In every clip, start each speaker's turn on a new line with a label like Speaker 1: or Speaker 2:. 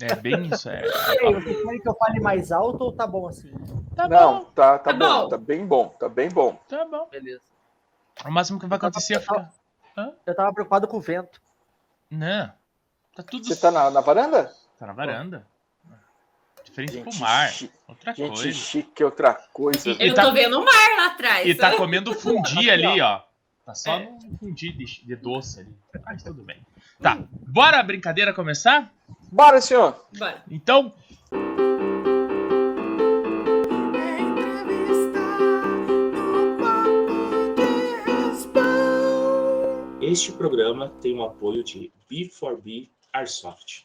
Speaker 1: É bem isso, é.
Speaker 2: Ei, Você quer que eu fale mais alto ou tá bom assim?
Speaker 1: Tá
Speaker 3: Não,
Speaker 1: bom,
Speaker 3: tá,
Speaker 4: Tá
Speaker 3: tá, bom,
Speaker 4: bom.
Speaker 3: tá bem bom, tá bem bom.
Speaker 1: tá bom.
Speaker 4: Beleza.
Speaker 1: O máximo que vai
Speaker 3: Então tá
Speaker 1: acontecer é ficar.
Speaker 2: Eu tava preocupado com o vento.
Speaker 1: Não. Tá tudo
Speaker 3: Você tá na, na varanda?
Speaker 1: tá na varanda. Diferente
Speaker 3: Gente,
Speaker 1: pro mar.
Speaker 3: chi-
Speaker 1: Outra
Speaker 3: gente
Speaker 1: coisa.
Speaker 3: chique é outra coisa.
Speaker 1: E-
Speaker 4: Eu
Speaker 1: tá-
Speaker 4: tô vendo o mar lá atrás.
Speaker 1: E tá comendo fundi ali, ó. Tá só
Speaker 4: É.
Speaker 1: no fundi de, de doce ali. Mas tudo bem. Tá. Bora a brincadeira começar?
Speaker 3: Bora, senhor!
Speaker 4: Bora.
Speaker 1: Então.
Speaker 5: Este programa tem o apoio de B4B Airsoft.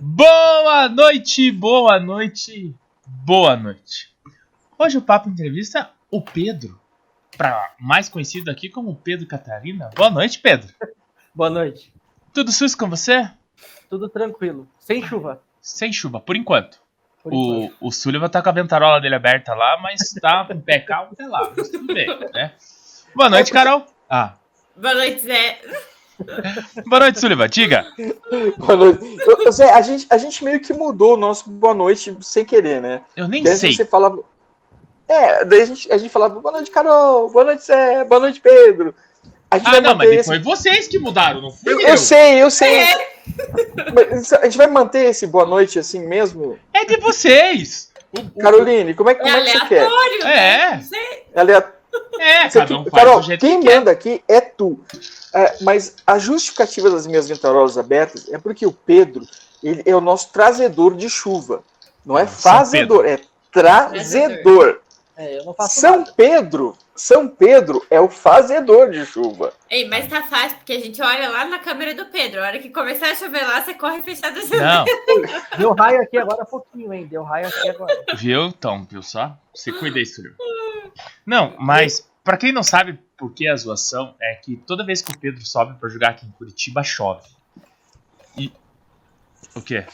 Speaker 1: Boa noite, boa noite, boa noite. Hoje o Papo entrevista o Pedro, pra, mais conhecido aqui como Pedro Catarina. Boa noite, Pedro.
Speaker 2: Boa noite.
Speaker 1: Tudo sus com você?
Speaker 2: Tudo tranquilo. Sem chuva.
Speaker 1: Sem chuva, por enquanto.
Speaker 2: por enquanto.
Speaker 1: O, o Sullivan tá com a ventarola dele aberta lá, mas tá com o pé calmo até lá. Mas tudo bem, né? Boa noite, Carol. Ah,
Speaker 4: Boa noite, né? Zé.
Speaker 1: boa noite, Sullivan. Diga.
Speaker 3: Boa noite. Ô, ô, Zé, a gente, a gente meio que mudou o nosso boa noite sem querer, né?
Speaker 1: Eu nem
Speaker 3: Daí
Speaker 1: sei.
Speaker 3: você falava. É, daí a gente, a gente falava boa noite, Carol, boa noite, Zé, boa noite, Pedro. A gente
Speaker 1: Ah,
Speaker 3: vai
Speaker 1: não, mas
Speaker 3: manter
Speaker 1: daí
Speaker 3: esse-
Speaker 1: foi vocês que mudaram, não fui
Speaker 3: Eu,
Speaker 1: eu.
Speaker 3: eu sei, eu sei. Mas A gente vai manter esse boa noite assim mesmo?
Speaker 1: É de vocês. O- o-
Speaker 3: Caroline, como é, como
Speaker 4: É
Speaker 3: é que você quer?
Speaker 4: aleatório.
Speaker 1: É.
Speaker 4: né? Não sei.
Speaker 3: Ela é-
Speaker 1: É,
Speaker 3: Você
Speaker 1: cada um
Speaker 3: que-
Speaker 1: faz
Speaker 3: Carol,
Speaker 1: do jeito
Speaker 3: quem
Speaker 1: que quer.
Speaker 3: manda aqui é tu. É, mas a justificativa das minhas ventarolas abertas é porque o Pedro ele é o nosso trazedor de chuva. Não é
Speaker 1: Ah, São
Speaker 3: fazedor, é trazedor.
Speaker 2: É, eu não faço
Speaker 3: São
Speaker 2: nada.
Speaker 3: Pedro, São Pedro é o fazedor de chuva.
Speaker 4: Ei, mas tá fácil, porque a gente olha lá na câmera do Pedro. A hora que começar a chover lá, você corre fechado assim.
Speaker 1: Não,
Speaker 2: Deu raio aqui agora há pouquinho, hein? Deu raio aqui agora.
Speaker 1: viu, então, viu só? Se cuida aí, Sullivan. Não, mas, pra quem não sabe por que a zoação, é que toda vez que o Pedro sobe pra jogar aqui em Curitiba, chove. E. O quê?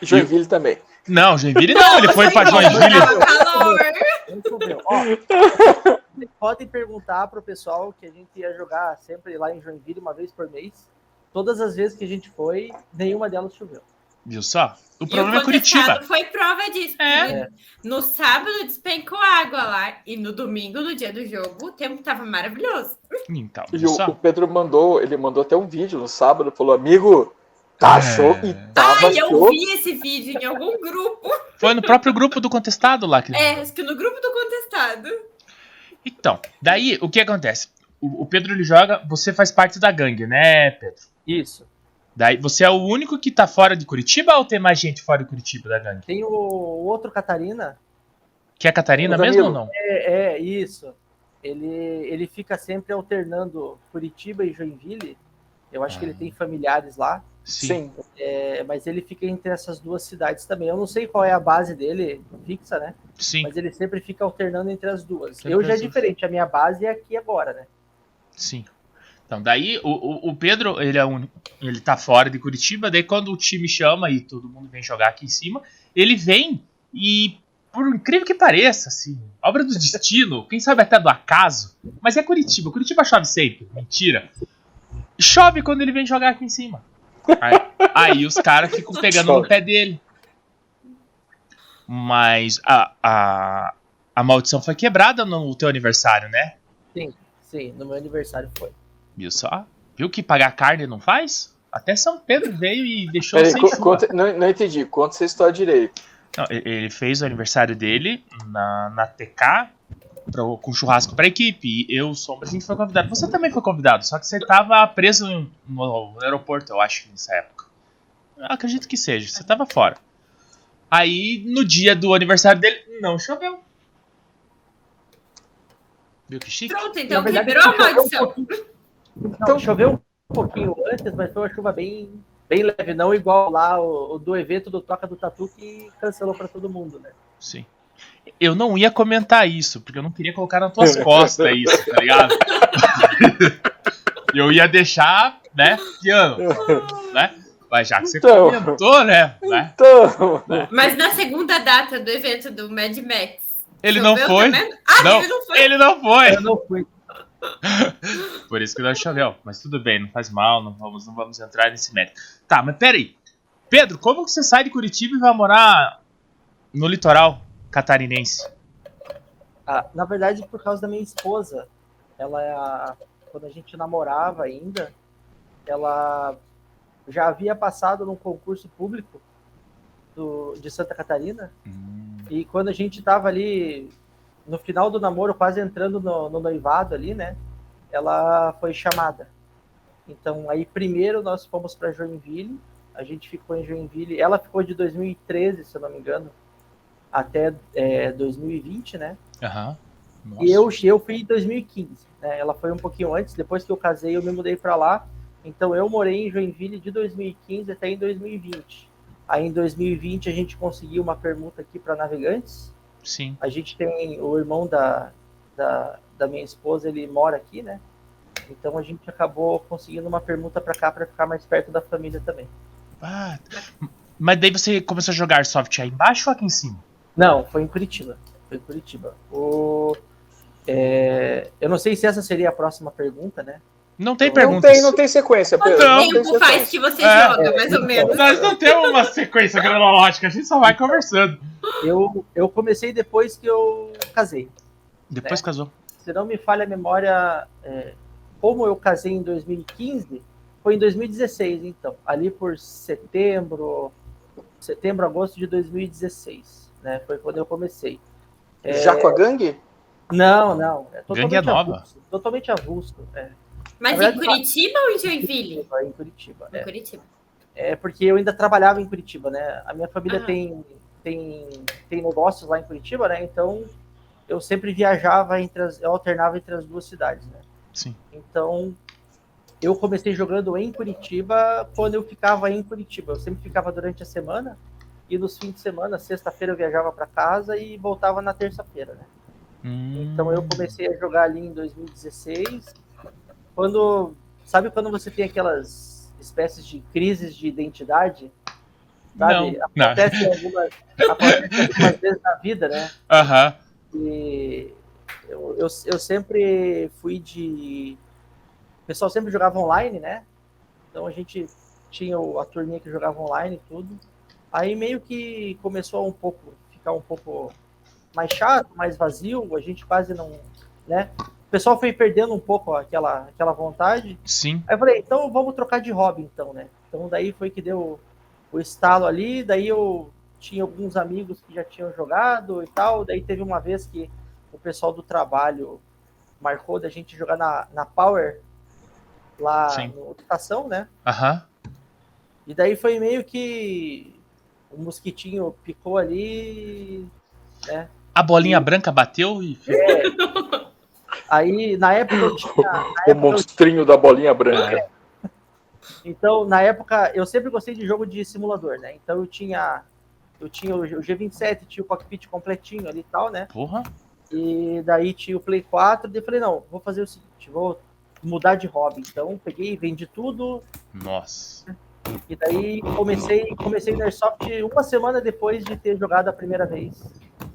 Speaker 3: Joinville também.
Speaker 1: Não, Joinville não, ele foi pra Joinville.
Speaker 4: Tava calor.
Speaker 3: é
Speaker 2: Não choveu. Ó, vocês podem perguntar pro pessoal que a gente ia jogar sempre lá em Joinville uma vez por mês. Todas as vezes que a gente foi, nenhuma delas choveu.
Speaker 1: Viu só? O
Speaker 4: E
Speaker 1: problema é Curitiba.
Speaker 4: contestado Foi prova disso.
Speaker 1: É.
Speaker 4: porque No sábado despencou água lá. E no domingo, no dia do jogo, o tempo tava maravilhoso.
Speaker 1: Então,
Speaker 3: E
Speaker 1: viu
Speaker 3: o, o
Speaker 1: só?
Speaker 3: Pedro mandou, ele mandou até um vídeo no sábado, falou, amigo, tá
Speaker 1: É.
Speaker 3: show e tava
Speaker 4: Ai, eu
Speaker 3: show.
Speaker 4: vi esse vídeo em algum grupo.
Speaker 1: Foi no próprio grupo do contestado lá que ele
Speaker 4: É, acho que no grupo do contestado.
Speaker 1: Então, daí o que acontece? O, o Pedro ele joga, você faz parte da gangue, né, Pedro?
Speaker 2: Isso.
Speaker 1: Daí você é o único que tá fora de Curitiba ou tem mais gente fora de Curitiba da gangue?
Speaker 2: Tem o outro Catarina,
Speaker 1: Que é a Catarina
Speaker 3: O
Speaker 1: mesmo ou
Speaker 3: Danilo.
Speaker 1: não?
Speaker 2: É, é, isso. Ele, ele fica sempre alternando Curitiba e Joinville. Eu acho que ele tem familiares lá,
Speaker 3: Sim.
Speaker 2: é, mas ele fica entre essas duas cidades também. Eu não sei qual é a base dele fixa, né?
Speaker 1: sim,
Speaker 2: Mas ele sempre fica alternando entre as duas.
Speaker 1: Entre
Speaker 2: eu já é
Speaker 1: as duas.
Speaker 2: diferente, a minha base é aqui agora, né?
Speaker 1: sim. Então, daí o, o, o Pedro, ele é o único, ele tá fora de Curitiba, daí quando o time chama e todo mundo vem jogar aqui em cima, ele vem e, por incrível que pareça, assim, obra do destino, quem sabe até do acaso, mas é Curitiba, Curitiba chove sempre, mentira. Chove quando ele vem jogar aqui em cima. Aí, aí os caras ficam pegando no
Speaker 3: Chove.
Speaker 1: pé dele. Mas a, a, a maldição foi quebrada no teu aniversário, né?
Speaker 2: Sim, no meu aniversário foi.
Speaker 1: Viu só? "Ah, Viu que pagar carne não faz? Até São Pedro veio e deixou
Speaker 3: Peraí,
Speaker 1: sem
Speaker 3: co-
Speaker 1: chuva.
Speaker 3: conta- não, não entendi, conta essa história direito.
Speaker 1: Não, e- ele fez o aniversário dele na, na TK pra, com churrasco pra equipe. E eu, Sombra, a gente foi convidado. Você também foi convidado, só que você tava preso em- no, aeroporto, eu acho, nessa época. Eu acredito que seja, você tava fora. Aí, no dia do aniversário dele, não choveu. Viu que chique?
Speaker 4: Pronto, então
Speaker 2: Na verdade,
Speaker 4: quebrou a
Speaker 2: choveu um
Speaker 4: maldição.
Speaker 2: pouquinho. Não,
Speaker 3: Então-
Speaker 2: choveu um pouquinho antes, mas foi uma chuva bem, bem leve, não igual lá o, o do evento do Toca do Tatu que cancelou para todo mundo, né?
Speaker 1: Sim. Eu não ia comentar isso, porque eu não queria colocar nas tuas costas isso, tá ligado? eu ia deixar, né, piano, né? Mas já que você
Speaker 3: Então.
Speaker 1: comentou, né? né?
Speaker 3: Então,
Speaker 4: Mas na segunda data do evento do Mad Max.
Speaker 1: Ele não
Speaker 4: choveu
Speaker 1: foi.
Speaker 4: também? Ah,
Speaker 1: Não.
Speaker 4: ele não foi.
Speaker 1: Ele não foi.
Speaker 2: Eu não fui.
Speaker 1: Por isso que não choveu. Mas tudo bem, não faz mal, não vamos, não vamos entrar nesse mérito. Tá, mas peraí. Pedro, como que você sai de Curitiba e vai morar no litoral catarinense?
Speaker 2: Ah, na verdade, por causa da minha esposa. Ela, é a- quando a gente namorava ainda, ela já havia passado num concurso público do- de Santa Catarina. E quando a gente tava ali, no final do namoro, quase entrando no, no noivado ali, né? Ela foi chamada. Então, aí primeiro nós fomos para Joinville. A gente ficou em Joinville. Ela ficou de 2013, se eu não me engano, até eh, 2020, né?
Speaker 1: Aham.
Speaker 2: E eu, eu fui em 2015, né? Ela foi um pouquinho antes, depois que eu casei, eu me mudei para lá. Então eu morei em Joinville de 2015 até em 2020. Aí em 2020 a gente conseguiu uma permuta aqui para navegantes.
Speaker 1: Sim.
Speaker 2: A gente tem o irmão da, da, da minha esposa, ele mora aqui, né? Então a gente acabou conseguindo uma permuta para cá para ficar mais perto da família também.
Speaker 1: Ah, mas daí você começou a jogar soft aí embaixo ou aqui em cima?
Speaker 2: Não, foi em Curitiba. Foi em Curitiba. O, é, eu não sei se essa seria a próxima pergunta, né?
Speaker 1: Não tem
Speaker 3: Não
Speaker 1: perguntas.
Speaker 3: tem, não tem sequência, Pedro. Não,
Speaker 4: Quanto
Speaker 3: tem
Speaker 4: tempo faz
Speaker 3: sequência.
Speaker 4: que você
Speaker 1: É.
Speaker 4: joga, mais ou menos?
Speaker 1: Nós não temos uma sequência cronológica, a gente só vai conversando.
Speaker 2: Eu, eu comecei depois que eu casei. É.
Speaker 1: Depois casou.
Speaker 2: Se não me falha a memória, é, como eu casei em 2015, foi em 2016, então. Ali por setembro, setembro, agosto de 2016, né? Foi quando eu comecei. É,
Speaker 3: Já com a gangue?
Speaker 2: Não, não. É totalmente
Speaker 1: Gangue é nova.
Speaker 2: avulso. Totalmente avulso. É,
Speaker 4: Mas
Speaker 2: Na
Speaker 4: em
Speaker 2: verdade,
Speaker 4: Curitiba ou em Joinville?
Speaker 2: Curitiba, em Curitiba.
Speaker 4: Em
Speaker 2: É.
Speaker 4: Curitiba.
Speaker 2: É porque eu ainda trabalhava em Curitiba, né? A minha família
Speaker 4: Ah.
Speaker 2: tem, tem, tem negócios lá em Curitiba, né? Então eu sempre viajava entre as, eu alternava entre as duas cidades, né?
Speaker 1: Sim.
Speaker 2: Então eu comecei jogando em Curitiba quando eu ficava em Curitiba. Eu sempre ficava durante a semana e nos fins de semana, sexta-feira eu viajava para casa e voltava na terça-feira, né? Então eu comecei a jogar ali em 2016. Quando. Sabe quando você tem aquelas espécies de crises de identidade? Sabe?
Speaker 1: Não, não.
Speaker 2: Acontece, algumas, acontece algumas vezes na vida, né?
Speaker 1: Aham.
Speaker 2: E eu, eu, eu sempre fui de. O pessoal sempre jogava online, né? Então a gente tinha o- a turminha que jogava online e tudo. Aí meio que começou um pouco, ficar um pouco mais chato, mais vazio, a gente quase não. né? O pessoal foi perdendo um pouco aquela, aquela vontade.
Speaker 1: Sim.
Speaker 2: Aí eu falei, então vamos trocar de hobby, então, né? Então daí foi que deu o estalo ali, daí eu tinha alguns amigos que já tinham jogado e tal, daí teve uma vez que o pessoal do trabalho marcou da gente jogar na, na Power, lá
Speaker 1: Sim.
Speaker 2: no Estação, né?
Speaker 1: Aham.
Speaker 2: E daí foi meio que o mosquitinho picou ali,
Speaker 1: A bolinha branca bateu e.
Speaker 2: É. Aí, na época, eu tinha, na
Speaker 3: O
Speaker 2: época eu
Speaker 3: monstrinho da bolinha
Speaker 2: É.
Speaker 3: branca.
Speaker 2: Então, na época, eu sempre gostei de jogo de simulador, né? Então eu tinha eu tinha o G- o G27, tinha o cockpit completinho ali e tal, né?
Speaker 1: Porra.
Speaker 2: E daí tinha o Play 4, daí eu falei, não, vou fazer o seguinte, vou mudar de hobby. Então, peguei, vendi tudo,
Speaker 1: Nossa.
Speaker 2: e daí comecei, comecei no Airsoft uma semana depois de ter jogado a primeira vez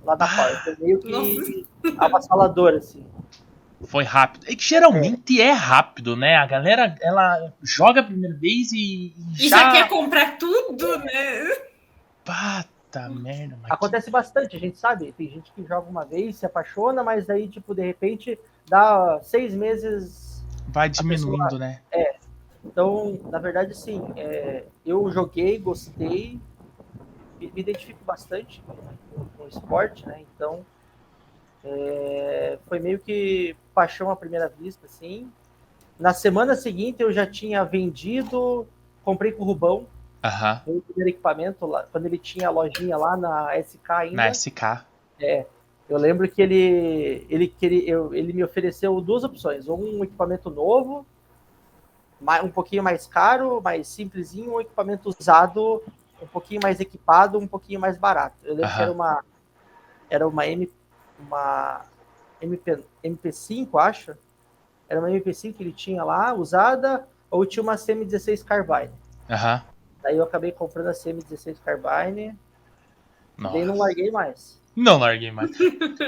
Speaker 2: lá na Power. Foi meio que avassalador, assim.
Speaker 1: Foi rápido. É que geralmente é rápido, né? A galera, ela joga a primeira vez e.
Speaker 4: E já quer comprar tudo, né?
Speaker 1: Pata merda, mas.
Speaker 2: Acontece bastante, a gente sabe. Tem gente que joga uma vez, se apaixona, mas aí, tipo, de repente, dá seis meses
Speaker 1: Vai diminuindo, né?
Speaker 2: Então, na verdade, assim, é, eu joguei, gostei, me, me identifico bastante com, com o esporte, né? Então, é, foi meio que paixão à primeira vista, assim. Na semana seguinte, eu já tinha vendido, comprei com o Rubão,
Speaker 1: Aham.
Speaker 2: meu primeiro equipamento, lá, quando ele tinha a lojinha lá na SK ainda.
Speaker 1: Na SK.
Speaker 2: É, eu lembro que ele, ele, queria, eu- ele me ofereceu duas opções: ou um equipamento novo, ma- um pouquinho mais caro, mais simplesinho, ou um equipamento usado, um pouquinho mais equipado, um pouquinho mais barato. Eu lembro que
Speaker 1: Aham.
Speaker 2: era uma, era uma, M, uma MP, MP5, acho. Era uma MP5 que ele tinha lá, usada, ou tinha uma CM16 Carbine.
Speaker 1: Aham.
Speaker 2: Daí eu acabei comprando a CM16 Carbine, daí não
Speaker 1: Nossa.
Speaker 2: larguei mais.
Speaker 1: Não larguei mais.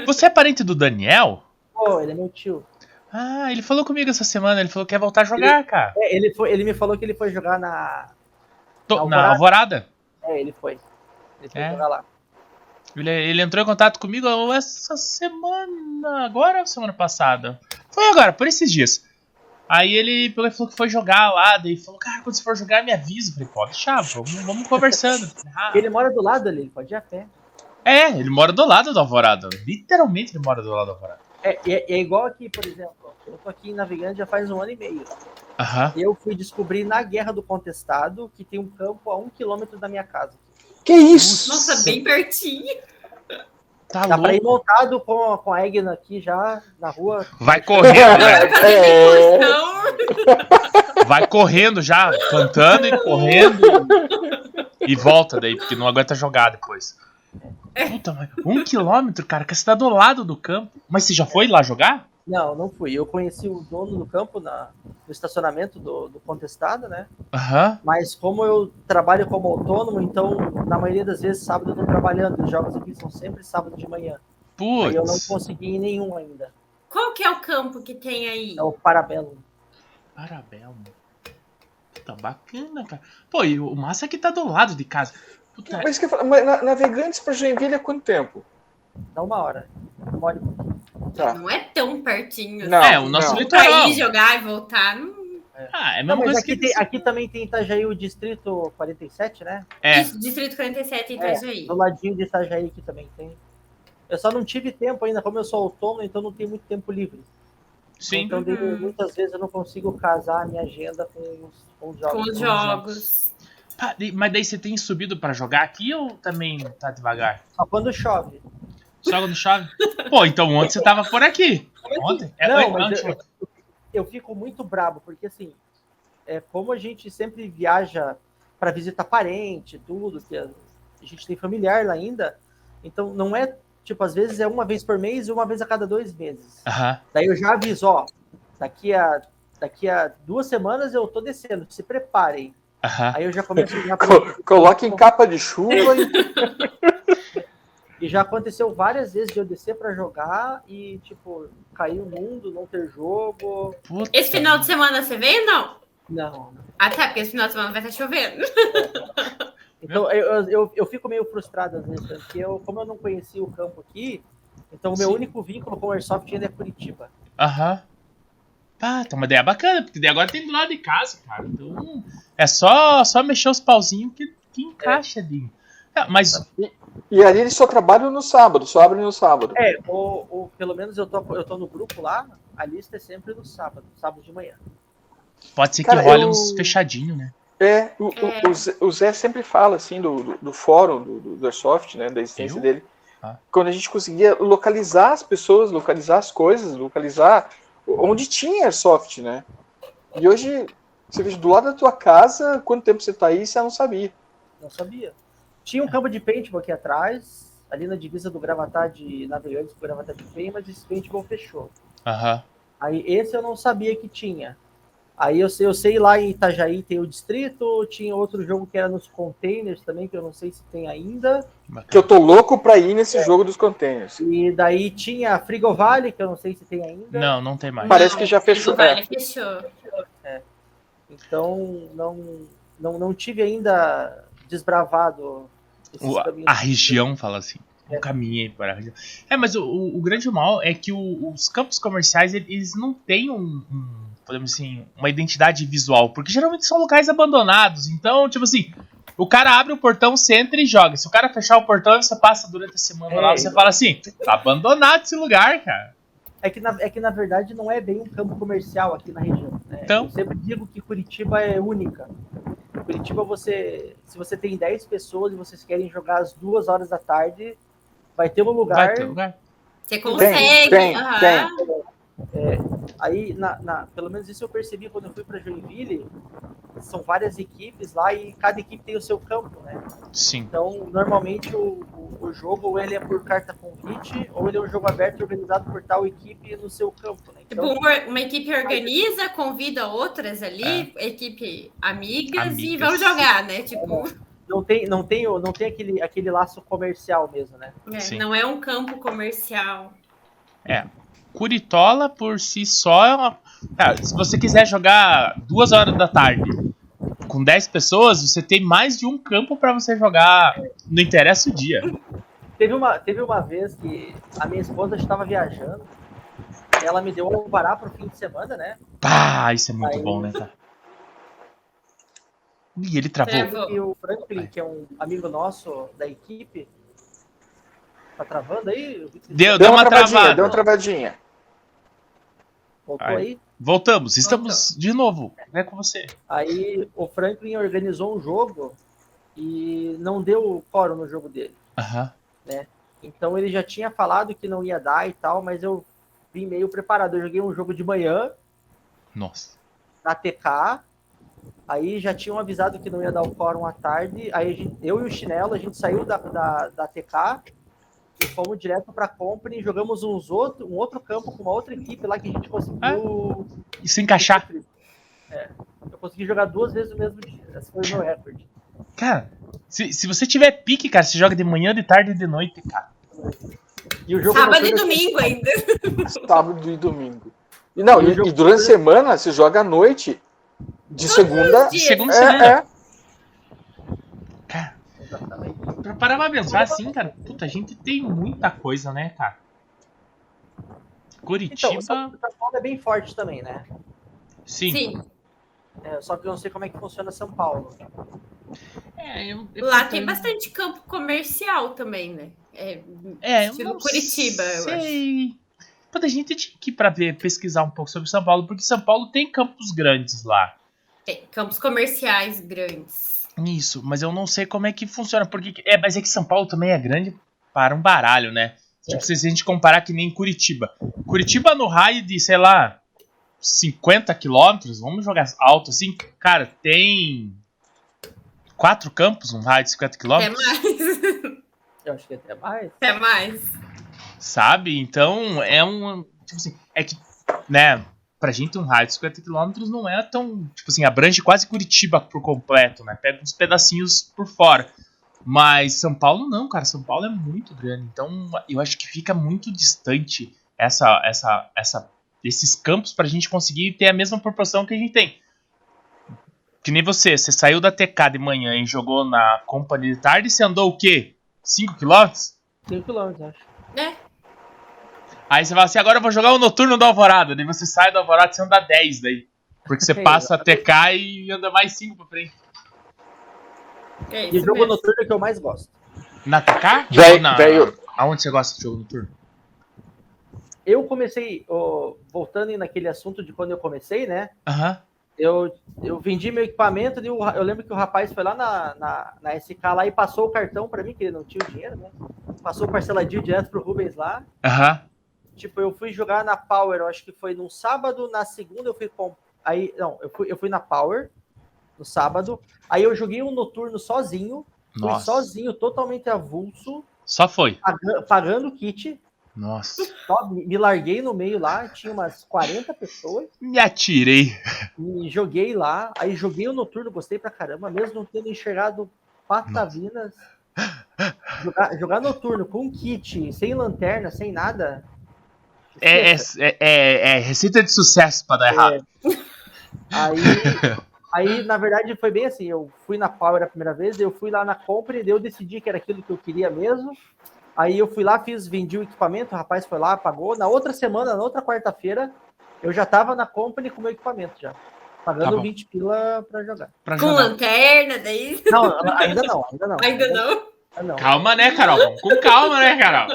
Speaker 1: Você é parente do Daniel?
Speaker 2: Pô, ele é meu tio.
Speaker 1: Ah, ele falou comigo essa semana, ele falou que quer voltar a jogar, cara.
Speaker 2: É, ele, foi- ele me falou que ele foi jogar na.
Speaker 1: Tô-
Speaker 2: Na
Speaker 1: na Alvorada?
Speaker 2: É, ele foi. Ele foi
Speaker 1: É.
Speaker 2: jogar lá.
Speaker 1: Ele, ele entrou em contato comigo essa semana, agora ou semana passada? Foi agora, por esses dias. Aí ele pegou e falou que foi jogar lá, daí falou, cara, quando você for jogar, me avisa. Eu falei, pode deixar, vamos, vamos conversando. Ah,
Speaker 2: Ele mora do lado ali, ele pode ir a pé.
Speaker 1: é, ele mora do lado do Alvorada. Literalmente ele mora do lado do Alvorada.
Speaker 2: É, é, é igual aqui, por exemplo. Eu tô aqui em Navegante já faz um ano e meio.
Speaker 1: Aham.
Speaker 2: Eu fui descobrir na Guerra do Contestado que tem um campo a um quilômetro da minha casa.
Speaker 3: Que isso?
Speaker 4: Nossa, bem pertinho.
Speaker 1: Tá
Speaker 2: Dá pra ir
Speaker 1: louco.
Speaker 2: montado com, a- com a Egna aqui já na rua.
Speaker 1: Vai correndo, né?
Speaker 4: Vai fazer
Speaker 3: É.
Speaker 4: incursão.
Speaker 1: Vai correndo já, cantando e correndo. E volta daí, porque não aguenta jogar depois.
Speaker 2: É.
Speaker 1: Puta, mas um quilômetro, cara, que você tá do lado do campo. Mas você já foi lá jogar?
Speaker 2: Não, não fui. Eu conheci o dono do campo na, no estacionamento do, do Contestado, né?
Speaker 1: Aham.
Speaker 2: Mas como eu trabalho como autônomo, então na maioria das vezes sábado eu tô trabalhando. Os jogos aqui são sempre sábado de manhã. E eu não
Speaker 1: Putz.
Speaker 2: consegui ir em nenhum ainda.
Speaker 4: Qual que é o campo que tem aí?
Speaker 2: É o Parabelo.
Speaker 1: Parabéns. Puta, bacana, cara. Pô, e o massa é que tá do lado de casa. Puta,
Speaker 2: É.
Speaker 3: Mas, que eu falo, mas na- navegantes pra Joinville é quanto tempo?
Speaker 2: Dá uma hora. Uma hora e pouco.
Speaker 3: Tá.
Speaker 4: Não é tão pertinho.
Speaker 3: Não,
Speaker 1: é, o nosso
Speaker 3: não.
Speaker 1: litoral.
Speaker 4: Aí jogar e voltar. não-
Speaker 1: Ah, é a mesma
Speaker 2: Não, mas
Speaker 1: coisa
Speaker 2: aqui,
Speaker 1: que.
Speaker 2: tem- aqui também tem Itajaí, o distrito 47, né?
Speaker 1: É,
Speaker 4: Isso, Distrito 47 em
Speaker 2: É,
Speaker 4: Itajaí.
Speaker 2: do ladinho de Itajaí que também tem. Eu só não tive tempo ainda, como eu sou autônomo, então não tenho muito tempo livre.
Speaker 1: sim.
Speaker 2: Então, daí,
Speaker 4: Uhum.
Speaker 2: muitas vezes eu não consigo casar a minha agenda com os, com os jogos.
Speaker 4: Com os jogos.
Speaker 1: Pá, e- Mas daí você tem subido pra jogar aqui ou também tá devagar?
Speaker 2: Só quando chove.
Speaker 1: Joga no chave? Pô, então ontem você tava por aqui. Ontem? É,
Speaker 2: não,
Speaker 1: ontem,
Speaker 2: mas
Speaker 1: ontem.
Speaker 2: eu, eu fico muito brabo, porque assim, é, como a gente sempre viaja para visitar parente, tudo, que a, a gente tem familiar lá ainda, então não é, tipo, às vezes é uma vez por mês e uma vez a cada dois meses.
Speaker 1: Aham.
Speaker 2: Daí eu já aviso, ó, daqui a, daqui a duas semanas eu tô descendo, se preparem.
Speaker 1: Aham.
Speaker 2: Aí eu já começo já
Speaker 3: Co- Coloque em capa de chuva e.
Speaker 2: E já aconteceu várias vezes de eu descer pra jogar e, tipo, cair o mundo, não ter jogo.
Speaker 1: Puta.
Speaker 4: Esse final de semana você veio não?
Speaker 2: Não.
Speaker 4: Ah, tá, porque esse final de semana vai estar chovendo.
Speaker 2: Então eu, eu- eu, eu fico meio frustrado às vezes, porque eu, como eu não conhecia o campo aqui, então o meu
Speaker 1: Sim.
Speaker 2: único vínculo com o Airsoft ainda é Curitiba.
Speaker 1: Aham. Pá, tá uma ideia bacana, porque daí agora tem do lado de casa, cara. Então, hum, é só, só mexer os pauzinhos que, que
Speaker 3: É.
Speaker 1: encaixa ali. Ah, mas,
Speaker 3: E ali eles só trabalham no sábado, só abrem no sábado.
Speaker 2: É, ou, ou pelo menos eu tô, eu tô no grupo lá, a lista é sempre no sábado, sábado de manhã.
Speaker 1: pode ser que
Speaker 3: Cara,
Speaker 1: role
Speaker 3: eu-
Speaker 1: uns fechadinhos, né?
Speaker 3: É, o, o- o Zé, o Zé sempre fala assim do, do, do fórum do, do, do Airsoft, né, da existência
Speaker 1: Eu?
Speaker 3: dele.
Speaker 1: Ah.
Speaker 3: Quando a gente conseguia localizar as pessoas, localizar as coisas, localizar onde tinha Airsoft, né? E hoje, você vê do lado da tua casa, quanto tempo você tá aí, você não sabia.
Speaker 2: Não sabia. Tinha um campo de paintball aqui atrás, ali na divisa do Gravatá de Navegantes pro Gravatá de Penha, mas esse paintball fechou.
Speaker 1: Aham.
Speaker 2: Aí esse eu não sabia que tinha. Aí eu sei, eu sei lá em Itajaí tem o distrito, tinha outro jogo que era nos containers também, que eu não sei se tem ainda.
Speaker 3: Que
Speaker 1: Bacana.
Speaker 3: eu tô louco pra ir nesse jogo dos containers.
Speaker 2: E daí tinha a Frigovale, que eu não sei se tem ainda.
Speaker 1: Não, não tem mais.
Speaker 3: Parece que já fechou, É.
Speaker 4: O Vale fechou.
Speaker 2: Então não, não, não tive ainda desbravado esses
Speaker 1: O- a-
Speaker 2: caminhos.
Speaker 1: a região fala assim.
Speaker 2: É.
Speaker 1: Não caminhei para a região. É, mas o, o- o grande mal é que o- os campos comerciais, eles não têm um, um, podemos dizer assim, uma identidade visual, porque geralmente são locais abandonados. Então, tipo assim, o cara abre o portão, você entra e joga. Se o cara fechar o portão, você passa durante a semana
Speaker 2: É,
Speaker 1: lá, você
Speaker 2: então.
Speaker 1: fala assim, tá abandonado esse lugar, cara.
Speaker 2: É que, na, é que na verdade não é bem um campo comercial aqui na região. né?
Speaker 1: Então.
Speaker 2: Eu sempre digo que Curitiba é única. Curitiba, você, se você tem 10 pessoas e vocês querem jogar às 2 horas da tarde, vai ter um lugar.
Speaker 1: Vai ter lugar.
Speaker 4: Você consegue.
Speaker 3: tem,
Speaker 4: aham.
Speaker 3: tem.
Speaker 2: Aí, na, na- pelo menos isso eu percebi quando eu fui para Joinville, são várias equipes lá e cada equipe tem o seu campo, né?
Speaker 1: Sim.
Speaker 2: Então, normalmente o, o, o jogo ou ele é por carta convite ou ele é um jogo aberto organizado por tal equipe no seu campo, né?
Speaker 4: Tipo,
Speaker 2: Então,
Speaker 4: uma, uma equipe organiza, convida outras ali, equipe amigas, e
Speaker 1: É. Amigas.
Speaker 4: vão jogar, né? Tipo,
Speaker 2: não tem, não tem, o- não tem aquele, aquele laço comercial mesmo, né?
Speaker 4: é,
Speaker 1: Sim.
Speaker 4: não é um campo comercial.
Speaker 1: Curitola por si só é uma. Cara, se você quiser jogar duas horas da tarde, com 10 pessoas, você tem mais de um campo pra você jogar. Não interessa o dia.
Speaker 2: Teve uma, teve uma vez que a minha esposa estava viajando, ela me deu um alvará pro fim de semana, né?
Speaker 1: Pá, isso é muito
Speaker 2: Aí-
Speaker 1: bom, né, cara? Ih, ele travou.
Speaker 4: Travou.
Speaker 2: E o Franklin, que é um amigo nosso da equipe, tá travando aí?
Speaker 1: Deu,
Speaker 3: Deu
Speaker 1: deu
Speaker 3: uma,
Speaker 1: uma
Speaker 3: travadinha,
Speaker 1: travada.
Speaker 3: deu uma travadinha.
Speaker 2: Voltou
Speaker 1: Ai.
Speaker 2: aí?
Speaker 1: Voltamos, estamos de novo. É com você.
Speaker 2: Aí o Franklin organizou um jogo e não deu fórum no jogo dele.
Speaker 1: Aham.
Speaker 2: Então ele já tinha falado que não ia dar e tal, mas eu vim meio preparado. Eu joguei um jogo de manhã
Speaker 1: Nossa.
Speaker 2: na TK, aí já tinham avisado que não ia dar o fórum à tarde. Aí a gente- eu e o Chinelo, a gente saiu da, da, da TK e fomos direto pra compra e jogamos uns outro, um outro campo com uma outra equipe lá que a gente conseguiu.
Speaker 1: E se encaixar.
Speaker 2: É, eu consegui jogar duas vezes no mesmo dia. Esse foi o meu recorde.
Speaker 1: Cara, se, se você tiver pique, cara, você joga de manhã, de tarde e de noite, cara.
Speaker 2: E o
Speaker 6: Ah.
Speaker 2: jogo
Speaker 4: Sábado
Speaker 2: não
Speaker 4: e
Speaker 2: foi-
Speaker 4: domingo
Speaker 1: assim.
Speaker 4: ainda.
Speaker 3: Sábado e domingo. E não,
Speaker 2: E o
Speaker 3: e,
Speaker 2: jogo-
Speaker 3: e durante a semana você joga à noite, de segunda.
Speaker 1: De
Speaker 4: Dias.
Speaker 1: segunda a semana.
Speaker 3: É, é.
Speaker 1: Cara, pra parar pra pensar assim, cara, puta, a gente tem muita coisa, né, cara? Curitiba,
Speaker 2: Então, só que o São Paulo é bem forte também, né?
Speaker 1: sim.
Speaker 2: É, só que eu não sei como é que funciona São Paulo.
Speaker 1: É, eu- eu-
Speaker 4: Lá tem bastante campo comercial também, né? É,
Speaker 1: É, eu
Speaker 4: estilo
Speaker 1: não
Speaker 4: Curitiba, eu
Speaker 1: sei. Puta, a gente tinha que ir pra ver, pesquisar um pouco sobre São Paulo, porque São Paulo tem campos grandes lá.
Speaker 4: tem campos comerciais grandes.
Speaker 1: Isso, mas eu não sei como é que funciona. Porque, que- é, mas é que São Paulo também é grande para um baralho, né? Tipo, se a gente comparar que nem Curitiba. Curitiba no raio de, sei lá, 50 quilômetros, vamos jogar alto assim. Cara, tem quatro campos num raio de 50
Speaker 4: Até
Speaker 1: quilômetros,
Speaker 4: mais.
Speaker 2: Eu acho que até mais.
Speaker 4: Até mais.
Speaker 1: sabe? Então, é um... Tipo assim, é que, né... Pra gente, um raio de 50 quilômetros não é tão... Tipo assim, abrange quase Curitiba por completo, né? Pega uns pedacinhos por fora. Mas São Paulo não, cara. São Paulo é muito grande. Então eu acho que fica muito distante essa, essa, essa, esses campos pra gente conseguir ter a mesma proporção que a gente tem. Que nem você, você saiu da TK de manhã e jogou na Company de tarde, você andou o quê? 5 km?
Speaker 2: 5 quilômetros, acho.
Speaker 1: Aí você fala assim, agora eu vou jogar o noturno da Alvorada. Daí você sai da Alvorada e você anda 10 daí. Porque você
Speaker 2: É,
Speaker 1: passa a TK e anda mais 5 pra frente.
Speaker 4: É
Speaker 2: E
Speaker 4: isso
Speaker 2: jogo
Speaker 4: mesmo.
Speaker 2: noturno é que eu mais gosto.
Speaker 1: Na TK?
Speaker 3: Véi-
Speaker 1: Ou na-
Speaker 3: véio.
Speaker 1: Aonde você gosta de jogo noturno?
Speaker 2: Eu comecei, ó, voltando aí naquele assunto de quando eu comecei, né?
Speaker 1: Aham.
Speaker 2: Eu, eu vendi meu equipamento e o ra- eu lembro que o rapaz foi lá na, na, na SK lá e passou o cartão pra mim, que ele não tinha o dinheiro, né? Passou o parceladinho direto pro Rubens lá.
Speaker 1: Aham.
Speaker 2: Tipo, eu fui jogar na Power, eu acho que foi num sábado, na segunda eu fui com... Aí, não, eu fui, eu fui na Power, no sábado. Aí eu joguei um noturno sozinho, fui
Speaker 1: Nossa.
Speaker 2: sozinho, totalmente avulso,
Speaker 1: Só foi.
Speaker 2: paga- pagando o kit.
Speaker 1: Nossa.
Speaker 2: Só me me larguei no meio lá, tinha umas 40 pessoas,
Speaker 1: Me atirei.
Speaker 2: me joguei lá, aí joguei o noturno, gostei pra caramba, mesmo não tendo enxergado patavinas. Jogar, jogar noturno com kit, sem lanterna, sem nada.
Speaker 1: É, é,
Speaker 2: esqueça.
Speaker 1: é- é- é receita de sucesso pra
Speaker 2: É.
Speaker 1: dar Tá errado.
Speaker 2: Aí, aí, na verdade, foi bem assim. Eu fui na Power a primeira vez, eu fui lá na compra e daí eu decidi que era aquilo que eu queria mesmo. Aí eu fui lá, fiz, vendi o equipamento, o rapaz foi lá, pagou. Na outra semana, na outra quarta-feira, eu já tava na company com o meu equipamento já.
Speaker 1: Tá
Speaker 2: Pagando
Speaker 1: bom.
Speaker 2: 20 pila pra jogar.
Speaker 1: Pra
Speaker 4: Com
Speaker 1: jogar.
Speaker 4: lanterna, daí.
Speaker 2: Não, ainda não, ainda não.
Speaker 4: Ainda não.
Speaker 2: Ainda não.
Speaker 1: Calma, né, Carol? Vamos com calma, né, Carol?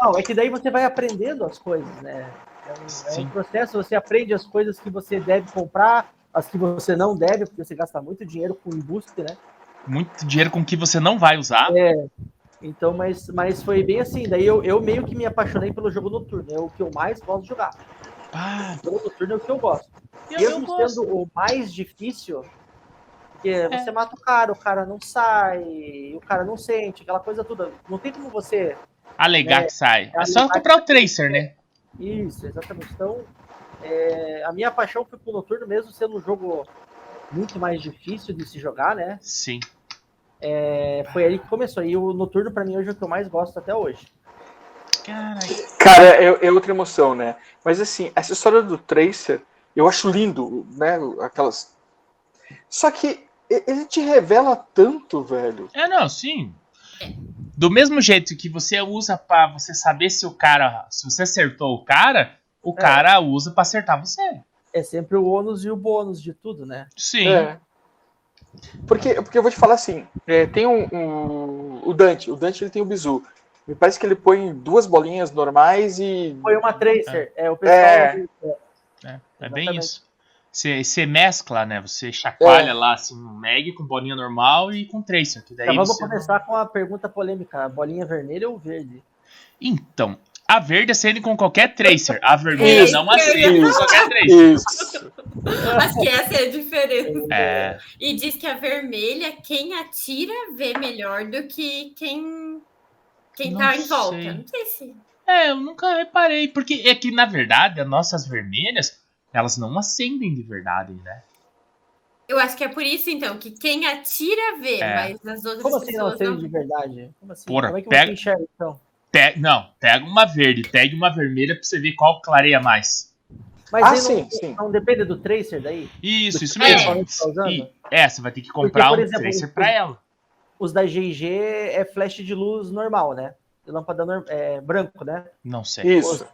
Speaker 2: Não, é que daí você vai aprendendo as coisas, né? É um- É um,
Speaker 1: Sim.
Speaker 2: processo, você aprende as coisas que você deve comprar, as que você não deve, porque você gasta muito dinheiro com embuste, né?
Speaker 1: Muito dinheiro com que você não vai usar.
Speaker 2: Então, mas, mas foi bem assim. Daí eu, eu meio que me apaixonei pelo jogo noturno. É o que eu mais gosto de jogar.
Speaker 1: Pá,
Speaker 2: O jogo noturno é o que eu gosto.
Speaker 1: eu, eu
Speaker 2: Mesmo
Speaker 1: gosto. É.
Speaker 2: sendo o mais difícil, porque você mata o cara, o cara não sai, o cara não sente, aquela coisa toda. Não tem como você.
Speaker 1: Alegar
Speaker 2: É,
Speaker 1: que sai. É
Speaker 2: alegar
Speaker 1: só
Speaker 2: que-
Speaker 1: comprar o Tracer, né?
Speaker 2: Isso, exatamente. Então, é, a minha paixão foi pro noturno, mesmo sendo um jogo muito mais difícil de se jogar, né?
Speaker 1: Sim.
Speaker 2: É, foi aí que começou. E o noturno, pra mim, hoje é o que eu mais gosto até hoje.
Speaker 1: Caralho.
Speaker 3: Cara, é, é outra emoção, né? Mas assim, essa história do Tracer, eu acho lindo, né? Aquelas. Só que e- ele te revela tanto, velho.
Speaker 1: É, não, sim. Do mesmo jeito que você usa pra você saber se o cara. Se você acertou o cara, o
Speaker 2: É.
Speaker 1: cara usa pra acertar você.
Speaker 2: É sempre o ônus e o bônus de tudo, né?
Speaker 1: Sim.
Speaker 3: É. Porque, porque eu vou te falar assim, é, tem um, um- o Dante, o Dante ele tem o bizu. Me parece que ele põe duas bolinhas normais e
Speaker 2: Foi uma Tracer. É, o
Speaker 3: É.
Speaker 2: pessoal.
Speaker 1: É, é bem
Speaker 2: Exatamente.
Speaker 1: isso. Você, você mescla, né? Você chacoalha lá assim no Meg com bolinha normal e com Tracer. Que daí
Speaker 2: Então, vamos
Speaker 1: você não-
Speaker 2: começar com a pergunta polêmica: a bolinha vermelha ou verde?
Speaker 1: Então, a verde acende com qualquer Tracer. A vermelha
Speaker 4: Isso,
Speaker 1: não acende com
Speaker 3: isso.
Speaker 1: qualquer Tracer.
Speaker 3: isso.
Speaker 4: Acho que essa é a diferença.
Speaker 1: É,
Speaker 4: E diz que a vermelha, quem atira, vê melhor do que quem, quem
Speaker 1: Não
Speaker 4: tá em volta.
Speaker 1: sei.
Speaker 4: Não sei se.
Speaker 1: é, eu nunca reparei. Porque é que, na verdade, as nossas vermelhas, elas não acendem de verdade, né?
Speaker 4: Eu acho que é por isso, então, que quem atira vê,
Speaker 1: É.
Speaker 4: mas as outras
Speaker 2: Como assim não
Speaker 4: pessoas
Speaker 2: sei
Speaker 4: não.
Speaker 2: de verdade? Como assim?
Speaker 1: Porra,
Speaker 2: Como é que
Speaker 1: pega-
Speaker 2: você enxerga então?
Speaker 1: Pe- não, pega uma verde, pega uma vermelha pra você ver qual clareia mais.
Speaker 2: Mas
Speaker 3: Ah,
Speaker 2: aí
Speaker 3: sim,
Speaker 2: não,
Speaker 3: sim.
Speaker 2: não depende do Tracer daí?
Speaker 1: Isso, isso
Speaker 4: É.
Speaker 1: mesmo.
Speaker 2: Principalmente tá usando?
Speaker 1: E, é, você vai ter que comprar
Speaker 2: por
Speaker 1: um
Speaker 2: exemplo,
Speaker 1: Tracer
Speaker 2: o-
Speaker 1: pra ela.
Speaker 2: Os da GG é flash de luz normal, né? Lâmpada nor- é, branco, né?
Speaker 1: Não sei.
Speaker 3: isso.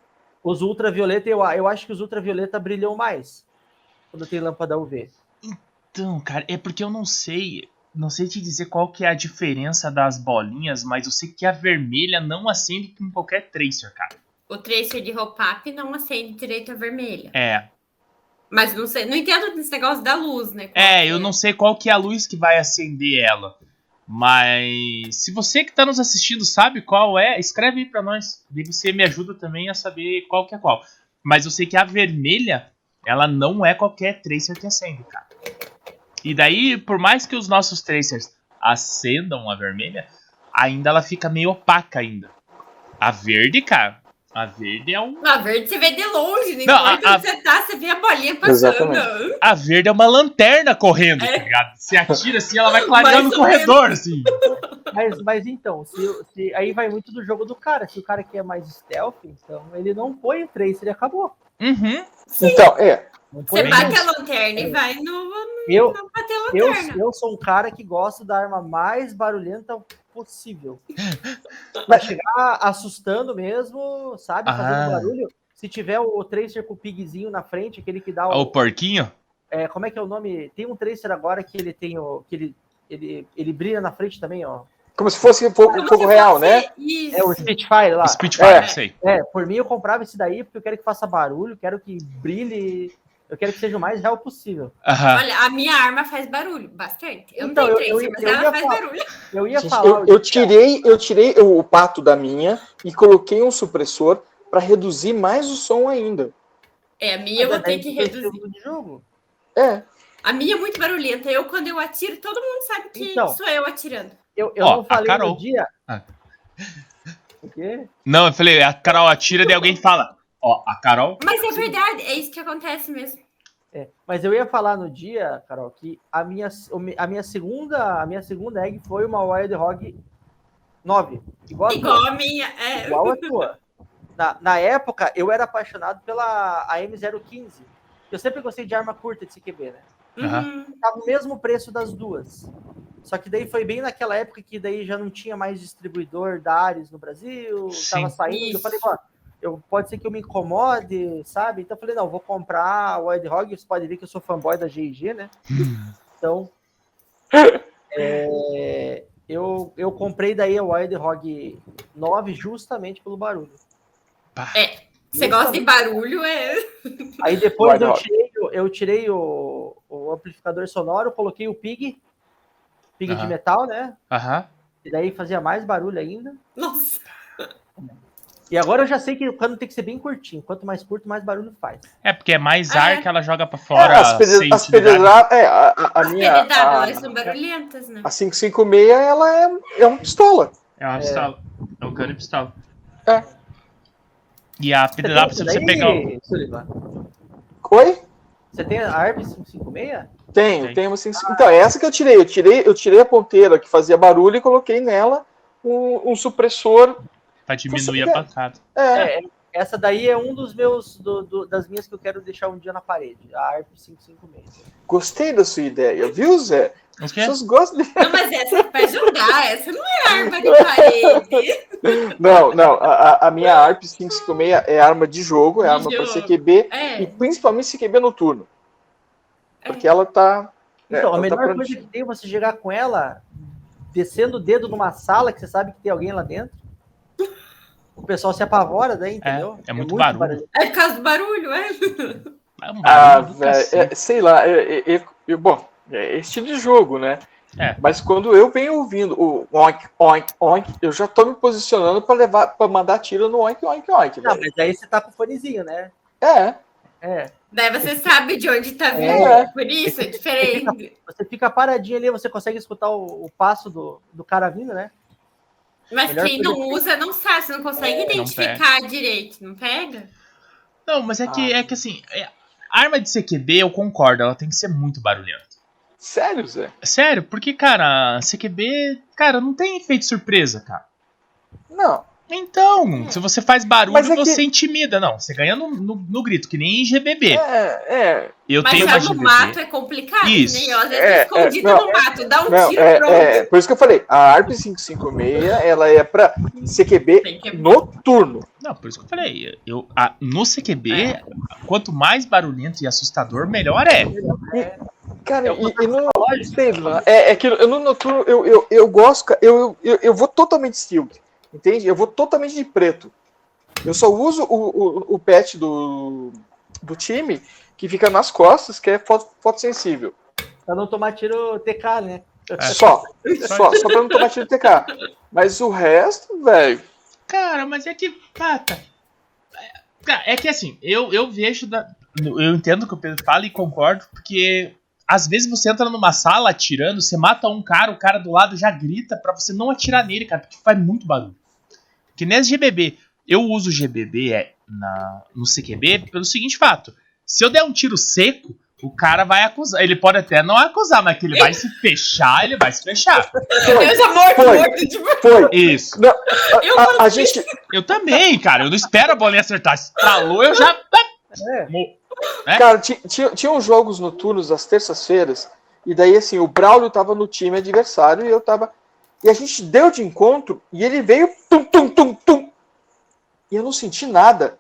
Speaker 2: Os ultravioleta, eu, eu acho que os ultravioleta brilham mais quando tem lâmpada UV.
Speaker 1: Então, cara, é porque eu não sei. Não sei te dizer qual que é a diferença das bolinhas, mas eu sei que a vermelha não acende com qualquer tracer, cara.
Speaker 4: O tracer de Hopap não acende direito a vermelha.
Speaker 1: É.
Speaker 4: Mas não sei, não entendo desse negócio da luz, né? Qual
Speaker 1: É,
Speaker 4: que
Speaker 1: eu não sei qual que é a luz que vai acender ela. Mas se você que tá nos assistindo sabe qual é, escreve aí pra nós. Daí você me ajuda também a saber qual que é qual. Mas eu sei que a vermelha, ela não é qualquer tracer que acende, cara. E daí, por mais que os nossos tracers acendam a vermelha, ainda ela fica meio opaca ainda. A verde, cara, a verde é um
Speaker 4: A verde você vê de longe, não,
Speaker 1: Não,
Speaker 4: importa
Speaker 1: a- a-
Speaker 4: onde você tá, você vê a bolinha passando.
Speaker 3: Exatamente.
Speaker 1: A verde é uma lanterna correndo,
Speaker 4: É.
Speaker 1: tá ligado? Você atira assim, ela vai clareando
Speaker 4: Mais
Speaker 1: o
Speaker 4: ou
Speaker 1: corredor, assim.
Speaker 2: Mas, mas então, se, se- aí vai muito do jogo do cara. Se o cara quer mais stealth, então ele não põe o Tracer e acabou.
Speaker 1: Uhum.
Speaker 3: Então, é.
Speaker 2: Não põe
Speaker 4: Você
Speaker 1: Bem
Speaker 2: nenhum.
Speaker 4: bate a lanterna e vai no, no
Speaker 2: eu,
Speaker 4: bater a
Speaker 2: eu,
Speaker 4: lanterna.
Speaker 2: eu sou um cara que gosto da arma mais barulhenta possível. Pra
Speaker 3: Mas-
Speaker 2: chegar assustando mesmo, sabe?
Speaker 1: Ah.
Speaker 2: Fazendo barulho. Se tiver o, o Tracer com o pigzinho na frente, aquele que dá o.
Speaker 1: Ah, o porquinho?
Speaker 2: é, como é que é o nome? Tem um Tracer agora que ele tem o. Que ele, ele, ele brilha na frente também, ó.
Speaker 3: Como se fosse um fogo,
Speaker 2: um
Speaker 4: Como
Speaker 6: tá
Speaker 3: fogo
Speaker 4: se
Speaker 3: real,
Speaker 4: fosse
Speaker 3: né?
Speaker 4: Isso.
Speaker 2: É o Spitfire lá.
Speaker 1: Spitfire,
Speaker 3: é.
Speaker 1: sei.
Speaker 2: É, por mim eu comprava esse daí, porque eu quero que faça barulho, quero que brilhe. Eu quero que seja o mais real possível.
Speaker 1: Aham.
Speaker 4: Olha, a minha arma faz barulho, bastante. Eu
Speaker 2: Tá. Então,
Speaker 4: não
Speaker 2: eu-
Speaker 4: tenho
Speaker 2: eu-
Speaker 4: tracer, mas
Speaker 2: eu ia
Speaker 4: ela faz
Speaker 2: falar-
Speaker 4: barulho.
Speaker 2: Eu ia
Speaker 3: Gente,
Speaker 2: falar.
Speaker 3: eu, eu
Speaker 2: é.
Speaker 3: tirei, eu tirei o pato da minha e coloquei um supressor para reduzir mais o som ainda.
Speaker 4: É, a minha eu vou ter que reduzir.
Speaker 2: De jogo.
Speaker 3: É.
Speaker 4: A minha é muito barulhenta. Eu, quando eu atiro, todo mundo sabe que
Speaker 2: Então.
Speaker 4: sou eu atirando.
Speaker 2: Eu, eu
Speaker 1: Ó,
Speaker 2: não
Speaker 1: a
Speaker 2: falei
Speaker 1: Carol.
Speaker 2: no dia.
Speaker 1: Ah.
Speaker 2: O quê?
Speaker 1: Não, eu falei, a Carol atira, daí alguém fala. Ó, a Carol.
Speaker 4: Mas é verdade, é isso que acontece mesmo.
Speaker 2: É, mas eu ia falar no dia, Carol, que a minha, o me- a minha segunda, a minha segunda egg foi uma Wild Hog 9. Igual a,
Speaker 4: Igual
Speaker 2: tua,
Speaker 4: a minha. É,
Speaker 2: igual a tua. Na, na época, eu era apaixonado pela AM015. Eu sempre gostei de arma curta de CQB, né?
Speaker 4: Uhum.
Speaker 2: Tava o mesmo preço das duas. Só que daí foi bem naquela época que daí já não tinha mais distribuidor da Ares no Brasil,
Speaker 1: Sim.
Speaker 2: tava saindo.
Speaker 4: Isso.
Speaker 2: Eu falei, ó, eu, pode ser que eu me incomode, sabe? Então eu falei, não, vou comprar o Wild Hog, você pode ver que eu sou fanboy da G&G, né? Então, é, eu, eu comprei daí o Wild Hog 9 justamente pelo barulho.
Speaker 1: Pá.
Speaker 4: Você gosta de barulho, é.
Speaker 2: Aí depois
Speaker 3: Wild
Speaker 2: eu
Speaker 3: Hog.
Speaker 2: tirei, o- eu tirei o, o amplificador sonoro, coloquei o Pig, Pig de
Speaker 1: Aham.
Speaker 2: metal, né?
Speaker 1: Aham.
Speaker 2: E daí fazia mais barulho ainda.
Speaker 4: Nossa.
Speaker 2: E agora eu já sei que o cano tem que ser bem curtinho. Quanto mais curto, mais barulho faz.
Speaker 1: É porque é mais
Speaker 4: Ah,
Speaker 1: ar
Speaker 4: é.
Speaker 1: que ela joga pra fora.
Speaker 3: as pede-
Speaker 1: sem
Speaker 3: as
Speaker 1: utilidade.
Speaker 3: pedra- é, a, a- a
Speaker 4: As
Speaker 3: minha.
Speaker 4: PDW,
Speaker 3: A,
Speaker 4: elas são barulhentas, né?
Speaker 3: a 556 ela é, é uma pistola.
Speaker 1: É uma
Speaker 2: É.
Speaker 1: pistola. É um cano e pistola.
Speaker 3: É.
Speaker 1: E a pedra, se você pegar. o-
Speaker 2: pegar
Speaker 3: Oi?
Speaker 2: Você tem a ARB 556?
Speaker 3: Tenho,
Speaker 1: Tem.
Speaker 3: tenho uma 556. Então, é essa que eu tirei. Eu tirei, eu tirei a ponteira que fazia barulho e coloquei nela um, um supressor.
Speaker 1: Pra diminuir
Speaker 3: Você
Speaker 1: a
Speaker 3: pega-
Speaker 1: pancada.
Speaker 3: É,
Speaker 2: É, Essa daí é um dos meus, do- do- das minhas que eu quero deixar um dia na parede. A ARP 556.
Speaker 3: Gostei da sua ideia, viu, Zé?
Speaker 1: O
Speaker 3: As
Speaker 1: quê?
Speaker 3: pessoas gostam de...
Speaker 4: Não, mas essa é pra jogar, essa não é arma de parede.
Speaker 3: Não, não. A, a- a minha ARP 556 é arma de jogo, é
Speaker 4: De
Speaker 3: arma para
Speaker 4: jogo.
Speaker 3: CQB.
Speaker 4: É,
Speaker 3: E principalmente CQB noturno.
Speaker 4: é.
Speaker 3: Porque ela tá. é,
Speaker 2: Então, a
Speaker 3: ela tá
Speaker 2: melhor coisa
Speaker 3: prometida.
Speaker 2: que tem é você chegar com ela descendo o dedo numa sala que você sabe que tem alguém lá dentro. O pessoal se apavora daí, entendeu?
Speaker 1: é muito barulho.
Speaker 4: É por causa do barulho, é?
Speaker 1: É um
Speaker 3: Ah,
Speaker 1: barulho do
Speaker 3: velho,
Speaker 1: cacete.
Speaker 3: é, sei lá, é, é, é- eu- bom, é estilo de jogo, né?
Speaker 1: É.
Speaker 3: Mas quando eu venho ouvindo o oink, oink, oink, eu já tô me posicionando pra levar, para mandar tiro no oink, oink, oink.
Speaker 2: Não,
Speaker 3: velho.
Speaker 2: mas aí você tá com o fonezinho, né?
Speaker 3: É,
Speaker 2: É.
Speaker 4: Daí você sabe de onde tá vindo.
Speaker 3: É.
Speaker 4: Por isso é diferente.
Speaker 2: Você fica paradinho ali, você consegue escutar o, o passo do, do cara vindo, né?
Speaker 4: Mas
Speaker 2: Melhor
Speaker 4: quem não usa não sabe, você não
Speaker 1: É,
Speaker 4: consegue identificar direito, não pega?
Speaker 1: Não, mas é
Speaker 3: Ah.
Speaker 1: que, é que assim, é- arma de CQB, eu concordo, ela tem que ser muito barulhenta.
Speaker 3: sério, Zé?
Speaker 1: Sério, porque, cara, CQB, cara, não tem efeito surpresa, cara.
Speaker 3: Não,
Speaker 1: Então,
Speaker 4: É.
Speaker 1: se você faz barulho,
Speaker 3: Mas é que-
Speaker 1: você intimida. Não, você ganha no, no- no grito, que nem em GBB.
Speaker 3: é, é,
Speaker 1: Eu
Speaker 4: Mas
Speaker 1: tenho
Speaker 4: já
Speaker 1: uma
Speaker 4: no
Speaker 1: GBB.
Speaker 4: mato é complicado,
Speaker 1: Isso.
Speaker 4: né? Eu, às vezes
Speaker 3: É,
Speaker 4: é, escondido
Speaker 3: é, não,
Speaker 4: no mato, dá um
Speaker 3: não,
Speaker 4: tiro
Speaker 3: é,
Speaker 4: pronto.
Speaker 3: é, por isso que eu falei, a ARP 556, ela é pra CQB
Speaker 6: É.
Speaker 4: Tem né? que- é
Speaker 3: noturno.
Speaker 1: Não, por isso que eu falei. Eu, a- no CQB,
Speaker 4: É.
Speaker 1: quanto mais barulhento e assustador, melhor é.
Speaker 3: Cara, e, e no, sei lá, é, é que eu, no noturno eu, eu, eu gosto, ca- eu, eu, eu vou totalmente stealth, entende? Eu vou totalmente de preto. Eu só uso o, o, o patch do, do time que fica nas costas, que é foto, fotossensível.
Speaker 2: Pra não tomar tiro TK, né?
Speaker 1: É.
Speaker 3: Só, só, só pra não tomar tiro de TK. Mas o resto, velho,
Speaker 1: Cara, mas é que. Pata. Cara, é que assim, eu, eu vejo. da- eu entendo o que o Pedro fala e concordo, porque às vezes você entra numa sala atirando, você mata um cara, o cara do lado já grita pra você não atirar nele, cara, porque faz muito barulho. Que nem as GBB. Eu uso GBB é, na, no CQB pelo seguinte fato: se eu der um tiro seco, o cara vai acusar. Ele pode até não acusar, mas que ele vai se fechar, ele vai se fechar.
Speaker 4: Eu já morto,
Speaker 3: Foi.
Speaker 4: morto de tipo,
Speaker 3: foi.
Speaker 1: Isso.
Speaker 4: Eu
Speaker 3: A, a gente,
Speaker 1: Eu também, cara. Eu não espero a bolinha acertar. Se Estralou, eu já.
Speaker 2: É.
Speaker 1: Mo-
Speaker 3: Cara, ti- tinha- tinham jogos noturnos às terças-feiras, e daí assim, o Braulio tava no time adversário e eu tava. E a gente deu de encontro e ele veio tum, tum, tum, tum. E eu não senti nada.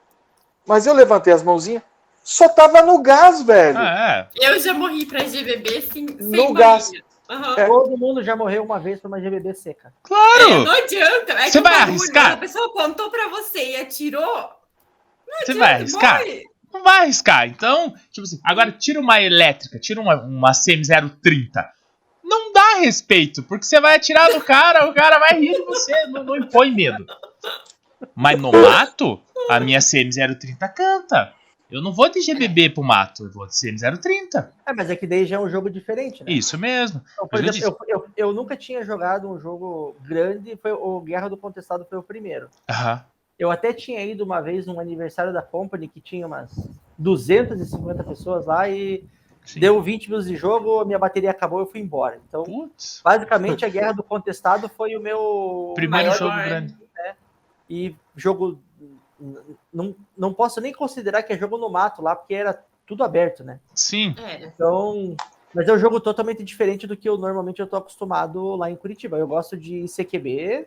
Speaker 3: Mas eu levantei as mãozinhas, só tava no gás, velho.
Speaker 1: Ah,
Speaker 4: Eu já morri pra GBB sem, assim, sem
Speaker 3: No
Speaker 4: barulho.
Speaker 3: gás.
Speaker 4: Aham.
Speaker 3: É.
Speaker 2: Todo mundo já morreu uma vez por uma GBB seca.
Speaker 1: Claro!
Speaker 4: Não adianta. É que
Speaker 1: Você
Speaker 4: o
Speaker 1: vai
Speaker 4: barulho,
Speaker 1: arriscar?
Speaker 4: A pessoa apontou pra você e atirou.
Speaker 1: Você
Speaker 4: adianta,
Speaker 1: vai arriscar?
Speaker 4: morre.
Speaker 1: Não vai arriscar. Então, tipo assim, agora tira uma elétrica, tira uma, uma CM030. Não dá respeito, porque você vai atirar no cara, o cara vai rir de você, não, não impõe medo. Mas no mato, a minha CM030 canta. Eu não vou de GBB pro mato, eu vou de CM030.
Speaker 2: É, mas é que daí já é um jogo diferente, né?
Speaker 1: Isso mesmo.
Speaker 2: Então, por
Speaker 1: eu já
Speaker 2: exemplo, eu, eu- eu nunca tinha jogado um jogo grande, foi o Guerra do Contestado foi o primeiro.
Speaker 1: Aham.
Speaker 2: Eu até tinha ido uma vez num aniversário da Company que tinha umas 250 pessoas lá e
Speaker 1: sim.
Speaker 2: deu 20 minutos de jogo, minha bateria acabou eu fui embora. Então,
Speaker 1: Putz.
Speaker 2: basicamente, a Guerra do Contestado foi o meu.
Speaker 1: Primeiro
Speaker 2: maior-
Speaker 1: jogo
Speaker 4: Maior.
Speaker 1: grande.
Speaker 2: E jogo. n- Não, não posso nem considerar que é jogo no mato lá, porque era tudo aberto, né?
Speaker 1: Sim.
Speaker 4: É.
Speaker 2: Então, mas é um jogo totalmente diferente do que eu normalmente eu tô acostumado lá em Curitiba. Eu gosto de CQB,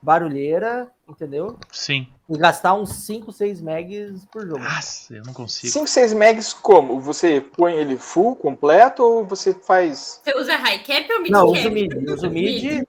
Speaker 2: barulheira, entendeu?
Speaker 1: Sim.
Speaker 2: E gastar uns 5, 6 megs por jogo.
Speaker 1: Nossa, eu não consigo.
Speaker 3: 5, 6 megs como? Você põe ele full, completo, ou você faz.
Speaker 4: Você usa high cap ou mid
Speaker 2: Não,
Speaker 4: cap?
Speaker 6: é?
Speaker 2: uso mid, uso mid.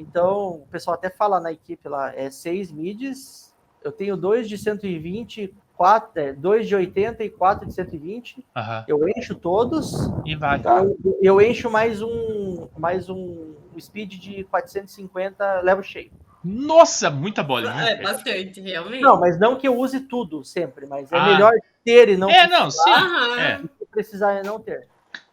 Speaker 2: Então, o pessoal até fala na equipe lá, é 6 mids, eu tenho dois de 120, quatro, é, dois de 80 e quatro de 120.
Speaker 1: Aham.
Speaker 2: Eu encho todos,
Speaker 1: E vai.
Speaker 3: Tá.
Speaker 2: eu- eu encho mais um mais um speed de 450 level shape.
Speaker 1: Nossa, muita bolinha. né,
Speaker 4: É
Speaker 1: velho.
Speaker 4: bastante, realmente.
Speaker 2: Não, mas não que eu use tudo sempre, mas é
Speaker 1: Ah.
Speaker 2: melhor ter e não
Speaker 1: É, não, sim.
Speaker 4: Aham.
Speaker 1: É.
Speaker 2: precisar é não ter.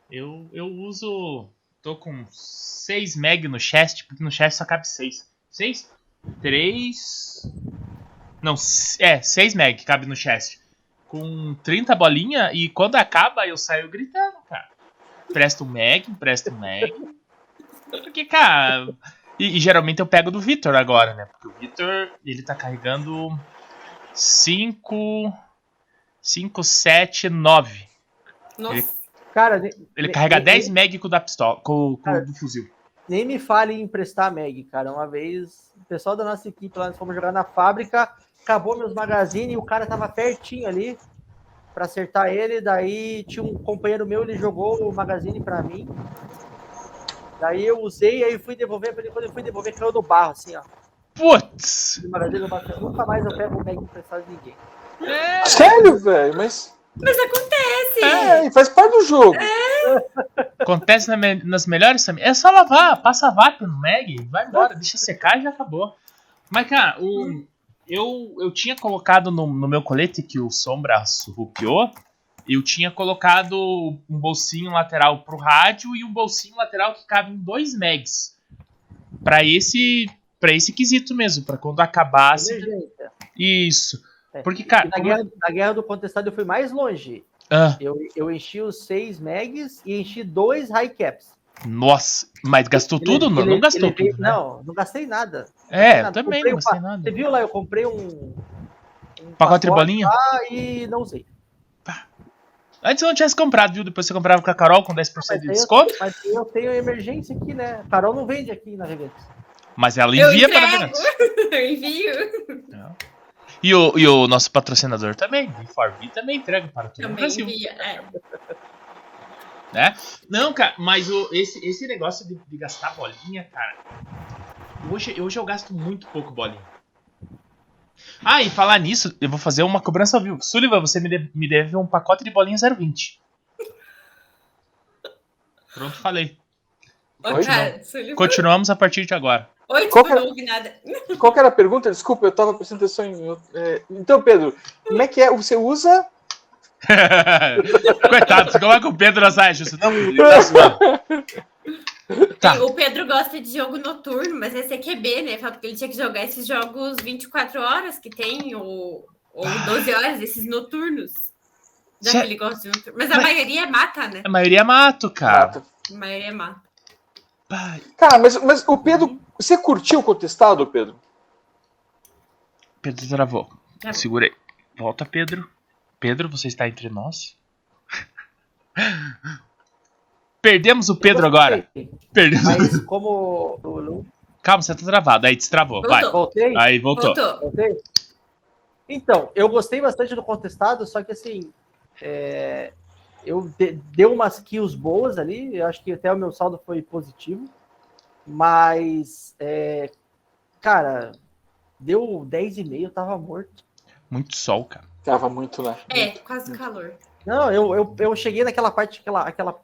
Speaker 1: Eu, eu uso. Tô com 6 meg no chest, porque no chest só cabe 6. 6? 3. Não, s- é, 6 meg cabe no chest. Com 30 bolinha e quando acaba eu saio gritando, cara. Empresta um meg, empresta um meg. Porque, cara. E, e geralmente eu pego do Vitor agora, né? Porque o Vitor, ele tá carregando 5, 5, 7, 9.
Speaker 4: Nossa.
Speaker 1: Ele-
Speaker 2: Cara, ne-
Speaker 1: Ele
Speaker 2: ne-
Speaker 1: carrega
Speaker 2: ne-
Speaker 1: 10 mag com o da pistola, com, o- com
Speaker 2: Cara.
Speaker 1: o do fuzil.
Speaker 2: Nem me fale em emprestar Mag, cara. Uma vez, o pessoal da nossa equipe lá, nós fomos jogar na fábrica, acabou meus magazines e o cara tava pertinho ali pra acertar ele. Daí tinha um companheiro meu, ele jogou o magazine pra mim. Daí eu usei, aí fui devolver pra ele. Quando eu fui devolver, caiu no barro, assim, ó.
Speaker 1: Putz!
Speaker 2: O magazine no barro. Nunca mais eu pego o Mag emprestado de ninguém.
Speaker 3: Sério, velho? Mas.
Speaker 4: Mas acontece.
Speaker 3: É, e faz parte do jogo.
Speaker 1: Acontece na me- nas melhores também. É só lavar, passa a vaca no mag, vai embora, deixa secar e já acabou. Mas, cara,
Speaker 2: Hum.
Speaker 1: o- eu, eu tinha colocado no, no meu colete que o Sombra surrupiou, eu tinha colocado um bolsinho lateral pro rádio e um bolsinho lateral que cabe em dois mags. Pra esse, pra esse quesito mesmo, pra quando acabasse.
Speaker 2: Emergência.
Speaker 1: Isso.
Speaker 2: É,
Speaker 1: Porque, Assim, cara.
Speaker 2: E na,
Speaker 1: como é-
Speaker 2: guerra, na guerra do contestado eu fui mais longe.
Speaker 1: Ah,
Speaker 2: Eu, eu enchi os seis mags e enchi dois high caps.
Speaker 1: nossa, mas gastou
Speaker 2: Ele-
Speaker 1: tudo? Não,
Speaker 2: ele-
Speaker 1: não gastou
Speaker 2: ele veio-
Speaker 1: tudo, né?
Speaker 2: Não, não gastei nada.
Speaker 1: é,
Speaker 2: nada.
Speaker 1: também
Speaker 2: Comprei
Speaker 1: não
Speaker 2: um
Speaker 1: gastei
Speaker 2: pa-
Speaker 1: nada.
Speaker 2: Você viu lá, eu comprei um, um
Speaker 1: Pacote de
Speaker 2: pacote
Speaker 1: bolinha?
Speaker 2: lá e não usei.
Speaker 1: Antes eu não tivesse comprado, viu? Depois você comprava com a Carol com 10%
Speaker 2: Mas
Speaker 1: de
Speaker 2: eu-
Speaker 1: desconto.
Speaker 2: Mas eu tenho emergência aqui, né? Carol não vende aqui na Reventos.
Speaker 1: Mas é ela
Speaker 4: Eu
Speaker 1: envia para
Speaker 4: entrego.
Speaker 1: Venâncio.
Speaker 4: Eu envio.
Speaker 1: E o, e o nosso patrocinador também, o Forvi, também entrega para todo o
Speaker 4: Também
Speaker 1: Brasil.
Speaker 4: envio. É.
Speaker 1: Não, cara, mas o, esse, esse negócio de, de gastar bolinha, cara. Hoje, hoje eu gasto muito pouco bolinha. Ah, e falar nisso, eu vou fazer uma cobrança ao vivo. Sullivan, você me, de- me deve um pacote de bolinha 020. Pronto, falei.
Speaker 4: Ô,
Speaker 3: Pois
Speaker 4: cara, Sullivan,
Speaker 1: Continuamos a partir de agora.
Speaker 4: Oi,
Speaker 3: Qual
Speaker 4: tu
Speaker 3: que é-
Speaker 4: não ouvi nada.
Speaker 3: Qual que era a pergunta? Desculpa, eu tava prestando atenção em. outro- é, Então, Pedro, como é que é? Você usa.
Speaker 1: Coitado, você coloca o Pedro nas áreas justas. Não, ele tá zoando. Tá.
Speaker 4: O Pedro gosta de jogo noturno, mas é CQB, né? Fala porque ele tinha que jogar esses jogos 24 horas que tem, ou, ou 12 horas, esses noturnos. Já
Speaker 1: Cê-
Speaker 4: que ele gosta de noturno. Mas a
Speaker 1: Mas-
Speaker 4: maioria mata, né?
Speaker 1: A maioria é mato, cara.
Speaker 3: Nada.
Speaker 4: A maioria mata.
Speaker 1: Pá,
Speaker 3: Cara, Tá, mas, mas o
Speaker 1: Uhum.
Speaker 3: Pedro. Você curtiu o contestado, Pedro?
Speaker 1: Pedro travou.
Speaker 4: Tá bom.
Speaker 1: Segurei. Volta, Pedro. Pedro, você está entre nós? Perdemos o Pedro
Speaker 2: Eu gostei,
Speaker 1: agora. Perdemos.
Speaker 2: Mas como eu não
Speaker 1: Calma, você tá travado. Aí destravou. Vai.
Speaker 4: Voltou.
Speaker 2: voltei,
Speaker 1: Aí voltou.
Speaker 4: Voltou.
Speaker 2: voltei. Então, eu gostei bastante do contestado, só que assim, é, eu de, dei umas kills boas ali, eu acho que até o meu saldo foi positivo, mas, é, cara, deu 10,5, eu tava morto.
Speaker 1: Muito sol, cara.
Speaker 3: Tava muito, né?
Speaker 4: É, quase calor.
Speaker 2: Não, eu, eu, eu cheguei naquela parte, aquela, aquela,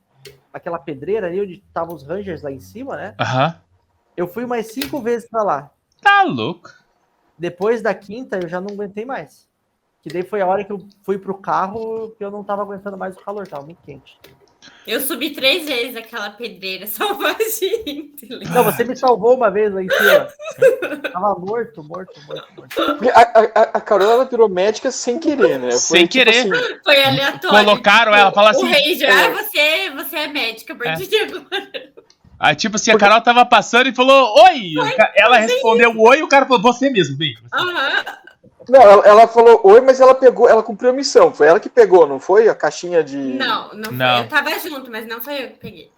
Speaker 2: aquela pedreira ali onde estavam os Rangers lá em cima, né?
Speaker 1: Aham.
Speaker 2: Eu fui mais cinco vezes pra lá.
Speaker 1: Tá louco.
Speaker 2: Depois da quinta, eu já não aguentei mais. Que daí foi a hora que eu fui pro carro que eu não tava aguentando mais o calor, tava muito quente.
Speaker 4: Eu subi três vezes aquela pedreira selvagem.
Speaker 2: Não, você me salvou uma vez lá em cima. Tava morto, morto, morto, morto.
Speaker 3: Porque A, a, a- a Carol ela virou médica sem querer, né?
Speaker 1: Sem querer.
Speaker 3: assim,
Speaker 4: Foi aleatório.
Speaker 1: Colocaram ela, falaram
Speaker 4: O
Speaker 1: assim.
Speaker 4: rei já, ah, você, você é médica, a partir de agora.
Speaker 1: Ah, tipo assim, a Carol tava passando e falou: Oi! Ca- Ela respondeu oi e o cara falou: Você mesmo, vem.
Speaker 4: Aham.
Speaker 3: não, ela, ela falou oi, mas ela pegou, ela cumpriu a missão. Foi ela que pegou, não foi? A caixinha de.
Speaker 4: Não, não,
Speaker 1: Não.
Speaker 4: foi. Eu tava junto, mas não foi eu que peguei.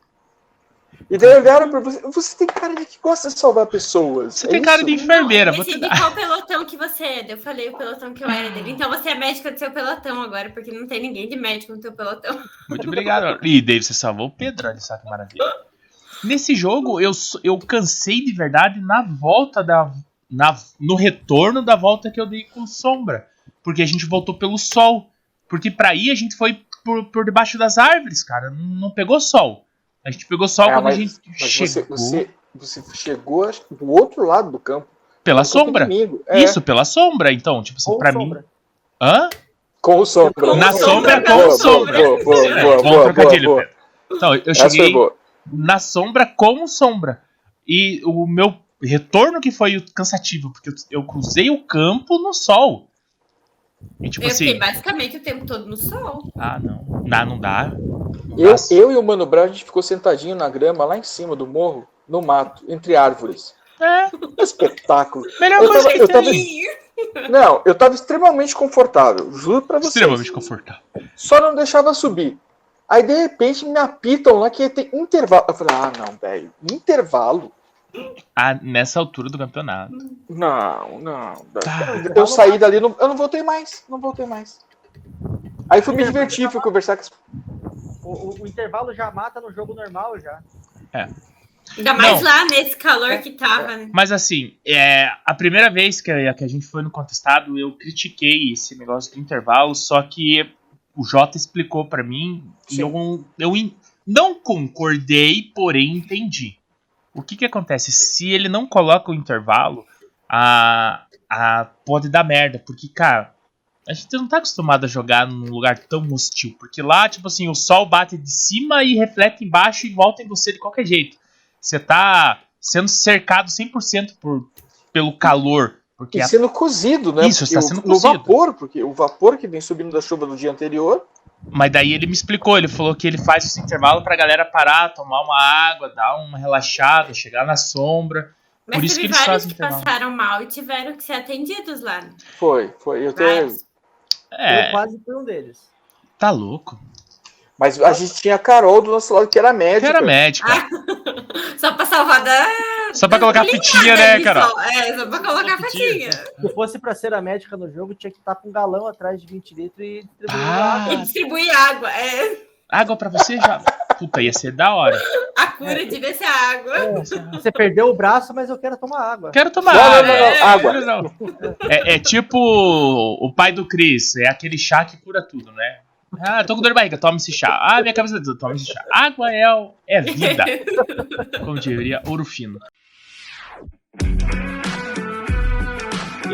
Speaker 3: E daí olharam pra você. Você tem cara de que gosta de salvar pessoas.
Speaker 1: Você
Speaker 3: é
Speaker 1: tem cara
Speaker 3: isso?
Speaker 1: de enfermeira. tá-
Speaker 4: Não, eu
Speaker 1: vou te
Speaker 4: decidi assim, qual pelotão que você é. Eu falei o pelotão que eu era dele. Então você é médica do seu pelotão agora, porque não tem ninguém de médico no teu pelotão.
Speaker 1: Muito obrigado. E David, você salvou o Pedro, olha só que maravilha. Nesse jogo, eu, s- eu cansei de verdade na volta da. Na, no retorno da volta que eu dei com sombra. Porque a gente voltou pelo sol. Porque pra ir a gente foi por, por debaixo das árvores, cara. Não não pegou sol. A gente pegou sol
Speaker 3: Ah,
Speaker 1: quando
Speaker 3: mas-
Speaker 1: a gente
Speaker 3: Mas
Speaker 1: chegou
Speaker 3: você, você, você chegou acho que do outro lado do campo.
Speaker 1: pela
Speaker 3: do campo
Speaker 1: sombra.
Speaker 3: inimigo. É,
Speaker 1: Isso, pela sombra. Então, tipo assim,
Speaker 2: Ou
Speaker 1: pra
Speaker 2: sombra.
Speaker 1: mim. Hã?
Speaker 3: Com o sombra.
Speaker 1: Na sombra, com
Speaker 3: Boa,
Speaker 1: sombra.
Speaker 3: Boa, boa, boa, boa,
Speaker 1: Bom
Speaker 3: boa, boa,
Speaker 1: trocadilho,
Speaker 3: boa.
Speaker 1: Pedro. Então, eu
Speaker 3: Essa foi
Speaker 1: cheguei
Speaker 3: boa.
Speaker 1: na sombra com o sombra. E o meu retorno que foi o cansativo, porque eu, eu cruzei o campo no sol. E tipo
Speaker 4: eu
Speaker 1: assim,
Speaker 4: fiquei basicamente o tempo todo no sol.
Speaker 1: ah, não. Dá, não dá. Não
Speaker 3: Eu,
Speaker 1: dá.
Speaker 3: eu e o Mano Brown, a gente ficou sentadinho na grama lá em cima do morro, no mato, entre árvores. Um
Speaker 1: É,
Speaker 3: Espetáculo.
Speaker 1: melhor
Speaker 3: Eu
Speaker 1: coisa
Speaker 3: tava-
Speaker 1: que
Speaker 3: eu tava-
Speaker 1: tem.
Speaker 4: Ih,
Speaker 3: Não, eu tava extremamente confortável, juro pra vocês.
Speaker 1: Extremamente confortável.
Speaker 3: Só não deixava subir. Aí, de repente, me apitam lá que tem intervalo. Eu falei, ah, não, velho, intervalo?
Speaker 1: Ah, nessa altura do campeonato.
Speaker 3: Não, não.
Speaker 1: Tá.
Speaker 3: Eu saí dali, não- eu não voltei mais, não voltei mais. Aí fui
Speaker 1: É,
Speaker 3: me divertir, fui conversar com as
Speaker 2: O, o- o intervalo já mata no jogo normal já.
Speaker 4: Ainda mais
Speaker 1: Não.
Speaker 4: lá nesse calor que tava. né?
Speaker 1: Mas assim, é, a primeira vez que a, que a gente foi no contestado, eu critiquei esse negócio do intervalo, só que o Jota explicou pra mim e
Speaker 3: Sim.
Speaker 1: eu, eu en- não concordei, porém entendi. O que que acontece? Se ele não coloca o intervalo, a, a, pode dar merda, porque, cara, a gente não tá acostumado a jogar num lugar tão hostil, porque lá, tipo assim, o sol bate de cima e reflete embaixo e volta em você de qualquer jeito. Você tá sendo cercado 100% por, pelo calor, porque
Speaker 3: E
Speaker 1: a
Speaker 3: sendo cozido, né?
Speaker 1: É. Isso,
Speaker 3: Porque
Speaker 1: está
Speaker 3: o-
Speaker 1: sendo
Speaker 3: No
Speaker 1: cozido.
Speaker 3: vapor, porque o vapor que vem subindo da chuva do dia anterior.
Speaker 1: Mas daí ele me explicou, ele falou que ele faz esse intervalo pra galera parar, tomar uma água, dar uma relaxada, chegar na sombra.
Speaker 4: Mas
Speaker 1: Por isso
Speaker 4: teve
Speaker 1: que eles
Speaker 4: vários
Speaker 1: fazem
Speaker 4: que
Speaker 1: intervalo.
Speaker 4: passaram mal e tiveram que ser atendidos lá.
Speaker 3: Foi, foi. Eu até...
Speaker 4: Vários.
Speaker 2: Eu
Speaker 1: É,
Speaker 2: quase fui um deles.
Speaker 1: tá louco.
Speaker 3: Mas a gente tinha a Carol do nosso lado, que era
Speaker 1: Que
Speaker 3: médica.
Speaker 1: era médica.
Speaker 4: Só pra salvar da.
Speaker 1: Só pra colocar a fitinha, né,
Speaker 4: ali
Speaker 1: cara?
Speaker 4: só. É, só pra colocar a fatinha.
Speaker 2: Se fosse pra ser a médica no jogo, tinha que estar com um galão atrás de 20 litros e distribuir
Speaker 1: Ah.
Speaker 2: lá.
Speaker 4: E distribuir água. É,
Speaker 1: Água pra você já. Puta, ia ser da hora.
Speaker 4: a cura devia ser a água.
Speaker 2: Você perdeu o braço, mas eu quero tomar água.
Speaker 1: Quero tomar
Speaker 3: Não, não,
Speaker 1: água.
Speaker 3: não,
Speaker 1: né?
Speaker 3: não. Água.
Speaker 1: Não, não. É, é tipo o pai do Chris, é aquele chá que cura tudo, né? Ah, tô com dor de barriga, toma esse chá. Ah, minha cabeça tá doendo, toma esse chá. Água é, o- é vida, como diria Ouro Fino.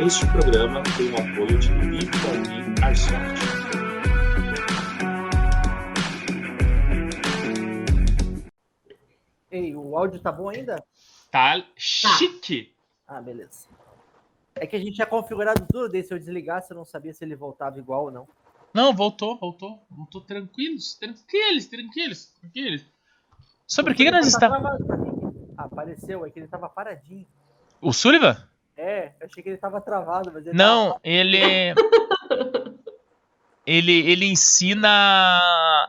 Speaker 5: Este programa tem o apoio de Beef for Beef Airsoft.
Speaker 2: Ei, o áudio tá bom ainda?
Speaker 1: Tá chique.
Speaker 2: Ah, beleza. É que a gente tinha configurado tudo, daí se eu desligasse, eu não sabia se ele voltava igual ou não.
Speaker 1: Não, voltou, voltou. Voltou tranquilos, tranquilos, tranquilos, tranquilos. Sobre o que, que nós
Speaker 2: Tá
Speaker 1: estávamos.
Speaker 2: travado pra mim. Ah, Apareceu, é que ele tava paradinho.
Speaker 1: O Sullivan?
Speaker 2: É, eu achei que ele tava travado, mas ele tava-
Speaker 1: Não, ele. Ele, ele ensina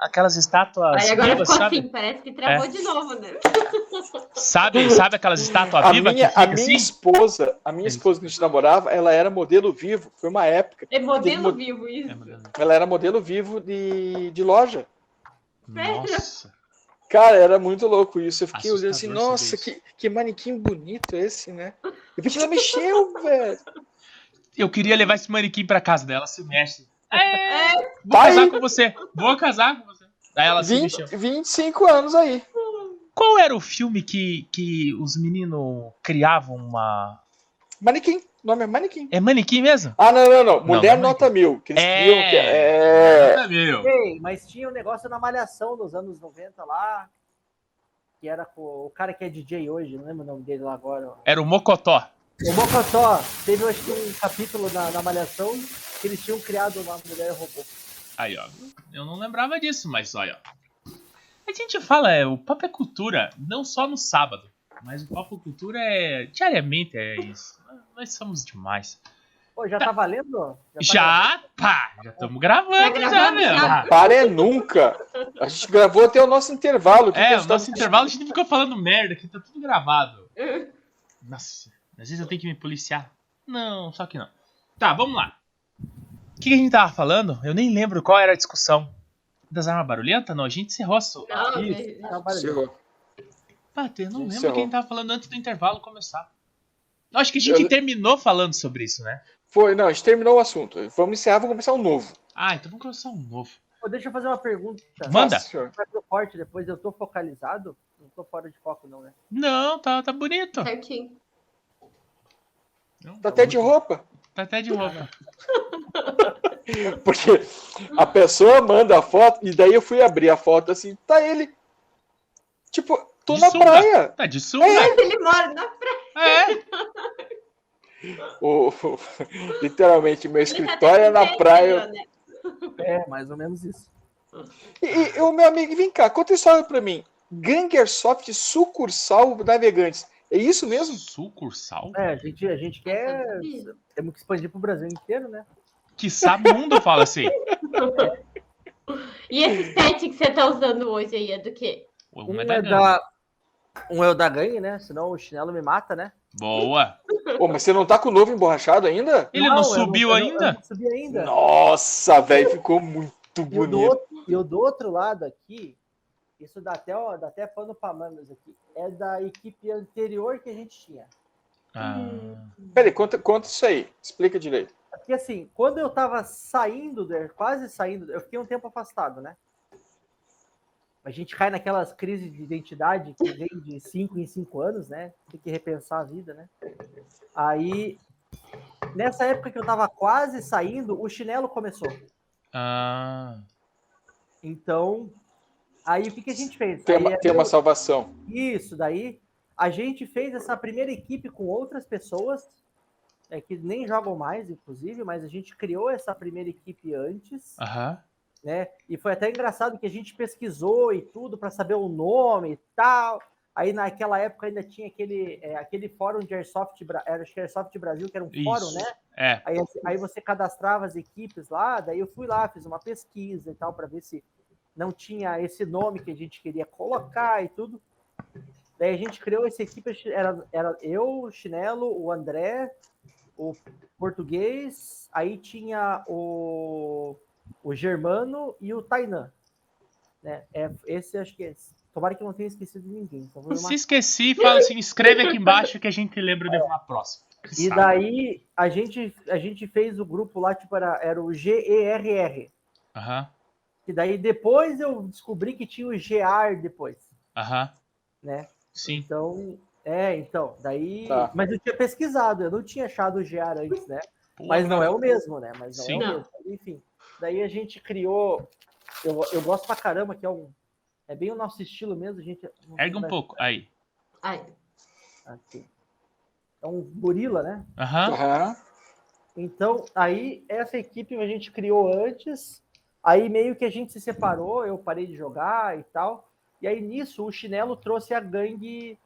Speaker 1: aquelas estátuas
Speaker 4: Aí agora
Speaker 1: vivas,
Speaker 4: ficou
Speaker 1: sabe?
Speaker 4: assim, parece que travou
Speaker 1: É.
Speaker 4: de novo, né?
Speaker 1: Sabe, sabe aquelas estátuas
Speaker 3: A
Speaker 1: vivas
Speaker 3: minha,
Speaker 1: que
Speaker 3: a
Speaker 1: fica
Speaker 3: minha
Speaker 1: assim?
Speaker 3: esposa, a minha esposa que a gente namorava, ela era modelo vivo. Foi uma época.
Speaker 4: É modelo
Speaker 3: Tem-
Speaker 4: vivo isso.
Speaker 1: É, mano.
Speaker 3: Ela era modelo vivo de, de loja.
Speaker 1: Nossa.
Speaker 3: Cara, era muito louco isso. Eu fiquei olhando assim,
Speaker 1: Assustador
Speaker 3: nossa,
Speaker 1: saber
Speaker 3: que, que manequim bonito esse, né? De repente ela mexeu, velho.
Speaker 1: Eu queria levar esse manequim pra casa dela, se mexe. É, vou
Speaker 3: Vai.
Speaker 1: casar com você. Vou casar com você. Aí ela se
Speaker 3: 20,
Speaker 1: mexeu.
Speaker 3: 25 anos aí.
Speaker 1: Qual era o filme que, que os meninos criavam uma.
Speaker 3: Manequim. O nome é manequim.
Speaker 1: É manequim mesmo?
Speaker 3: Ah, não, não, não. Mulher
Speaker 1: não é
Speaker 3: nota mil. Que eles
Speaker 1: É.
Speaker 3: criam que é.
Speaker 1: É, meu.
Speaker 2: Ei, mas tinha um negócio na Malhação dos anos 90 lá, que era com o cara que é DJ hoje, não lembro o nome dele lá agora. ó.
Speaker 1: Era o Mocotó.
Speaker 2: O Mocotó, teve acho que um capítulo na, na Malhação que eles tinham criado uma mulher robô.
Speaker 1: Aí, ó. Eu não lembrava disso, mas olha, ó. A gente fala, é, o papo é cultura, não só no sábado. Mas o papo cultura é. diariamente é isso. Nós somos demais.
Speaker 2: Pô, já tá valendo? ó? tá
Speaker 1: Já, pá! Já estamos gravando,
Speaker 4: Tá
Speaker 1: já,
Speaker 4: gravando
Speaker 1: meu.
Speaker 4: já.
Speaker 3: Para é nunca. A gente gravou até o nosso intervalo. que
Speaker 1: É,
Speaker 3: a
Speaker 1: o
Speaker 3: gente tava-
Speaker 1: nosso intervalo a gente ficou falando merda, que tá tudo gravado. Nossa, às vezes eu tenho que me policiar. Não, só que não. Tá, vamos lá. O que que a gente tava falando? Eu nem lembro qual era a discussão. Das armas barulhentas? Não, a gente encerrou a so-
Speaker 4: Não,
Speaker 1: Ih,
Speaker 4: né?
Speaker 2: valendo, tá valendo.
Speaker 3: Chegou.
Speaker 1: Pater, eu não
Speaker 3: Gente,
Speaker 1: lembro
Speaker 3: encerrou.
Speaker 1: quem tava falando antes do intervalo começar. Eu acho que a gente
Speaker 3: Eu-
Speaker 1: terminou falando sobre isso, né?
Speaker 3: Foi, não, a gente terminou o assunto. Vamos encerrar, vamos começar um novo.
Speaker 1: Ah, então vamos começar um novo.
Speaker 2: Pô, deixa eu fazer uma pergunta.
Speaker 1: Manda.
Speaker 3: Nossa senhora.
Speaker 2: Vai pro corte depois, eu tô focalizado? Não tô fora de foco, não, né?
Speaker 1: Não, tá, tá bonito.
Speaker 4: Certinho.
Speaker 1: Não,
Speaker 3: Tá até de roupa.
Speaker 1: Tá até de roupa.
Speaker 3: Porque a pessoa manda a foto, e daí eu fui abrir a foto assim, tá ele. Tipo, tô
Speaker 1: De
Speaker 3: na
Speaker 1: sunga.
Speaker 3: praia.
Speaker 1: Tá de sunga.
Speaker 3: é
Speaker 4: Ele mora na
Speaker 1: É.
Speaker 3: O, o- literalmente, meu
Speaker 4: Ele tá
Speaker 3: escritório é na
Speaker 4: tentando
Speaker 3: praia.
Speaker 4: entender, né?
Speaker 2: É, mais ou menos isso.
Speaker 3: E, e- e o meu amigo, vem cá, conta a história pra mim. Gangersoft sucursal Navegantes. É isso mesmo?
Speaker 1: Sucursal?
Speaker 2: É, a gente, a gente quer.
Speaker 3: É.
Speaker 2: Temos que expandir pro Brasil inteiro, né?
Speaker 1: Que sabe mundo fala assim.
Speaker 6: E esse pet que você tá usando hoje aí é do quê?
Speaker 1: O
Speaker 2: Um
Speaker 1: homem é
Speaker 2: é
Speaker 1: da Gama.
Speaker 2: da. Um é o da gangue, né? Senão o chinelo me mata, né?
Speaker 1: Boa.
Speaker 3: Ô, mas você não tá com o novo emborrachado ainda?
Speaker 1: Ele não,
Speaker 2: eu
Speaker 1: subiu
Speaker 2: eu
Speaker 1: ainda?
Speaker 2: eu não subi ainda.
Speaker 3: Nossa, velho, ficou muito
Speaker 2: E o, do
Speaker 3: bonito.
Speaker 2: outro, e o do outro lado aqui, isso dá até, ó, dá até pano pra mangas aqui, é da equipe anterior que a gente tinha.
Speaker 1: Ah,
Speaker 3: Peraí, conta, conta isso aí. Explica direito.
Speaker 2: Porque assim, quando eu tava saindo, do aer- quase saindo, eu fiquei um tempo afastado, né? A gente cai naquelas crises de identidade que vem de 5 em 5 anos, né? Tem que repensar a vida, né? Aí, nessa época que eu tava quase saindo, o chinelo começou.
Speaker 1: ah.
Speaker 2: Então, aí o que, que a gente fez?
Speaker 3: Tem
Speaker 2: Aí é
Speaker 3: uma, tem
Speaker 2: eu-
Speaker 3: uma salvação.
Speaker 2: Isso, daí a gente fez essa primeira equipe com outras pessoas, é, que nem jogam mais, inclusive, mas a gente criou essa primeira equipe antes,
Speaker 1: Aham.
Speaker 2: né? E foi até engraçado que a gente pesquisou e tudo para saber o nome e tal. Aí naquela época ainda tinha aquele, é, aquele fórum de Airsoft, Bra- era, acho que Airsoft Brasil, que era um
Speaker 1: Isso.
Speaker 2: fórum, né?
Speaker 1: É.
Speaker 2: Aí, aí você cadastrava as equipes lá, daí eu fui lá, fiz uma pesquisa e tal, para ver se não tinha esse nome que a gente queria colocar e tudo. Daí a gente criou essa equipe, era, era eu, o Chinelo, o André, o Português, aí tinha o, o Germano e o Tainan. Né? É, esse acho que é. Tomara que eu não tenha esquecido de ninguém. Então vou dar uma
Speaker 1: Se esqueci, fala assim, escreve aqui embaixo que a gente lembra de uma próxima.
Speaker 2: E
Speaker 1: Sabe?
Speaker 2: daí a gente, a gente fez o grupo lá, tipo, era, era o GERR.
Speaker 1: Aham.
Speaker 2: E daí depois eu descobri que tinha o GAR depois.
Speaker 1: Aham.
Speaker 2: Né?
Speaker 1: Sim.
Speaker 2: Então, é, então, daí.
Speaker 3: Tá.
Speaker 2: Mas eu tinha pesquisado, eu não tinha achado o GAR antes, né?
Speaker 1: Pô,
Speaker 2: Mas não é o mesmo, né? Mas não
Speaker 1: Sim.
Speaker 2: é o
Speaker 6: Não.
Speaker 2: mesmo. Enfim. Daí a gente criou. Eu, eu gosto pra caramba, que é um. É bem o nosso estilo mesmo, a gente. não sei
Speaker 1: Ergue um
Speaker 2: mais-
Speaker 1: pouco. Aí.
Speaker 6: Ai,
Speaker 2: aqui. É um gorila, né?
Speaker 1: Aham.
Speaker 3: Aham.
Speaker 2: Então, aí, essa equipe a gente criou antes, aí meio que a gente se separou, eu parei de jogar e tal. E aí, nisso, o Chinelo trouxe a gangue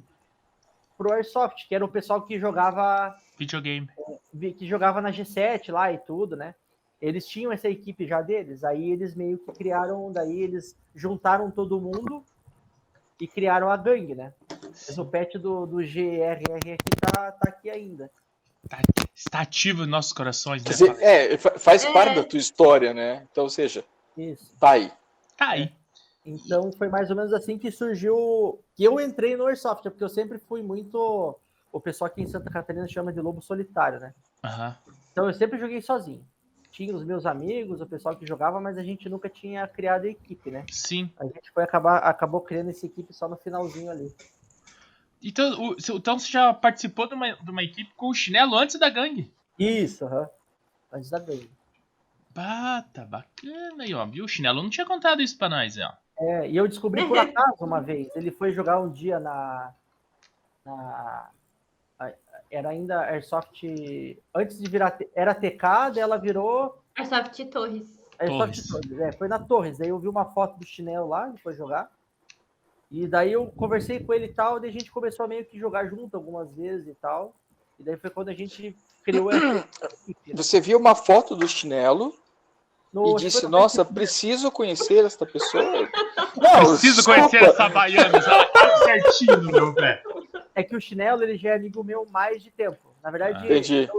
Speaker 2: pro Airsoft, que era o pessoal que jogava,
Speaker 1: Videogame.
Speaker 2: que jogava na G7 lá e tudo, né? Eles tinham essa equipe já deles, aí eles meio que criaram, daí eles juntaram todo mundo e criaram a gangue, né? Mas o patch do, do GRR aqui tá, tá aqui ainda.
Speaker 1: Está ativo em nossos corações, né?
Speaker 3: Quer dizer,
Speaker 1: Fábio?
Speaker 3: é, fa- faz
Speaker 6: É.
Speaker 3: parte da tua história, né? Então, ou seja,
Speaker 2: Isso.
Speaker 3: tá aí.
Speaker 1: Tá aí.
Speaker 2: Então foi mais ou menos assim que surgiu que eu entrei no Airsoft, porque eu sempre fui muito. O pessoal aqui em Santa Catarina chama de lobo solitário, né?
Speaker 1: Aham.
Speaker 2: Então eu sempre joguei sozinho. Tinha os meus amigos, o pessoal que jogava, mas a gente nunca tinha criado a equipe, né?
Speaker 1: Sim.
Speaker 2: A gente foi acabar, acabou criando essa equipe só no finalzinho ali.
Speaker 1: Então, o- então você já participou de uma, de uma equipe com o chinelo antes da gangue.
Speaker 2: Isso, aham. Antes da gangue.
Speaker 1: Bah, tá bacana aí, ó. Viu? O chinelo não tinha contado isso pra nós, ó.
Speaker 2: É, e eu descobri por acaso uma vez. Ele foi jogar um dia na. na- a- era ainda Airsoft. Antes de virar. T- Era TK, daí ela virou
Speaker 6: Airsoft Torres.
Speaker 2: É só
Speaker 1: Torres.
Speaker 2: de Torres, é, foi na Torres. Daí eu vi uma foto do chinelo lá, ele foi jogar. E daí eu conversei com ele e tal, daí a gente começou a meio que jogar junto algumas vezes e tal. E daí foi quando a gente criou essa equipe, né?
Speaker 3: Você viu uma foto do chinelo
Speaker 2: No-
Speaker 3: e disse,
Speaker 2: foi-
Speaker 3: nossa, preciso conhecer esta pessoa. Não,
Speaker 1: Preciso
Speaker 3: desculpa.
Speaker 1: conhecer essa baiana. Ela tá certinho no meu pé.
Speaker 2: É que o chinelo ele já é amigo meu mais de tempo. Na verdade,
Speaker 1: Ah.
Speaker 3: Entendi.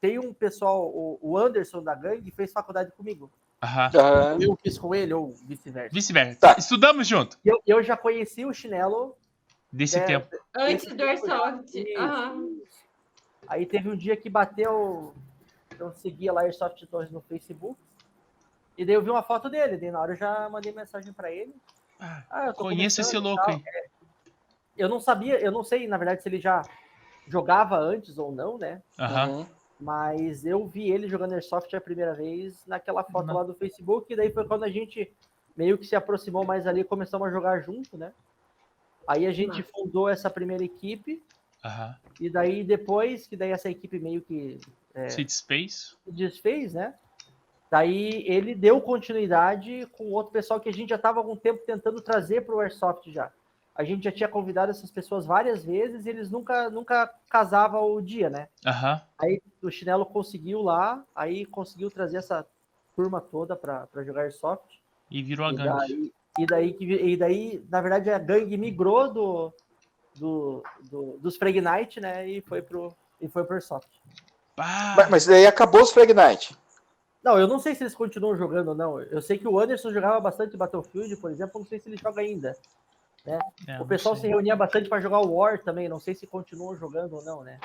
Speaker 2: tem um pessoal, o o Anderson da gangue, fez faculdade comigo.
Speaker 1: Aham.
Speaker 3: Aham.
Speaker 2: Eu fiz com ele, ou vice-versa.
Speaker 1: Vice-versa.
Speaker 3: Tá.
Speaker 1: Estudamos junto.
Speaker 2: E Eu, eu já conheci o chinelo
Speaker 1: Desse
Speaker 2: É.
Speaker 1: tempo.
Speaker 6: Antes do Airsoft.
Speaker 2: Isso.
Speaker 6: Aham.
Speaker 2: Aí teve um dia que bateu. Eu seguia lá Airsoft Torres no Facebook. E daí eu vi uma foto dele. Daí na hora eu já mandei mensagem pra ele.
Speaker 1: Ah,
Speaker 2: Ah, eu tô
Speaker 1: Conheço esse
Speaker 2: começando e
Speaker 1: louco
Speaker 2: tal.
Speaker 1: aí.
Speaker 2: Eu não sabia, eu não sei, na verdade, se ele já jogava antes ou não, né?
Speaker 1: Aham.
Speaker 3: Uhum.
Speaker 2: Mas eu vi ele jogando Airsoft a primeira vez naquela foto
Speaker 1: Não.
Speaker 2: lá do Facebook. E daí foi quando a gente meio que se aproximou mais ali, começamos a jogar junto, né? Aí a gente fundou essa primeira equipe.
Speaker 1: Aham.
Speaker 2: E daí depois, que daí essa equipe meio que É.
Speaker 1: Seed Space.
Speaker 2: se desfez, né? Daí ele deu continuidade com outro pessoal que a gente já estava há algum tempo tentando trazer para o Airsoft já. a gente já tinha convidado essas pessoas várias vezes e eles nunca, nunca casavam o dia, né?
Speaker 1: Aham.
Speaker 2: o Chinelo conseguiu lá, aí conseguiu trazer essa turma toda pra pra jogar Airsoft.
Speaker 1: E virou a
Speaker 2: E
Speaker 1: gangue.
Speaker 2: daí, e, daí, que vi- e daí, na verdade, a gangue migrou do, do, do- dos Fregnite, né? E foi pro, e foi pro Airsoft.
Speaker 1: Pá!
Speaker 3: Mas, mas daí acabou os Fragnite.
Speaker 2: Não, eu não sei se eles continuam jogando ou não. Eu sei que o Anderson jogava bastante Battlefield, por exemplo, não sei se ele joga ainda.
Speaker 1: É,
Speaker 2: O
Speaker 1: não
Speaker 2: pessoal se
Speaker 1: sei.
Speaker 2: reunia bastante para jogar o War também, não sei se continuam jogando ou não, né?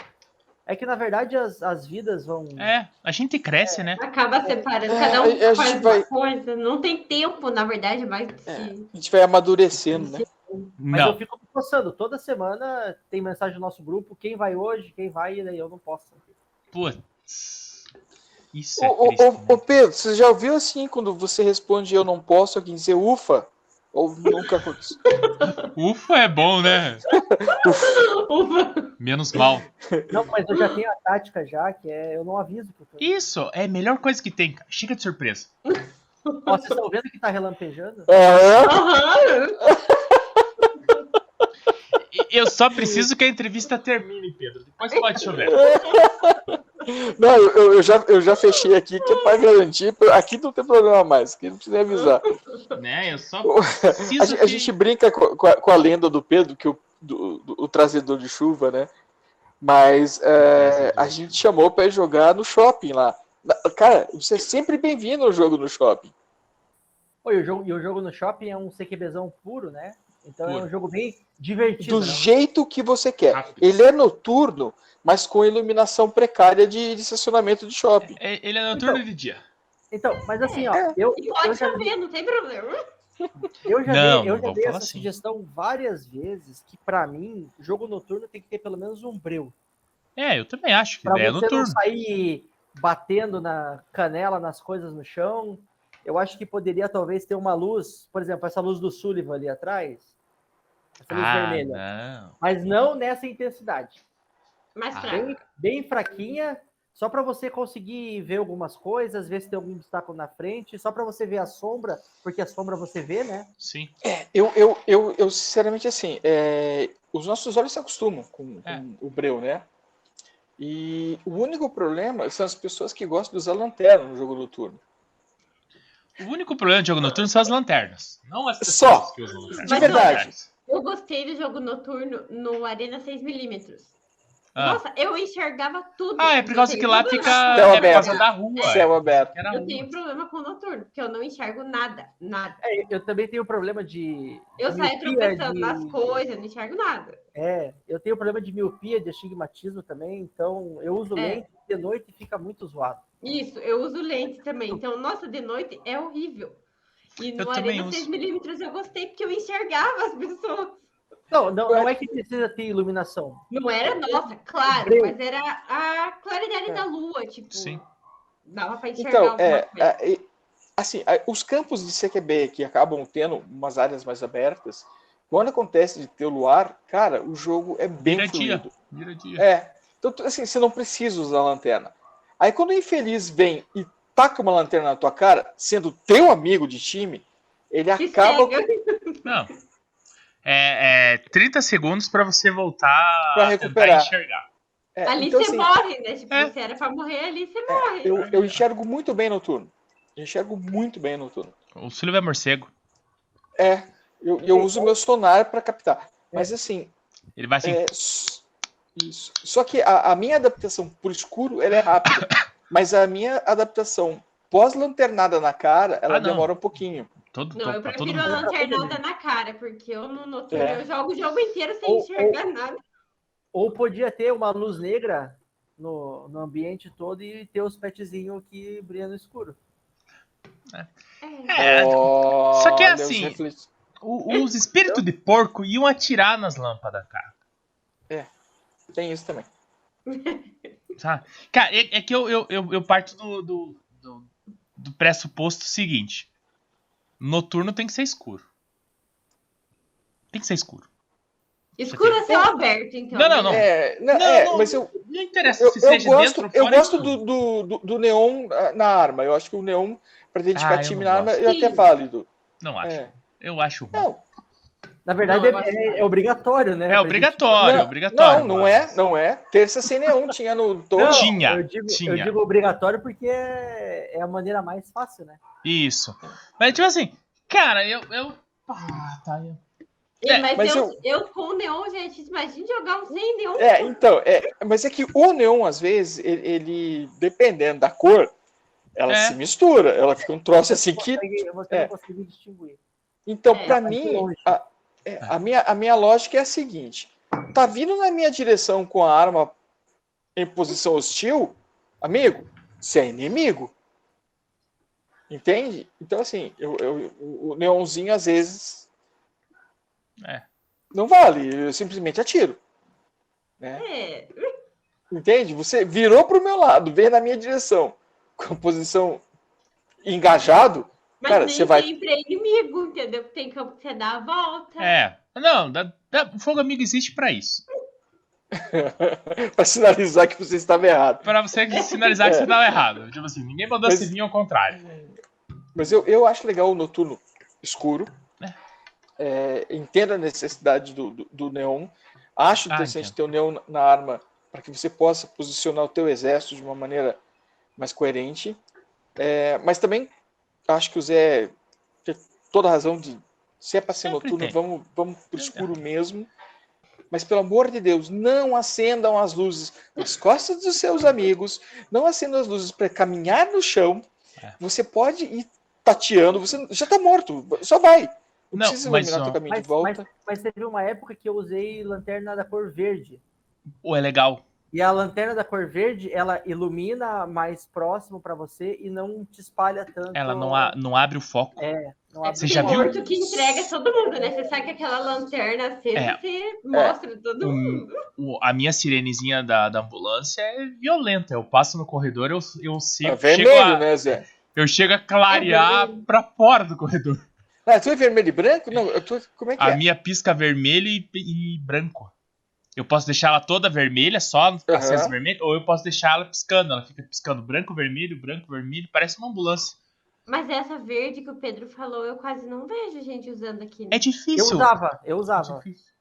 Speaker 2: É que, na verdade, as, as vidas vão...
Speaker 1: É, a gente cresce, né?
Speaker 6: Acaba separando,
Speaker 3: É,
Speaker 6: cada um
Speaker 3: a- a
Speaker 6: faz
Speaker 3: gente
Speaker 6: uma
Speaker 3: vai-
Speaker 6: coisa. Não tem tempo, na verdade, mais de
Speaker 3: É.
Speaker 6: se-
Speaker 3: A gente vai amadurecendo, né?
Speaker 2: Mas
Speaker 1: Não.
Speaker 2: eu fico me coçando. Toda semana tem mensagem no nosso grupo, quem vai hoje, quem vai, e daí eu não posso.
Speaker 1: Putz. Isso é
Speaker 3: Ô, ô,
Speaker 1: triste,
Speaker 3: ô,
Speaker 1: né?
Speaker 3: ô, Pedro, você já ouviu assim quando você responde eu não posso, alguém dizer ufa? Ou nunca aconteceu?
Speaker 1: Ufa, é bom, né?
Speaker 6: Ufa.
Speaker 1: Menos mal.
Speaker 2: Não, mas eu já tenho a tática já, que é eu não aviso. Porque...
Speaker 1: Isso, é a melhor coisa que tem, cara. Chega de surpresa.
Speaker 2: Ó, vocês estão vendo que tá relampejando?
Speaker 3: É,
Speaker 6: Aham.
Speaker 1: E- Eu só preciso que a entrevista termine, Pedro. Depois pode chover.
Speaker 3: não, eu, eu- eu já, eu já fechei aqui que é pra garantir. pra- Aqui não tem problema mais, aqui não precisa nem avisar.
Speaker 1: Né? Eu só
Speaker 3: Ô,
Speaker 1: preciso.
Speaker 3: A, gen- a
Speaker 1: que-
Speaker 3: gente brinca co- com a, com a lenda do Pedro, que o, do- do- o trazedor de chuva, né? Mas é, a gente chamou pra ir jogar no shopping lá. Na- Cara, você é sempre bem-vindo ao jogo no shopping.
Speaker 2: Oi, o jogo, e o jogo no shopping é um CQBzão puro, né? Então é
Speaker 1: Puro.
Speaker 2: um jogo bem divertido.
Speaker 3: Do
Speaker 2: né?
Speaker 3: jeito que você quer.
Speaker 1: Rápido.
Speaker 3: Ele é noturno, mas com iluminação precária de, de estacionamento de shopping.
Speaker 1: É, Ele é noturno de dia.
Speaker 2: Então, mas assim, ó, eu,
Speaker 6: É. E
Speaker 2: eu
Speaker 6: pode
Speaker 2: já,
Speaker 6: chover, não tem problema.
Speaker 2: eu já
Speaker 1: Não,
Speaker 2: dei,
Speaker 1: não
Speaker 2: eu já
Speaker 1: vamos
Speaker 2: dei
Speaker 1: falar
Speaker 2: essa
Speaker 1: assim.
Speaker 2: sugestão várias vezes que, pra mim, jogo noturno tem que ter pelo menos um breu.
Speaker 1: É, eu também acho que
Speaker 2: Pra
Speaker 1: daí é
Speaker 2: você não
Speaker 1: noturno.
Speaker 2: sair batendo na canela, nas coisas no chão, eu acho que poderia talvez ter uma luz, por exemplo, essa luz do Sullivan ali atrás, essa luz
Speaker 1: Ah,
Speaker 2: vermelha,
Speaker 1: não.
Speaker 2: mas não nessa intensidade,
Speaker 6: Mais
Speaker 1: Ah.
Speaker 6: fraco.
Speaker 2: bem fraquinha, só para você conseguir ver algumas coisas, ver se tem algum obstáculo na frente, só para você ver a sombra, porque a sombra você vê, né?
Speaker 1: Sim.
Speaker 3: Eu, eu, eu, eu sinceramente, assim, é, os nossos olhos se acostumam com, com
Speaker 1: É.
Speaker 3: o breu, né? E o único problema são as pessoas que gostam de usar lanterna no jogo noturno.
Speaker 1: O único problema de jogo noturno são as lanternas. Não as pessoas
Speaker 3: Só.
Speaker 1: que usam lanternas.
Speaker 6: De
Speaker 1: As
Speaker 3: verdade.
Speaker 1: lanternas.
Speaker 6: Eu gostei do jogo noturno no Arena 6mm.
Speaker 1: Ah.
Speaker 6: Nossa, eu enxergava tudo.
Speaker 1: Ah, é por causa
Speaker 6: Eu
Speaker 1: que
Speaker 6: tenho
Speaker 1: lá um-
Speaker 6: problema.
Speaker 1: fica.
Speaker 3: Céu
Speaker 1: É por
Speaker 3: aberto.
Speaker 1: causa da rua. é.
Speaker 3: Céu aberto.
Speaker 1: Era
Speaker 6: Eu
Speaker 1: rua.
Speaker 6: tenho problema com o noturno, porque eu não enxergo nada, nada.
Speaker 2: É, eu também tenho problema de...
Speaker 6: Eu saio
Speaker 2: miopia,
Speaker 6: tropeçando
Speaker 2: de-
Speaker 6: nas coisas, eu não enxergo nada.
Speaker 2: É, eu tenho problema de miopia, de astigmatismo também, então eu uso
Speaker 6: É.
Speaker 2: lente de noite e fica muito zoado.
Speaker 6: Isso, eu uso lente também. Então, nossa, de noite é horrível. E
Speaker 1: Eu
Speaker 6: no
Speaker 1: também
Speaker 6: Arena
Speaker 1: uso.
Speaker 6: 6mm eu gostei porque eu enxergava as pessoas.
Speaker 2: Não, não, não é que precisa ter iluminação.
Speaker 6: Não era nossa, claro,
Speaker 2: Breu.
Speaker 6: mas era a claridade
Speaker 3: É.
Speaker 6: da lua, tipo.
Speaker 1: Sim.
Speaker 6: Dava pra enxergar
Speaker 3: Então,
Speaker 6: alguma
Speaker 3: é,
Speaker 6: coisa.
Speaker 3: é, e- assim, a- os campos de CQB que acabam tendo umas áreas mais abertas, quando acontece de ter o luar, cara, o jogo é bem
Speaker 1: Vira dia.
Speaker 3: fluido.
Speaker 1: Vira dia.
Speaker 3: É. Então, tu- assim, você não precisa usar lanterna. Aí quando o infeliz vem e taca uma lanterna na tua cara, sendo teu amigo de time, ele
Speaker 6: Que
Speaker 3: acaba
Speaker 6: cega.
Speaker 1: Não. É, é 30 segundos pra você voltar
Speaker 3: Pra
Speaker 1: a tentar
Speaker 3: recuperar.
Speaker 1: enxergar.
Speaker 3: É,
Speaker 6: Ali
Speaker 3: então,
Speaker 6: você
Speaker 3: assim, É,
Speaker 6: morre, né? Tipo,
Speaker 1: é.
Speaker 6: se era pra morrer, ali você morre.
Speaker 3: eu, eu enxergo muito bem noturno. Eu enxergo muito bem noturno.
Speaker 1: O Silvio é morcego.
Speaker 3: É, eu, eu uso meu sonar para
Speaker 1: É.
Speaker 3: captar. Mas assim,
Speaker 1: Ele vai assim.
Speaker 3: é, s- isso. Só que a, a minha adaptação por escuro ela é rápida, mas a minha adaptação pós-lanternada na cara, ela
Speaker 1: Ah, não.
Speaker 3: demora um pouquinho.
Speaker 1: Todo,
Speaker 6: Não, eu
Speaker 1: pra Tá, todo
Speaker 6: prefiro a
Speaker 1: mundo.
Speaker 6: lanternada na cara, porque eu no noturno
Speaker 3: É.
Speaker 6: eu jogo o jogo inteiro sem
Speaker 2: Ou-
Speaker 6: enxergar nada.
Speaker 2: Ou podia ter uma luz negra no, no ambiente todo e ter os petzinhos que brilham no escuro.
Speaker 6: É.
Speaker 1: É, Só que é
Speaker 3: Olha os
Speaker 1: assim.
Speaker 3: reflexos.
Speaker 1: o- os espíritos de porco iam atirar nas lâmpadas, cara.
Speaker 3: Tem isso também.
Speaker 1: Sabe? Cara, é, é que eu, eu, eu, eu parto do, do, do, do pressuposto seguinte: noturno tem que ser escuro. Tem que ser escuro.
Speaker 6: Escuro é céu aberto, então.
Speaker 1: Não, não, não.
Speaker 3: É, não,
Speaker 1: Não,
Speaker 3: é,
Speaker 1: não,
Speaker 3: mas eu,
Speaker 1: Não interessa
Speaker 3: eu,
Speaker 1: se
Speaker 3: eu
Speaker 1: seja
Speaker 3: gosto,
Speaker 1: dentro ou
Speaker 3: eu
Speaker 1: fora.
Speaker 3: gosto
Speaker 1: escuro.
Speaker 3: do, do, do- do neon ah, na arma. Eu acho que o neon para identificar
Speaker 1: Ah, eu
Speaker 3: time
Speaker 1: não
Speaker 3: na arma
Speaker 1: gosto.
Speaker 3: é até
Speaker 6: Sim.
Speaker 3: válido.
Speaker 1: Não acho.
Speaker 3: É.
Speaker 1: Eu acho ruim.
Speaker 3: Não.
Speaker 2: Na verdade,
Speaker 6: Não, eu
Speaker 2: é-
Speaker 6: acho que
Speaker 2: é, é obrigatório, né?
Speaker 1: É obrigatório,
Speaker 3: Não,
Speaker 1: obrigatório.
Speaker 3: Não, não é, não é. Terça sem nenhum tinha no
Speaker 2: Não,
Speaker 3: todo.
Speaker 1: Tinha,
Speaker 2: Eu digo,
Speaker 1: tinha.
Speaker 2: eu digo obrigatório porque é, é a maneira mais fácil, né?
Speaker 1: Isso. Mas, tipo assim, cara, eu. eu... Ah, tá. eu- É,
Speaker 6: mas
Speaker 3: mas
Speaker 6: eu, eu com o neon, gente, imagina jogar um sem neon.
Speaker 3: É, então, é, mas é que o neon, às vezes, ele, ele, dependendo da cor, ela
Speaker 1: É.
Speaker 3: se mistura, ela fica um troço assim que.
Speaker 2: Consegue- Você
Speaker 3: é.
Speaker 2: não consegue distinguir.
Speaker 3: Então,
Speaker 6: É,
Speaker 3: pra
Speaker 2: vai
Speaker 3: mim,
Speaker 2: longe.
Speaker 3: a, é, a minha, a minha lógica é a seguinte: tá vindo na minha direção com a arma em posição hostil, amigo, você é inimigo. Entende? Então, assim, eu, eu- o neonzinho às vezes.
Speaker 1: É.
Speaker 3: Não vale, eu simplesmente atiro.
Speaker 6: É,
Speaker 3: Entende? Você virou pro meu lado, veio na minha direção, com a posição engajado.
Speaker 6: mas
Speaker 3: Cara,
Speaker 6: nem
Speaker 3: você vai-
Speaker 6: sempre é inimigo, entendeu? Tem campo que você dá a volta.
Speaker 1: É. Não, dá- dá- o fogo amigo existe pra isso.
Speaker 3: pra sinalizar que você estava errado.
Speaker 1: Pra você sinalizar que você tava errado. Tipo assim, ninguém mandou
Speaker 3: Mas-
Speaker 1: se vir ao contrário.
Speaker 3: Mas eu, eu acho legal o noturno escuro. É, entendo a necessidade do, do, do neon. Acho
Speaker 1: Ah,
Speaker 3: interessante
Speaker 1: entendo.
Speaker 3: ter o neon na arma para que você possa posicionar o teu exército de uma maneira mais coerente. É, mas também acho que o Zé tem toda a razão de se é para ser
Speaker 1: Sempre
Speaker 3: noturno,
Speaker 1: tem.
Speaker 3: vamos, vamos pro escuro mesmo. Mas pelo amor de Deus, não acendam as luzes nas costas dos seus amigos, não acendam as luzes para caminhar no chão.
Speaker 1: É.
Speaker 3: Você pode ir tateando, você já tá morto, só vai. Não,
Speaker 1: Não,
Speaker 3: precisa
Speaker 1: mas,
Speaker 3: iluminar
Speaker 1: ó,
Speaker 3: teu caminho
Speaker 2: Mas,
Speaker 3: de volta.
Speaker 2: mas, mas teve uma época que eu usei lanterna da cor verde.
Speaker 1: Ou é legal.
Speaker 2: E a lanterna da cor verde, ela ilumina mais próximo pra você e não te espalha tanto.
Speaker 1: Ela não, a- não abre o foco.
Speaker 2: É, não
Speaker 6: É
Speaker 2: abre
Speaker 1: Você já
Speaker 6: porque
Speaker 1: viu?
Speaker 6: morto que entrega todo mundo, né? Você sabe que aquela lanterna acesa,
Speaker 1: É.
Speaker 6: você mostra todo
Speaker 1: Um-
Speaker 6: mundo.
Speaker 1: O- a minha sirenezinha da, da ambulância é violenta. Eu passo no corredor, eu, eu,
Speaker 3: É
Speaker 1: sigo, chego,
Speaker 3: vermelho,
Speaker 1: a,
Speaker 3: né, Zé?
Speaker 1: eu chego a clarear pra fora do corredor.
Speaker 3: Ah, tu é vermelho e branco? Não, eu tô, como é que
Speaker 1: A
Speaker 3: é?
Speaker 1: minha pisca vermelho e, e branco. Eu posso deixar ela toda vermelha, só acesso vermelho, ou eu posso deixar ela piscando. Ela fica piscando branco, vermelho, branco, vermelho, parece uma ambulância.
Speaker 6: Mas essa verde que o Pedro falou, eu quase não vejo gente usando aqui.
Speaker 1: É
Speaker 6: Né?
Speaker 2: Eu
Speaker 1: difícil.
Speaker 2: usava, eu
Speaker 1: É
Speaker 2: usava.
Speaker 1: difícil.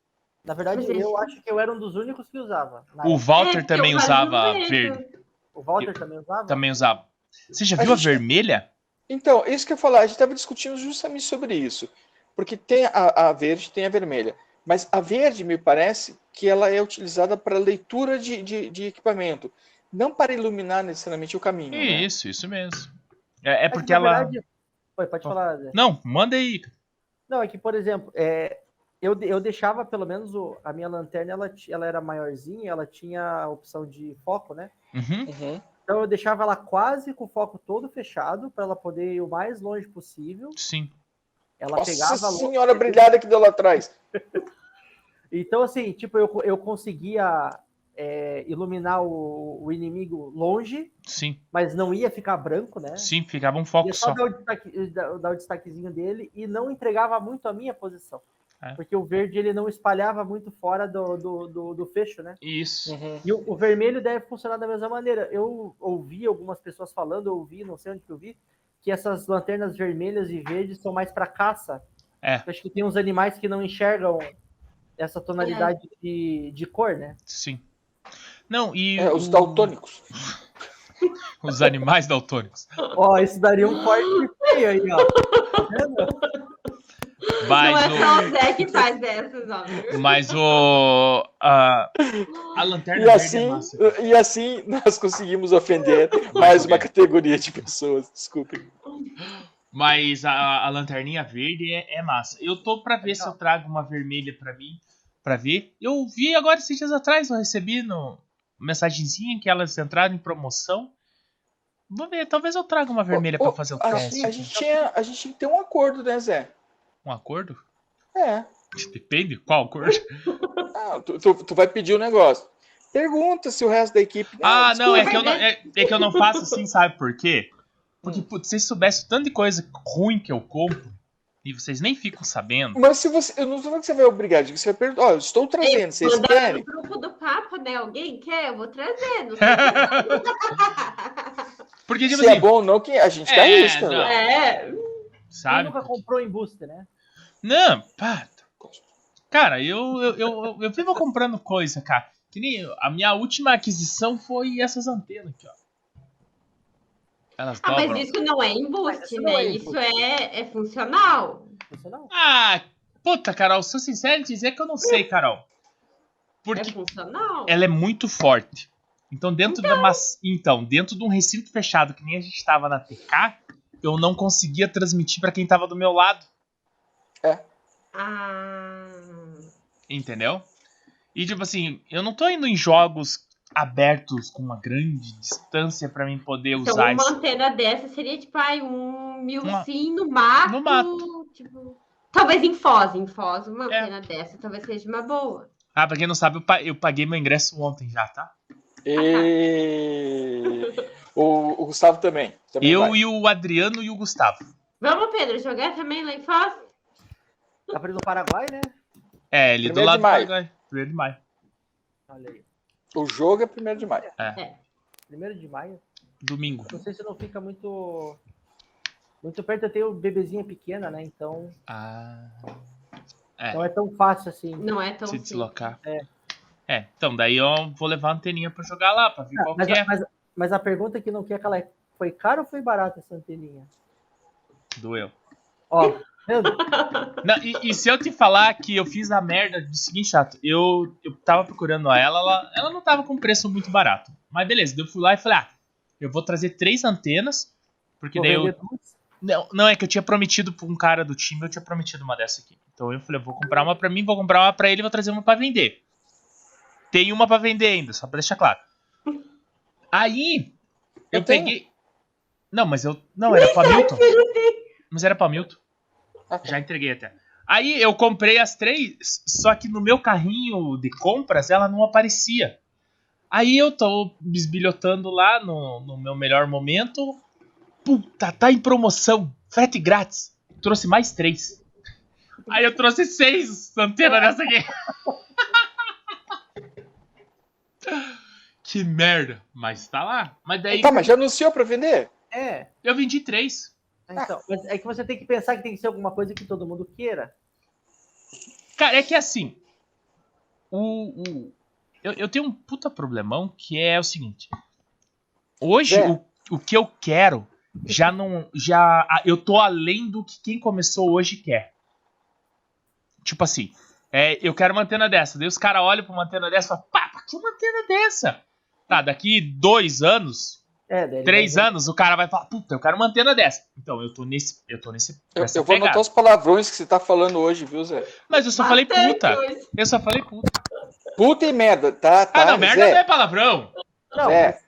Speaker 2: Na verdade,
Speaker 6: Mas
Speaker 2: eu
Speaker 6: esse-
Speaker 2: acho que eu era um dos únicos que usava. Na
Speaker 1: O
Speaker 2: época.
Speaker 1: Walter
Speaker 6: É,
Speaker 1: também
Speaker 6: eu quase não
Speaker 1: usava
Speaker 6: vejo.
Speaker 1: verde.
Speaker 2: O Walter também usava?
Speaker 1: Também usava. Você já
Speaker 3: A
Speaker 1: viu a,
Speaker 3: gente-
Speaker 1: vermelha?
Speaker 3: Então, isso que eu ia falar, a gente estava discutindo justamente sobre isso. Porque tem a, a verde, tem a vermelha. Mas a verde, me parece, que ela é utilizada para leitura de, de, de equipamento, não para iluminar necessariamente o caminho. né?
Speaker 1: Isso, isso mesmo. É, é
Speaker 2: Mas,
Speaker 1: porque
Speaker 2: na
Speaker 1: ela.
Speaker 2: verdade- Oi, pode falar, Zé.
Speaker 1: Não, manda aí.
Speaker 2: Não, é que, por exemplo, é, eu, de- eu deixava pelo menos o- a minha lanterna, ela, ti- ela era maiorzinha, ela tinha a opção de foco, né?
Speaker 1: Uhum.
Speaker 3: Uhum.
Speaker 2: Então eu deixava ela quase com o foco todo fechado para ela poder ir o mais longe possível.
Speaker 1: Sim.
Speaker 2: Ela pegava
Speaker 3: Nossa
Speaker 2: longe.
Speaker 3: senhora brilhada que deu lá atrás.
Speaker 2: Então, assim, tipo, eu, co- eu conseguia é, iluminar o, o inimigo longe,
Speaker 1: Sim,
Speaker 2: mas não ia ficar branco, né?
Speaker 1: sim, ficava um foco
Speaker 2: Ia
Speaker 1: só.
Speaker 2: só dar o, destaque- dar- dar o destaquezinho dele e não entregava muito a minha posição.
Speaker 1: É.
Speaker 2: Porque o verde ele não espalhava muito fora do, do, do, do fecho, né?
Speaker 1: Isso.
Speaker 3: Uhum.
Speaker 2: E o, o vermelho deve funcionar da mesma maneira. Eu ouvi algumas pessoas falando, eu ouvi, não sei onde que eu vi, que essas lanternas vermelhas e verdes são mais para caça.
Speaker 1: É.
Speaker 2: Eu acho que tem uns animais que não enxergam essa tonalidade de, de cor, né?
Speaker 1: Sim. Não, e.
Speaker 3: É, os
Speaker 1: o-
Speaker 3: daltônicos.
Speaker 1: Os animais daltônicos.
Speaker 2: Ó, isso daria um corte feio aí, ó.
Speaker 1: Mas
Speaker 6: não
Speaker 1: o.
Speaker 6: é só o Zé que faz dessas, ó.
Speaker 1: Mas o. A, a lanterna
Speaker 3: E
Speaker 1: verde
Speaker 3: assim,
Speaker 1: é massa.
Speaker 3: e assim nós conseguimos ofender mais uma categoria de pessoas. Desculpem.
Speaker 1: Mas a, a lanterninha verde é, é massa. Eu tô pra ver se eu trago uma vermelha pra mim. Pra ver. Eu vi agora esses dias atrás, eu recebi no uma mensagenzinha que elas entraram em promoção. Vou ver, talvez eu traga uma vermelha
Speaker 3: Ô,
Speaker 1: pra
Speaker 3: ô,
Speaker 1: fazer o
Speaker 3: A,
Speaker 1: teste.
Speaker 3: gente- a gente tinha, a gente tinha que ter um acordo, né, Zé?
Speaker 1: Um acordo?
Speaker 3: É.
Speaker 1: Depende qual acordo.
Speaker 3: Ah, tu, tu- tu vai pedir o negócio. Pergunta se o resto da equipe.
Speaker 1: Ah, não, é
Speaker 3: desculpa.
Speaker 1: que eu não, é, é que eu não faço assim, sabe por quê? Porque, putz, se vocês soubessem o tanto de coisa ruim que eu compro e vocês nem ficam sabendo.
Speaker 3: Mas se você. Eu não sei que você vai obrigar, digo, você vai perguntar. Ó, eu estou trazendo, vocês
Speaker 6: Mandar no
Speaker 3: querem?
Speaker 6: grupo do papo, né? Alguém quer? Eu vou trazer. Não sei.
Speaker 1: Porque, tipo
Speaker 3: Se é
Speaker 1: assim,
Speaker 3: bom ou não, que a gente tá
Speaker 1: É,
Speaker 3: arrisca.
Speaker 1: não.
Speaker 3: né?
Speaker 6: é,
Speaker 1: sabe?
Speaker 2: Quem nunca comprou embuste, né?
Speaker 1: Não, pá. Cara, eu, eu, eu, eu, eu vivo comprando coisa, cara. Que nem eu. a minha última aquisição foi essas antenas aqui, ó. Elas
Speaker 6: Ah,
Speaker 1: dobram.
Speaker 6: mas isso não é embuste,
Speaker 2: Isso
Speaker 6: né?
Speaker 2: não é
Speaker 6: Isso é, é funcional.
Speaker 2: Isso não.
Speaker 1: Ah, puta, Carol, sou sincero em dizer que eu não sei, Carol.
Speaker 6: É
Speaker 1: Porque
Speaker 6: funcional.
Speaker 1: ela é muito forte. Então, dentro de uma, então, dentro de um recinto fechado, que nem a gente tava na TK, eu não conseguia transmitir pra quem tava do meu lado,
Speaker 6: Ah,
Speaker 1: entendeu? E tipo assim, eu não tô indo em jogos abertos com uma grande distância pra mim poder
Speaker 6: então
Speaker 1: usar
Speaker 6: uma
Speaker 1: isso.
Speaker 6: antena dessa seria tipo ai, um milzinho no
Speaker 1: No
Speaker 6: mato.
Speaker 1: mato.
Speaker 6: tipo, talvez em Foz, em Foz, uma
Speaker 1: É.
Speaker 6: antena dessa talvez seja uma boa.
Speaker 1: Ah, pra quem não sabe, eu pa- eu paguei meu ingresso ontem já, tá?
Speaker 3: E... O, o Gustavo também. também
Speaker 1: Eu
Speaker 3: vai.
Speaker 1: e o Adriano e o Gustavo.
Speaker 6: Vamos, Pedro, jogar também lá em Foz?
Speaker 2: Tá perto do Paraguai, né?
Speaker 1: É, ele do
Speaker 3: Primeiro
Speaker 1: lado
Speaker 3: de
Speaker 1: do
Speaker 3: maio.
Speaker 1: Paraguai. Primeiro de maio.
Speaker 2: Olha aí.
Speaker 3: O jogo é primeiro de maio.
Speaker 6: É,
Speaker 2: Primeiro de maio.
Speaker 1: Domingo.
Speaker 2: Não sei se não fica muito. Muito perto, eu tenho bebezinha pequena, né? Então
Speaker 1: Ah. É.
Speaker 2: não é tão fácil assim.
Speaker 6: Não é tão
Speaker 1: se deslocar.
Speaker 2: É.
Speaker 1: É, então daí eu vou levar a anteninha pra jogar lá, pra ver qual
Speaker 2: Ah, Mas,
Speaker 1: que é.
Speaker 2: a- mas, mas a pergunta que não quer aquela é: foi caro ou foi barato essa anteninha?
Speaker 1: Doeu.
Speaker 2: Ó, vendo?
Speaker 1: Não, e, e se eu te falar que eu fiz a merda do seguinte, chato, eu, eu tava procurando ela, ela, ela não tava com preço muito barato. Mas beleza, daí eu fui lá e falei, ah, eu vou trazer três antenas, porque
Speaker 2: Vou
Speaker 1: daí eu.
Speaker 2: vender duas.
Speaker 1: Não, não, é que eu tinha prometido pra um cara do time, eu tinha prometido uma dessa aqui. Então eu falei, eu vou comprar uma pra mim, vou comprar uma pra ele, vou trazer uma pra vender. Tem uma pra vender ainda, só pra deixar claro. Aí, eu,
Speaker 3: Eu tenho.
Speaker 1: peguei. Não, mas eu. Não, era pra Milton. Mas era pra Milton.
Speaker 3: Ah, tá.
Speaker 1: Já entreguei até. Aí eu comprei as três, só que no meu carrinho de compras ela não aparecia. Aí eu tô bisbilhotando lá no, no meu melhor momento. Puta, tá em promoção. Frete grátis. Trouxe mais três. Aí eu trouxe seis antenas dessa aqui. que merda. Mas tá lá. Mas daí
Speaker 3: Tá, mas já anunciou pra vender?
Speaker 2: É,
Speaker 1: eu vendi três.
Speaker 2: então. Mas é que você tem que pensar que tem que ser alguma coisa que todo mundo queira.
Speaker 1: Cara, é que assim. O, o- eu, eu tenho um puta problemão que é o seguinte. Hoje,
Speaker 3: É.
Speaker 1: o, o que eu quero já não. já a- Eu tô além do que quem começou hoje quer. Tipo assim, é, eu quero uma antena dessa. Daí os caras olham pra uma antena dessa e falam, pá, pra que uma antena dessa? Tá, daqui dois anos,
Speaker 2: É, daí ele
Speaker 1: três
Speaker 2: vai-
Speaker 1: anos, o cara vai falar, puta, eu quero uma antena dessa. Então, eu tô nesse. Eu tô nesse.
Speaker 3: Eu,
Speaker 1: nessa
Speaker 3: eu vou
Speaker 1: pegada.
Speaker 3: anotar os palavrões que você tá falando hoje, viu, Zé?
Speaker 1: Mas eu só falei
Speaker 6: Bastante
Speaker 1: puta.
Speaker 6: coisa.
Speaker 1: Eu só falei puta.
Speaker 3: Puta e merda, tá? tá
Speaker 1: Ah, não, merda
Speaker 3: Zé,
Speaker 1: não é palavrão.
Speaker 2: Não,
Speaker 3: Zé,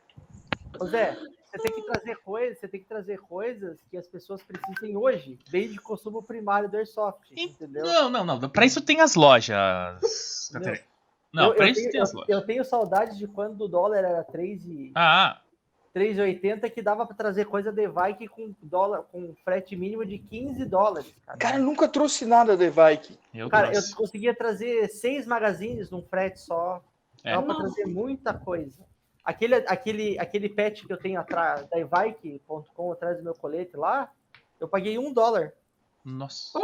Speaker 2: Ô, Zé, você tem que trazer coisas, você tem que trazer coisas que as pessoas precisem hoje, bem de consumo primário do Airsoft, entendeu?
Speaker 1: Não, não, não. Pra isso tem as lojas.
Speaker 2: Meu,
Speaker 1: Catarina. Não,
Speaker 2: eu,
Speaker 1: pra
Speaker 2: eu
Speaker 1: isso
Speaker 2: tenho,
Speaker 1: tem as lojas.
Speaker 2: eu, eu tenho saudades de quando o dólar era 3 e
Speaker 1: Ah, ah,
Speaker 2: 3,80 que dava pra trazer coisa de Vike com dólar com frete mínimo de 15 dólares, cara.
Speaker 3: cara, eu nunca trouxe nada da Evike.
Speaker 1: eu
Speaker 2: Cara, eu
Speaker 1: trouxe.
Speaker 2: conseguia trazer seis magazines num frete só.
Speaker 1: É.
Speaker 2: Dava pra
Speaker 6: Nossa.
Speaker 2: trazer muita coisa. Aquele, aquele, aquele patch que eu tenho atrás da evike.com, atrás do meu colete lá, eu paguei um dólar.
Speaker 1: Nossa.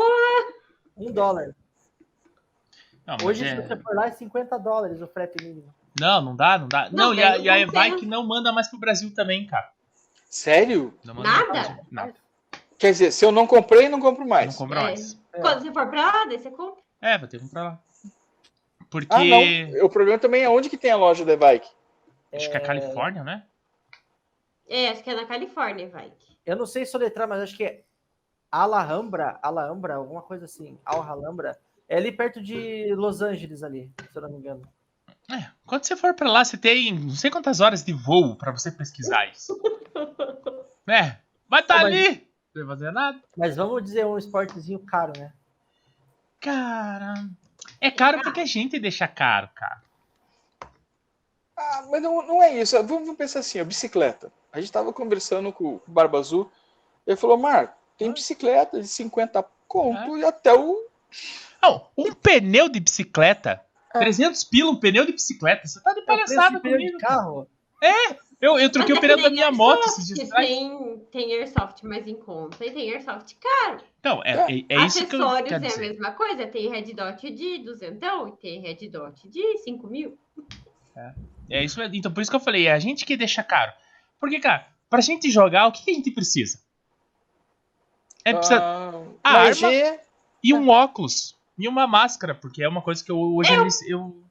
Speaker 2: Um dólar.
Speaker 1: Não, mas
Speaker 2: Hoje,
Speaker 1: é-
Speaker 2: se você for lá, é 50 dólares o frete mínimo.
Speaker 1: não, não dá, não dá. Não,
Speaker 6: Não,
Speaker 1: e a,
Speaker 6: mas
Speaker 1: e a
Speaker 6: não tem.
Speaker 1: Evike não manda mais pro Brasil também, cara.
Speaker 3: Sério?
Speaker 1: Não manda mais pro
Speaker 6: Nada?
Speaker 1: Brasil. Não,
Speaker 3: Quer dizer, se eu não comprei, não compro
Speaker 1: não
Speaker 3: mais.
Speaker 1: compra
Speaker 6: É.
Speaker 1: mais.
Speaker 6: Quando você for pra lá, daí você compra.
Speaker 1: É, vai ter que comprar lá. Porque.
Speaker 3: Ah, não. O problema também é onde que tem a loja da Evike.
Speaker 1: Acho que é a Califórnia, né?
Speaker 6: É, acho que é na Califórnia, vai.
Speaker 2: Eu não sei soletrar, mas acho que é Alhambra, Alhambra, alguma coisa assim. Alhambra. É ali perto de Los Angeles, ali, se eu não me engano.
Speaker 1: É. Quando você for pra lá, você tem não sei quantas horas de voo pra você pesquisar isso. é. Vai tá
Speaker 2: Mas-
Speaker 1: ali! Não vai fazer nada.
Speaker 2: Mas vamos dizer um esportezinho caro, né?
Speaker 1: Cara. É caro porque a gente deixa caro, cara.
Speaker 3: Ah, mas não, não é isso. Vamos, vamos pensar assim, a bicicleta. A gente tava conversando com o Barba Azul. Ele falou, Marco,
Speaker 1: Ah.
Speaker 3: tem bicicleta de 50 conto e até o...
Speaker 1: Não, um pneu de bicicleta.
Speaker 3: É.
Speaker 1: 300 pila um pneu de bicicleta. Você tá de
Speaker 2: É o preço de
Speaker 1: palhaçada
Speaker 2: pneu de
Speaker 1: comigo.
Speaker 2: carro.
Speaker 1: Eu, eu troquei
Speaker 6: Mas
Speaker 1: o pneu
Speaker 6: é que
Speaker 1: da
Speaker 6: nem
Speaker 1: minha moto
Speaker 6: airsoft,
Speaker 1: esses dias atrás.
Speaker 6: Tem, tem airsoft mais em conta e tem airsoft caro.
Speaker 1: Então, é, é, é isso que eu
Speaker 6: Acessórios
Speaker 1: quero
Speaker 6: é a
Speaker 1: dizer.
Speaker 6: mesma coisa. Tem red dot de 200 e tem red dot de 5 mil.
Speaker 1: É isso, mesmo. então por isso que eu falei, é a gente que deixa caro. Porque, cara, pra gente jogar, o que que a gente precisa? É precisa
Speaker 3: Ah,
Speaker 1: a
Speaker 2: é
Speaker 3: magia.
Speaker 1: e um óculos e uma máscara, porque é uma coisa que eu hoje eu, eu-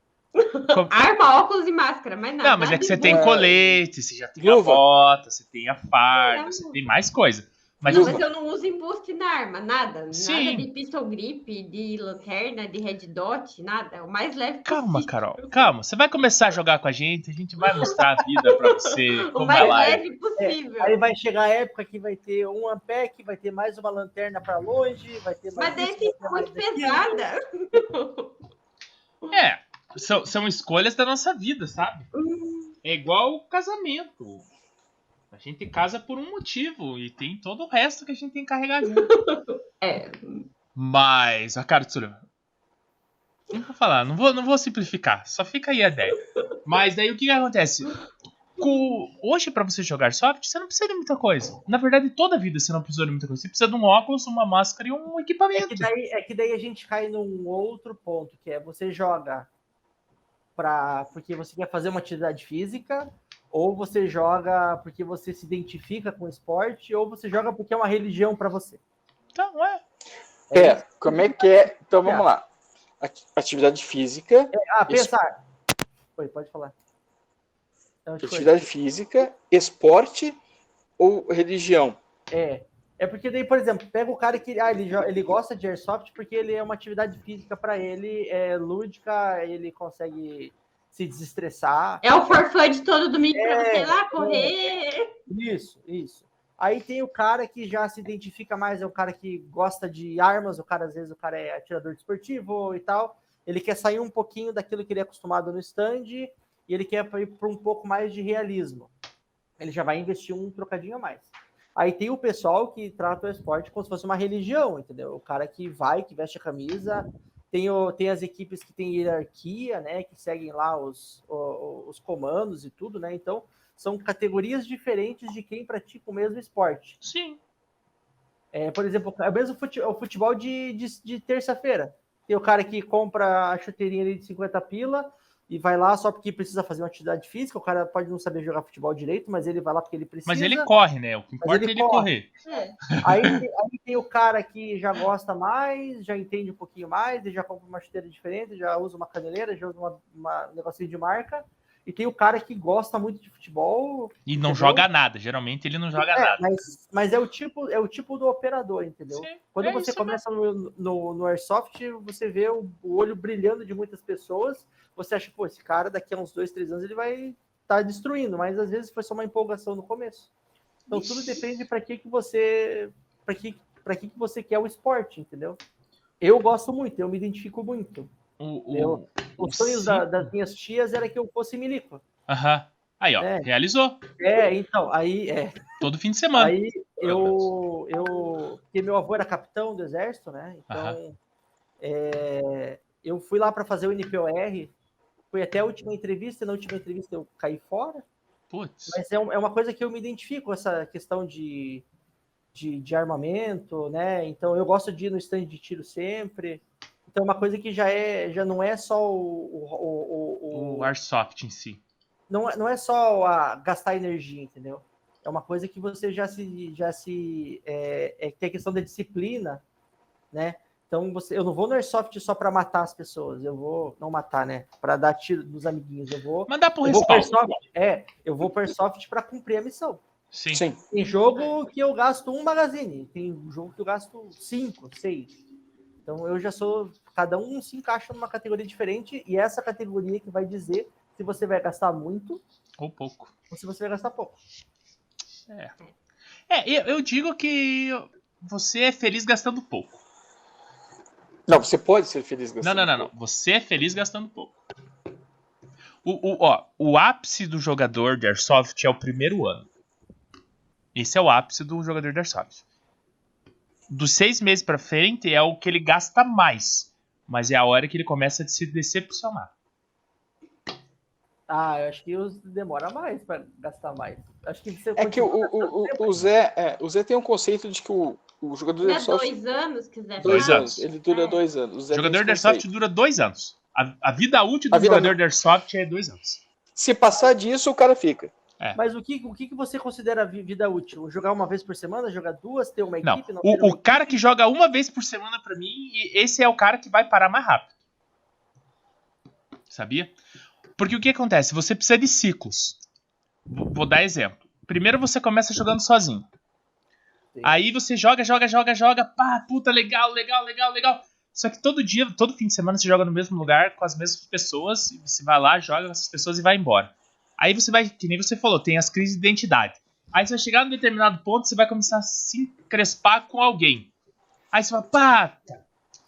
Speaker 6: Arma, óculos e máscara, mas nada.
Speaker 1: Não, mas é que você tem
Speaker 3: boa.
Speaker 1: colete, você já tem a
Speaker 3: Luva.
Speaker 1: bota, você tem a farda,
Speaker 6: É,
Speaker 1: você
Speaker 6: amor.
Speaker 1: tem mais coisa. Mas
Speaker 6: Não,
Speaker 3: Luva.
Speaker 6: mas eu não uso embuste na arma, nada.
Speaker 1: Sim.
Speaker 6: Nada de pistol grip, de lanterna, de red dot, nada. O mais leve
Speaker 1: calma,
Speaker 6: possível.
Speaker 1: Carol, calma. Você vai começar a jogar com a gente, a gente vai mostrar a vida pra você,
Speaker 6: O
Speaker 1: como
Speaker 6: mais
Speaker 1: ela é.
Speaker 6: leve possível.
Speaker 2: Aí vai chegar a época que vai ter um pack, vai ter mais uma lanterna pra longe, vai ter mais.
Speaker 6: Mas daí
Speaker 2: isso, vai ter
Speaker 6: fica muito
Speaker 2: mais né? aquilo.
Speaker 6: pesada.
Speaker 1: É, são, são escolhas da nossa vida, sabe? É igual o casamento. A gente casa por um motivo e tem todo o resto que a gente tem que carregar junto.
Speaker 6: É.
Speaker 1: Mas, a cara Tsuru, não vou falar, não vou, não vou simplificar, só fica aí a ideia. Mas daí o que, que acontece? Com- hoje, pra você jogar soft, você não precisa de muita coisa. Na verdade, toda vida você não precisou de muita coisa. Você precisa de um óculos, uma máscara e um
Speaker 2: É que,
Speaker 1: equipamento.
Speaker 2: daí, é que daí a gente cai num outro ponto, que é você joga pra, porque você quer fazer uma atividade física, ou você joga porque você se identifica com o esporte, ou você joga porque é uma religião pra você.
Speaker 1: Então, é.
Speaker 3: Pera, como é que é? Então vamos lá. Ati- Atividade física,
Speaker 2: Ah,
Speaker 3: Isso.
Speaker 2: pensar. Oi, pode falar. Então, tipo,
Speaker 3: atividade física, esporte ou religião?
Speaker 2: É. É porque daí, por exemplo, pega o cara que ah, ele, jo- ele gosta de airsoft porque ele é uma atividade física pra ele, é lúdica, ele consegue se desestressar.
Speaker 6: É o forfã de todo domingo
Speaker 2: É,
Speaker 6: pra você ir lá correr.
Speaker 2: Isso, isso. Aí tem o cara que já se identifica mais, é o cara que gosta de armas, o cara às vezes o cara é atirador desportivo e tal. Ele quer sair um pouquinho daquilo que ele é acostumado no stand e ele quer ir para um pouco mais de realismo. Ele já vai investir um trocadinho a mais. Aí tem o pessoal que trata o esporte como se fosse uma religião, entendeu? O cara que vai, que veste a camisa, tem, o, tem as equipes que têm hierarquia, né? Que seguem lá os, o- os comandos e tudo, né? Então, são categorias diferentes de quem pratica o mesmo esporte.
Speaker 1: Sim.
Speaker 2: É, por exemplo, é o mesmo fute- o futebol de, de, de terça-feira. Tem o cara que compra a chuteirinha ali de 50 pila e vai lá só porque precisa fazer uma atividade física. O cara pode não saber jogar futebol direito, mas ele vai lá porque ele precisa.
Speaker 1: Mas ele corre, né? O que importa é
Speaker 2: ele
Speaker 1: ele
Speaker 2: corre.
Speaker 1: correr.
Speaker 2: Aí, tem- aí tem o cara que já gosta mais, já entende um pouquinho mais, ele já compra uma chuteira diferente, já usa uma caneleira, já usa uma, uma um negocinho de marca. E tem o cara que gosta muito de futebol,
Speaker 1: E não
Speaker 2: Entendeu?
Speaker 1: joga nada. Geralmente ele não joga
Speaker 2: É,
Speaker 1: nada.
Speaker 2: Mas, mas é o tipo é o tipo do operador, entendeu?
Speaker 1: Sim,
Speaker 2: Quando
Speaker 1: é
Speaker 2: você
Speaker 1: isso mesmo.
Speaker 2: começa no, no, no airsoft, você vê o, o olho brilhando de muitas pessoas. Você acha, pô, esse cara daqui a uns dois, três anos ele vai estar destruindo, mas às vezes foi só uma empolgação no começo. Então tudo depende para que que você para que para que que você quer o esporte, entendeu? Eu gosto muito, eu me identifico muito.
Speaker 1: O, o-
Speaker 2: Eu- Os
Speaker 1: Sim.
Speaker 2: sonhos da- das minhas tias era que eu fosse milico.
Speaker 1: Aham. Aí, ó,
Speaker 2: É.
Speaker 1: realizou.
Speaker 2: É, então, aí é,
Speaker 1: Todo fim de semana.
Speaker 2: Aí eu, eu. Porque meu avô era capitão do exército, né? Então, é, eu fui lá para fazer o NPOR, fui até a última entrevista, na última entrevista eu caí fora,
Speaker 1: Putz.
Speaker 2: mas é, um- é uma coisa que eu me identifico, essa questão de, de, de armamento, né? Então, eu gosto de ir no stand de tiro sempre. Então, é uma coisa que já, é, já não é só o. o- o- o-
Speaker 1: O Airsoft em si.
Speaker 2: não, é- não é só a gastar energia, entendeu? É uma coisa que você já se. Já se é, é, tem a questão da disciplina, né? Então, você, eu não vou no airsoft só para matar as pessoas, eu vou. Não matar, né? Para dar tiro nos amiguinhos, eu vou.
Speaker 1: Mandar pro
Speaker 2: Eu vou pro
Speaker 1: respaldo.
Speaker 2: airsoft, é, eu vou pro airsoft para cumprir a missão.
Speaker 1: Sim.
Speaker 3: Sim.
Speaker 2: Tem jogo que eu gasto um magazine, tem jogo que eu gasto cinco, seis. Então eu já sou. Cada um se encaixa numa categoria diferente e é essa categoria que vai dizer se você vai gastar muito
Speaker 1: Ou pouco.
Speaker 2: ou se você vai gastar pouco.
Speaker 1: É, eu, eu digo que você é feliz gastando pouco.
Speaker 3: Não, você pode ser feliz
Speaker 1: Não,
Speaker 3: gastando.
Speaker 1: não, não, não. Você é feliz gastando pouco. O, o, ó, o ápice do jogador de Airsoft é o primeiro ano. Esse é o ápice do jogador de Airsoft. Dos seis meses pra frente é o que ele gasta mais. Mas é a hora que ele começa a se decepcionar.
Speaker 2: Ah, eu acho que os demora mais para gastar mais. Acho que você
Speaker 3: É que o, o, o, o Zé, é, o Zé tem um conceito de que o, o jogador é de
Speaker 6: Dá
Speaker 3: Airsoft.
Speaker 6: Né, dois anos, quiser.
Speaker 1: Dois
Speaker 6: falar.
Speaker 1: anos.
Speaker 3: Ele dura
Speaker 6: É.
Speaker 3: dois anos. O Zé
Speaker 1: O jogador
Speaker 3: tem
Speaker 1: de
Speaker 3: esse
Speaker 1: Airsoft
Speaker 3: conceito.
Speaker 1: dura dois anos. A, a vida útil do
Speaker 3: A vida
Speaker 1: jogador de Airsoft é dois anos.
Speaker 3: Se passar disso, o cara
Speaker 1: Tá
Speaker 3: fica.
Speaker 2: Mas o que, o que que você considera vi- vida útil? Jogar uma vez por semana? Jogar duas? Ter uma
Speaker 1: Não,
Speaker 2: equipe? ter
Speaker 1: o,
Speaker 2: uma
Speaker 1: o cara que joga uma vez por semana pra mim, e esse é o cara que vai parar mais rápido. Sabia? Porque o que acontece? Você precisa de ciclos. Vou vou dar exemplo. Primeiro você começa jogando sozinho.
Speaker 2: Sim.
Speaker 1: Aí você joga, joga, joga, joga, pá, puta, legal, legal, legal, legal. Só que todo dia, todo fim de semana você joga no mesmo lugar com as mesmas pessoas, e você vai lá, joga com essas pessoas e vai embora. Aí você vai, que nem você falou, tem as crises de identidade. Aí você vai chegar num determinado ponto, você vai começar a se encrespar com alguém. Aí você fala, pá,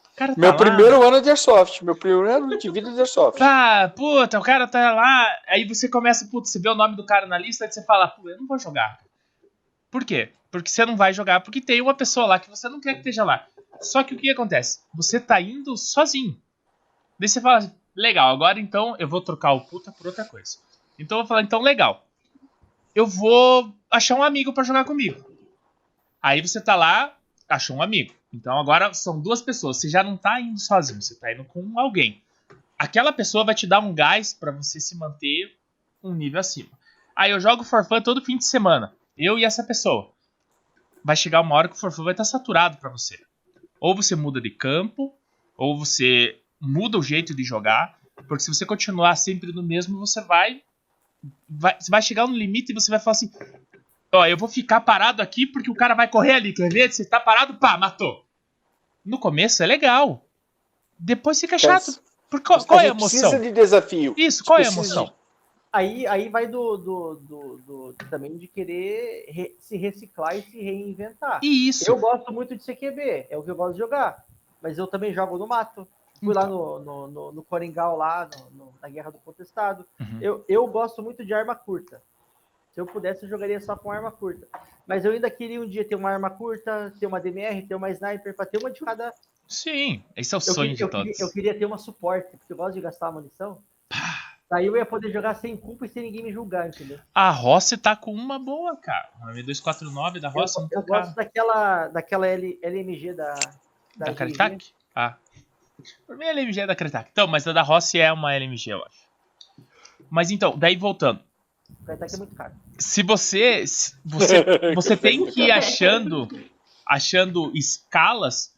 Speaker 1: o cara tá
Speaker 3: Meu
Speaker 1: lá, Tá,
Speaker 3: primeiro ano de Airsoft. Meu primeiro ano de vida é de Airsoft.
Speaker 1: Pá, Ah, puta, o cara tá lá. Aí você começa, putz, você vê o nome do cara na lista, aí você fala, pô, eu não vou jogar. Por quê? Porque você não vai jogar, porque tem uma pessoa lá que você não quer que esteja lá. Só que o que acontece? Você tá indo sozinho. Daí você fala, assim, legal, agora então eu vou trocar o puta por outra coisa. Então eu vou falar, então legal. Eu vou achar um amigo pra jogar comigo. Aí você tá lá, achou um amigo. Então agora são duas pessoas. Você já não tá indo sozinho, você tá indo com alguém aquela pessoa vai te dar um gás pra você se manter um nível acima. Aí eu jogo Forfã todo fim de semana, eu e essa pessoa. Vai chegar uma hora que o Forfã vai estar saturado pra você. Ou você muda de campo, ou você muda o jeito de jogar, porque se você continuar sempre no mesmo, você vai vai, você vai chegar no limite e você vai falar assim: "Ó, eu vou ficar parado aqui porque o cara vai correr ali, quer ver? Você tá parado, pá, matou". No começo é legal. Depois fica é chato. Por qual, qual é a
Speaker 3: gente
Speaker 1: emoção?
Speaker 3: Precisa de desafio.
Speaker 1: Isso, qual é a
Speaker 3: precisa de-
Speaker 1: emoção?
Speaker 2: Aí, aí vai do, do, do, do- também de querer re- se reciclar e se reinventar.
Speaker 1: E isso.
Speaker 2: Eu gosto muito de CQB, é o que eu gosto de jogar. Mas eu também jogo no mato. Fui lá
Speaker 1: Então.
Speaker 2: no, no, no, no Coringal, lá no- no- na Guerra do Contestado.
Speaker 1: Uhum.
Speaker 2: Eu, eu gosto muito de arma curta. Se eu pudesse, eu jogaria só com arma curta. Mas eu ainda queria um dia ter uma arma curta, ter uma DMR, ter uma sniper, para ter uma de cada.
Speaker 1: Sim, esse é o
Speaker 2: Eu,
Speaker 1: sonho
Speaker 2: queria,
Speaker 1: de
Speaker 2: eu queria-
Speaker 1: todos.
Speaker 2: eu queria ter uma suporte, porque eu gosto de gastar munição. Daí eu ia poder jogar sem culpa e sem ninguém me julgar, entendeu?
Speaker 1: A Rossi tá com uma boa, cara. Uma M249 da
Speaker 2: Eu,
Speaker 1: Rossi, não
Speaker 2: eu
Speaker 1: tá
Speaker 2: gosto daquela, daquela L- LMG da.
Speaker 1: da,
Speaker 2: GG.
Speaker 1: Caritac? Ah. Por mim a LMG é da Caritac. Então, mas a da Rossi é uma LMG, eu acho. Mas então, daí voltando.
Speaker 2: Caritac é muito caro.
Speaker 1: Se você. se você, você tem que ir achando. Achando escalas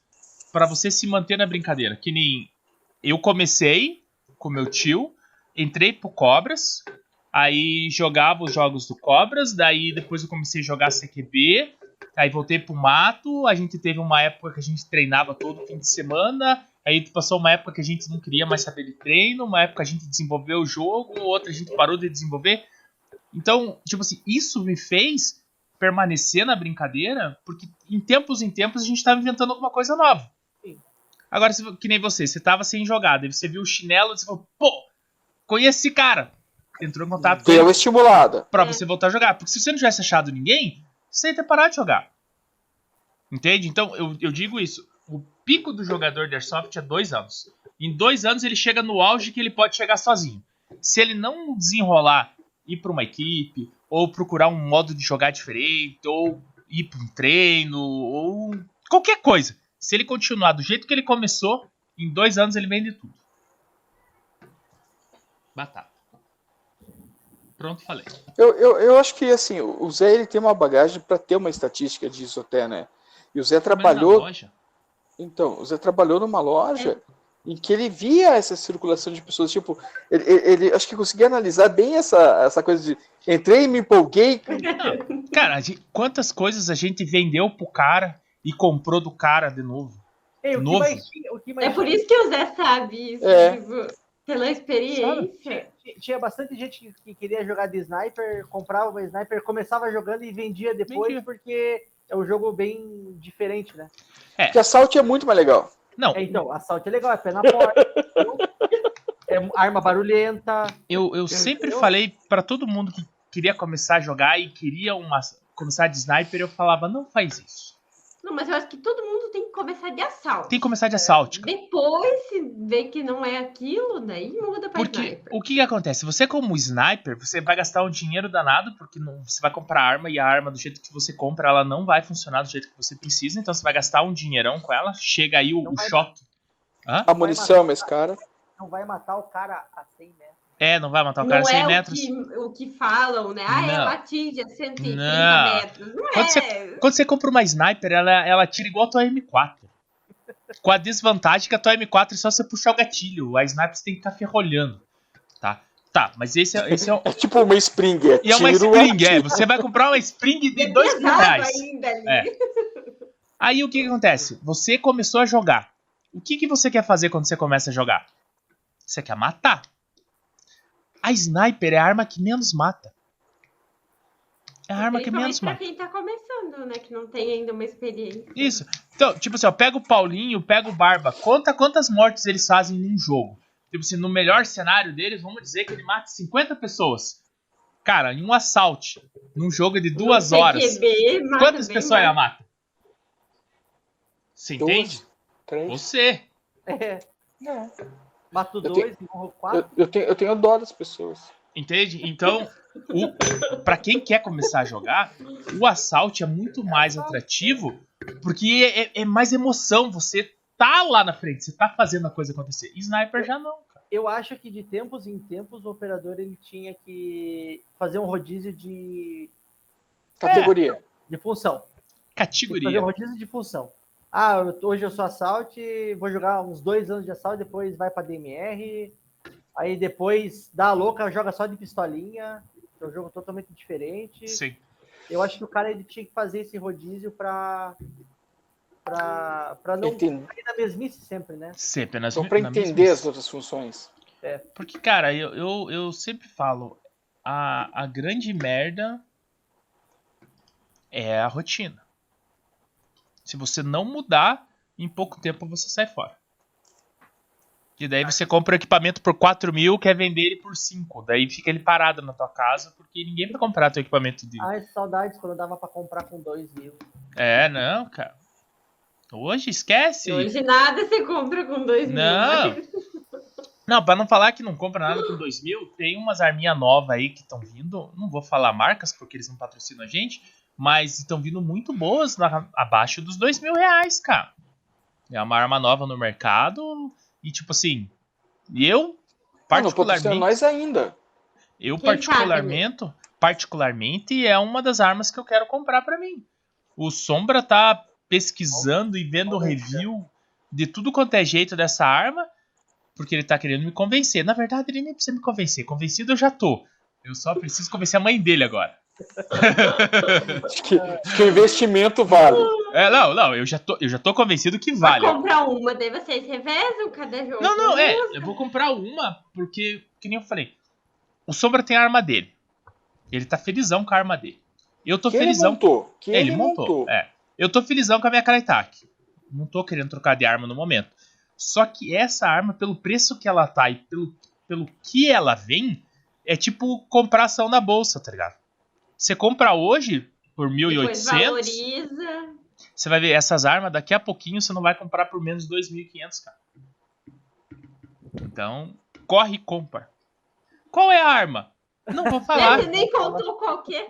Speaker 1: pra você se manter na brincadeira. Que nem. Eu comecei com meu tio, entrei pro Cobras, aí jogava os jogos do Cobras, daí depois eu comecei a jogar CQB, aí voltei pro mato, a gente teve uma época que a gente treinava todo fim de semana, aí passou uma época que a gente não queria mais saber de treino, uma época a gente desenvolveu o jogo, outra a gente parou de desenvolver. Então, tipo assim, isso me fez permanecer na brincadeira, porque em tempos em tempos a gente tava inventando alguma coisa nova.
Speaker 2: Sim.
Speaker 1: Agora, se- que nem você, você tava sem jogada, e você viu o chinelo e você falou, pô, conheci esse cara. Entrou em contato com
Speaker 3: Deu
Speaker 1: ele
Speaker 3: uma estimulada.
Speaker 1: pra
Speaker 6: É.
Speaker 1: você voltar a jogar. Porque se você não tivesse achado ninguém, você ia ter parado de jogar. Entende? Então, eu, eu digo isso. O pico do jogador de Airsoft é dois anos. Em dois anos ele chega no auge que ele pode chegar sozinho. Se ele não desenrolar, ir pra uma equipe, ou procurar um modo de jogar diferente, ou ir pra um treino, ou qualquer coisa. Se ele continuar do jeito que ele começou, em dois anos ele vende tudo. Batata. Pronto, falei.
Speaker 3: Eu, eu, eu acho que assim, o o Zé ele tem uma bagagem para ter uma estatística disso até, né? E o Zé trabalhou. Então, o Zé trabalhou numa loja em que ele via essa circulação de pessoas. Tipo, ele, ele- ele- acho que conseguia analisar bem essa, essa coisa de entrei, me empolguei.
Speaker 1: Cara, a gente- quantas coisas a gente vendeu pro cara e comprou do cara de novo?
Speaker 2: Ei, o, que
Speaker 1: Novo.
Speaker 2: mais tinha, o que mais
Speaker 6: É por
Speaker 2: tinha-
Speaker 6: isso que o Zé sabe isso.
Speaker 3: É.
Speaker 6: tipo, pela experiência.
Speaker 2: Tinha- Tinha bastante gente que, que queria jogar de sniper, comprava uma sniper, começava jogando e vendia depois,
Speaker 1: Vendia.
Speaker 2: porque é um jogo bem diferente, né?
Speaker 3: Que assalto é muito mais legal.
Speaker 1: Não,
Speaker 2: É, então, assalto é legal, é pé na porta, entendeu? é arma barulhenta.
Speaker 1: eu, eu sempre
Speaker 2: eu-
Speaker 1: falei pra todo mundo que queria começar a jogar e queria uma, começar de sniper, eu falava, não faz isso.
Speaker 6: Não, mas eu acho que todo mundo tem que começar de assalto.
Speaker 1: Tem que começar de assalto.
Speaker 6: Depois, se vê que não é aquilo, daí muda pra
Speaker 1: Porque
Speaker 6: sniper.
Speaker 1: o que, que acontece? Você, como sniper, você vai gastar um dinheiro danado, porque não- você vai comprar arma e a arma, do jeito que você compra, ela não vai funcionar do jeito que você precisa, então você vai gastar um dinheirão com ela. Chega aí o,
Speaker 2: Não
Speaker 1: o
Speaker 2: vai
Speaker 1: choque.
Speaker 3: A munição é mais cara.
Speaker 2: Não vai matar o cara a 100 metros.
Speaker 1: É, não vai matar o
Speaker 6: Não
Speaker 1: cara
Speaker 6: é
Speaker 1: 100
Speaker 6: o
Speaker 1: metros.
Speaker 6: que- o que falam, né? Ah,
Speaker 1: Não.
Speaker 6: ela atinge a 130
Speaker 1: Não.
Speaker 6: metros. Não
Speaker 1: Quando
Speaker 6: é.
Speaker 1: Quando você compra uma sniper, ela, ela tira igual a tua M4. Com a desvantagem que a tua M4 é só você puxar o gatilho. A sniper você tem que ficar ferrolhando. Tá? Tá, mas esse é, esse é um.
Speaker 3: É tipo uma spring, é
Speaker 1: E é uma
Speaker 3: tiro,
Speaker 1: Spring, é. Você vai comprar uma Spring
Speaker 6: É
Speaker 1: de dois mil
Speaker 6: pesado
Speaker 1: reais.
Speaker 6: ainda ali.
Speaker 1: É. Aí o que, que acontece? Você começou a jogar. O que, que você quer fazer quando você começa a jogar? Você quer matar. A sniper é a arma que menos mata. É a arma que menos
Speaker 6: Principalmente pra
Speaker 1: mata.
Speaker 6: quem tá começando, né? Que não tem ainda uma experiência.
Speaker 1: Isso. Então, tipo assim, ó, pega o Paulinho, pega o Barba, conta quantas mortes eles fazem num jogo. Tipo assim, no melhor cenário deles, vamos dizer que ele mata 50 pessoas. Cara, em um assalto, num jogo de duas horas,
Speaker 6: PQB, mata
Speaker 1: quantas
Speaker 6: bem
Speaker 1: pessoas
Speaker 6: é, mais. né?
Speaker 1: ela mata? Você
Speaker 3: duas,
Speaker 1: entende?
Speaker 3: três.
Speaker 1: Você.
Speaker 2: É.
Speaker 3: Não.
Speaker 2: Mato
Speaker 3: Eu
Speaker 2: dois, morro
Speaker 3: Eu,
Speaker 2: quatro.
Speaker 3: eu tenho, eu tenho dó das pessoas.
Speaker 1: Entende? Então, o, para quem quer começar a jogar, o assalto é muito mais atrativo porque é- é, é mais emoção. Você tá lá na frente, você tá fazendo a coisa acontecer. Sniper já não. cara.
Speaker 2: Eu acho que de tempos em tempos o operador ele tinha que fazer um rodízio de,
Speaker 3: Categoria.
Speaker 2: de função. Tinha que fazer um
Speaker 1: Categoria.
Speaker 2: rodízio de função. Ah, eu- hoje eu sou assalto, vou jogar uns dois anos de assalto, depois vai pra DMR, aí depois dá a louca, joga só de pistolinha, que é um jogo totalmente diferente.
Speaker 1: Sim.
Speaker 2: Eu acho que o cara ele tinha que fazer esse rodízio pra, pra, pra não
Speaker 3: Entendo.
Speaker 2: cair na mesmice sempre, né?
Speaker 1: Ser apenas
Speaker 3: Só pra
Speaker 1: na
Speaker 3: entender
Speaker 1: mesma-
Speaker 3: as outras funções.
Speaker 1: Porque, cara, eu, eu, eu sempre falo, a, a grande merda é a rotina. Se você não mudar, em pouco tempo você sai fora. E daí você compra o equipamento por 4 mil, quer vender ele por 5. Daí fica ele parado na tua casa, porque ninguém vai comprar teu equipamento de.
Speaker 2: Ai, Ah, saudades quando dava pra comprar com dois mil.
Speaker 1: É, não, cara. Hoje esquece.
Speaker 6: Hoje nada você compra com dois mil.
Speaker 1: é Não.
Speaker 6: né?
Speaker 1: Não, pra não falar que não compra nada com 2 mil, tem umas arminhas novas aí que estão vindo. Não vou falar marcas, porque eles não patrocinam a gente, mas estão vindo muito boas na- abaixo dos 2 mil reais, cara. É uma arma nova no mercado e, tipo assim, eu
Speaker 3: Ah, não patrocina
Speaker 1: particularmente,
Speaker 3: nós ainda.
Speaker 1: eu
Speaker 6: Quem sabe, né?
Speaker 1: particularmente, particularmente é uma das armas que eu quero comprar pra mim. O Sombra tá pesquisando e vendo
Speaker 2: Olha.
Speaker 1: review de tudo quanto é jeito dessa arma, porque ele tá querendo me convencer. Na verdade, ele nem precisa me convencer. Convencido eu já tô. Eu só preciso convencer a mãe dele agora.
Speaker 3: Acho que, acho que o investimento vale.
Speaker 1: É, não, não, eu já tô, eu já tô convencido que
Speaker 6: Pra
Speaker 1: vale.
Speaker 6: comprar uma, daí vocês revezam cada jogo.
Speaker 1: Não, não, é. Eu vou comprar uma, porque, que nem eu falei, o Sombra tem a arma dele. Ele tá felizão com a arma dele. Eu tô
Speaker 3: Que ele
Speaker 1: felizão
Speaker 3: montou. Que
Speaker 1: É, ele montou. É. Eu tô felizão com a minha Karaitaki. Não tô querendo trocar de arma no momento. Só que essa arma, pelo preço que ela tá e pelo, pelo que ela vem, é tipo comprar ação na bolsa, tá ligado? Você compra hoje por
Speaker 6: Depois
Speaker 1: 1.800,
Speaker 6: valoriza.
Speaker 1: você vai ver essas armas, daqui a pouquinho você não vai comprar por menos 2.500, cara. Então, corre e compra. Qual é a arma? Não vou falar.
Speaker 6: Né, Você nem contou é. qualquer.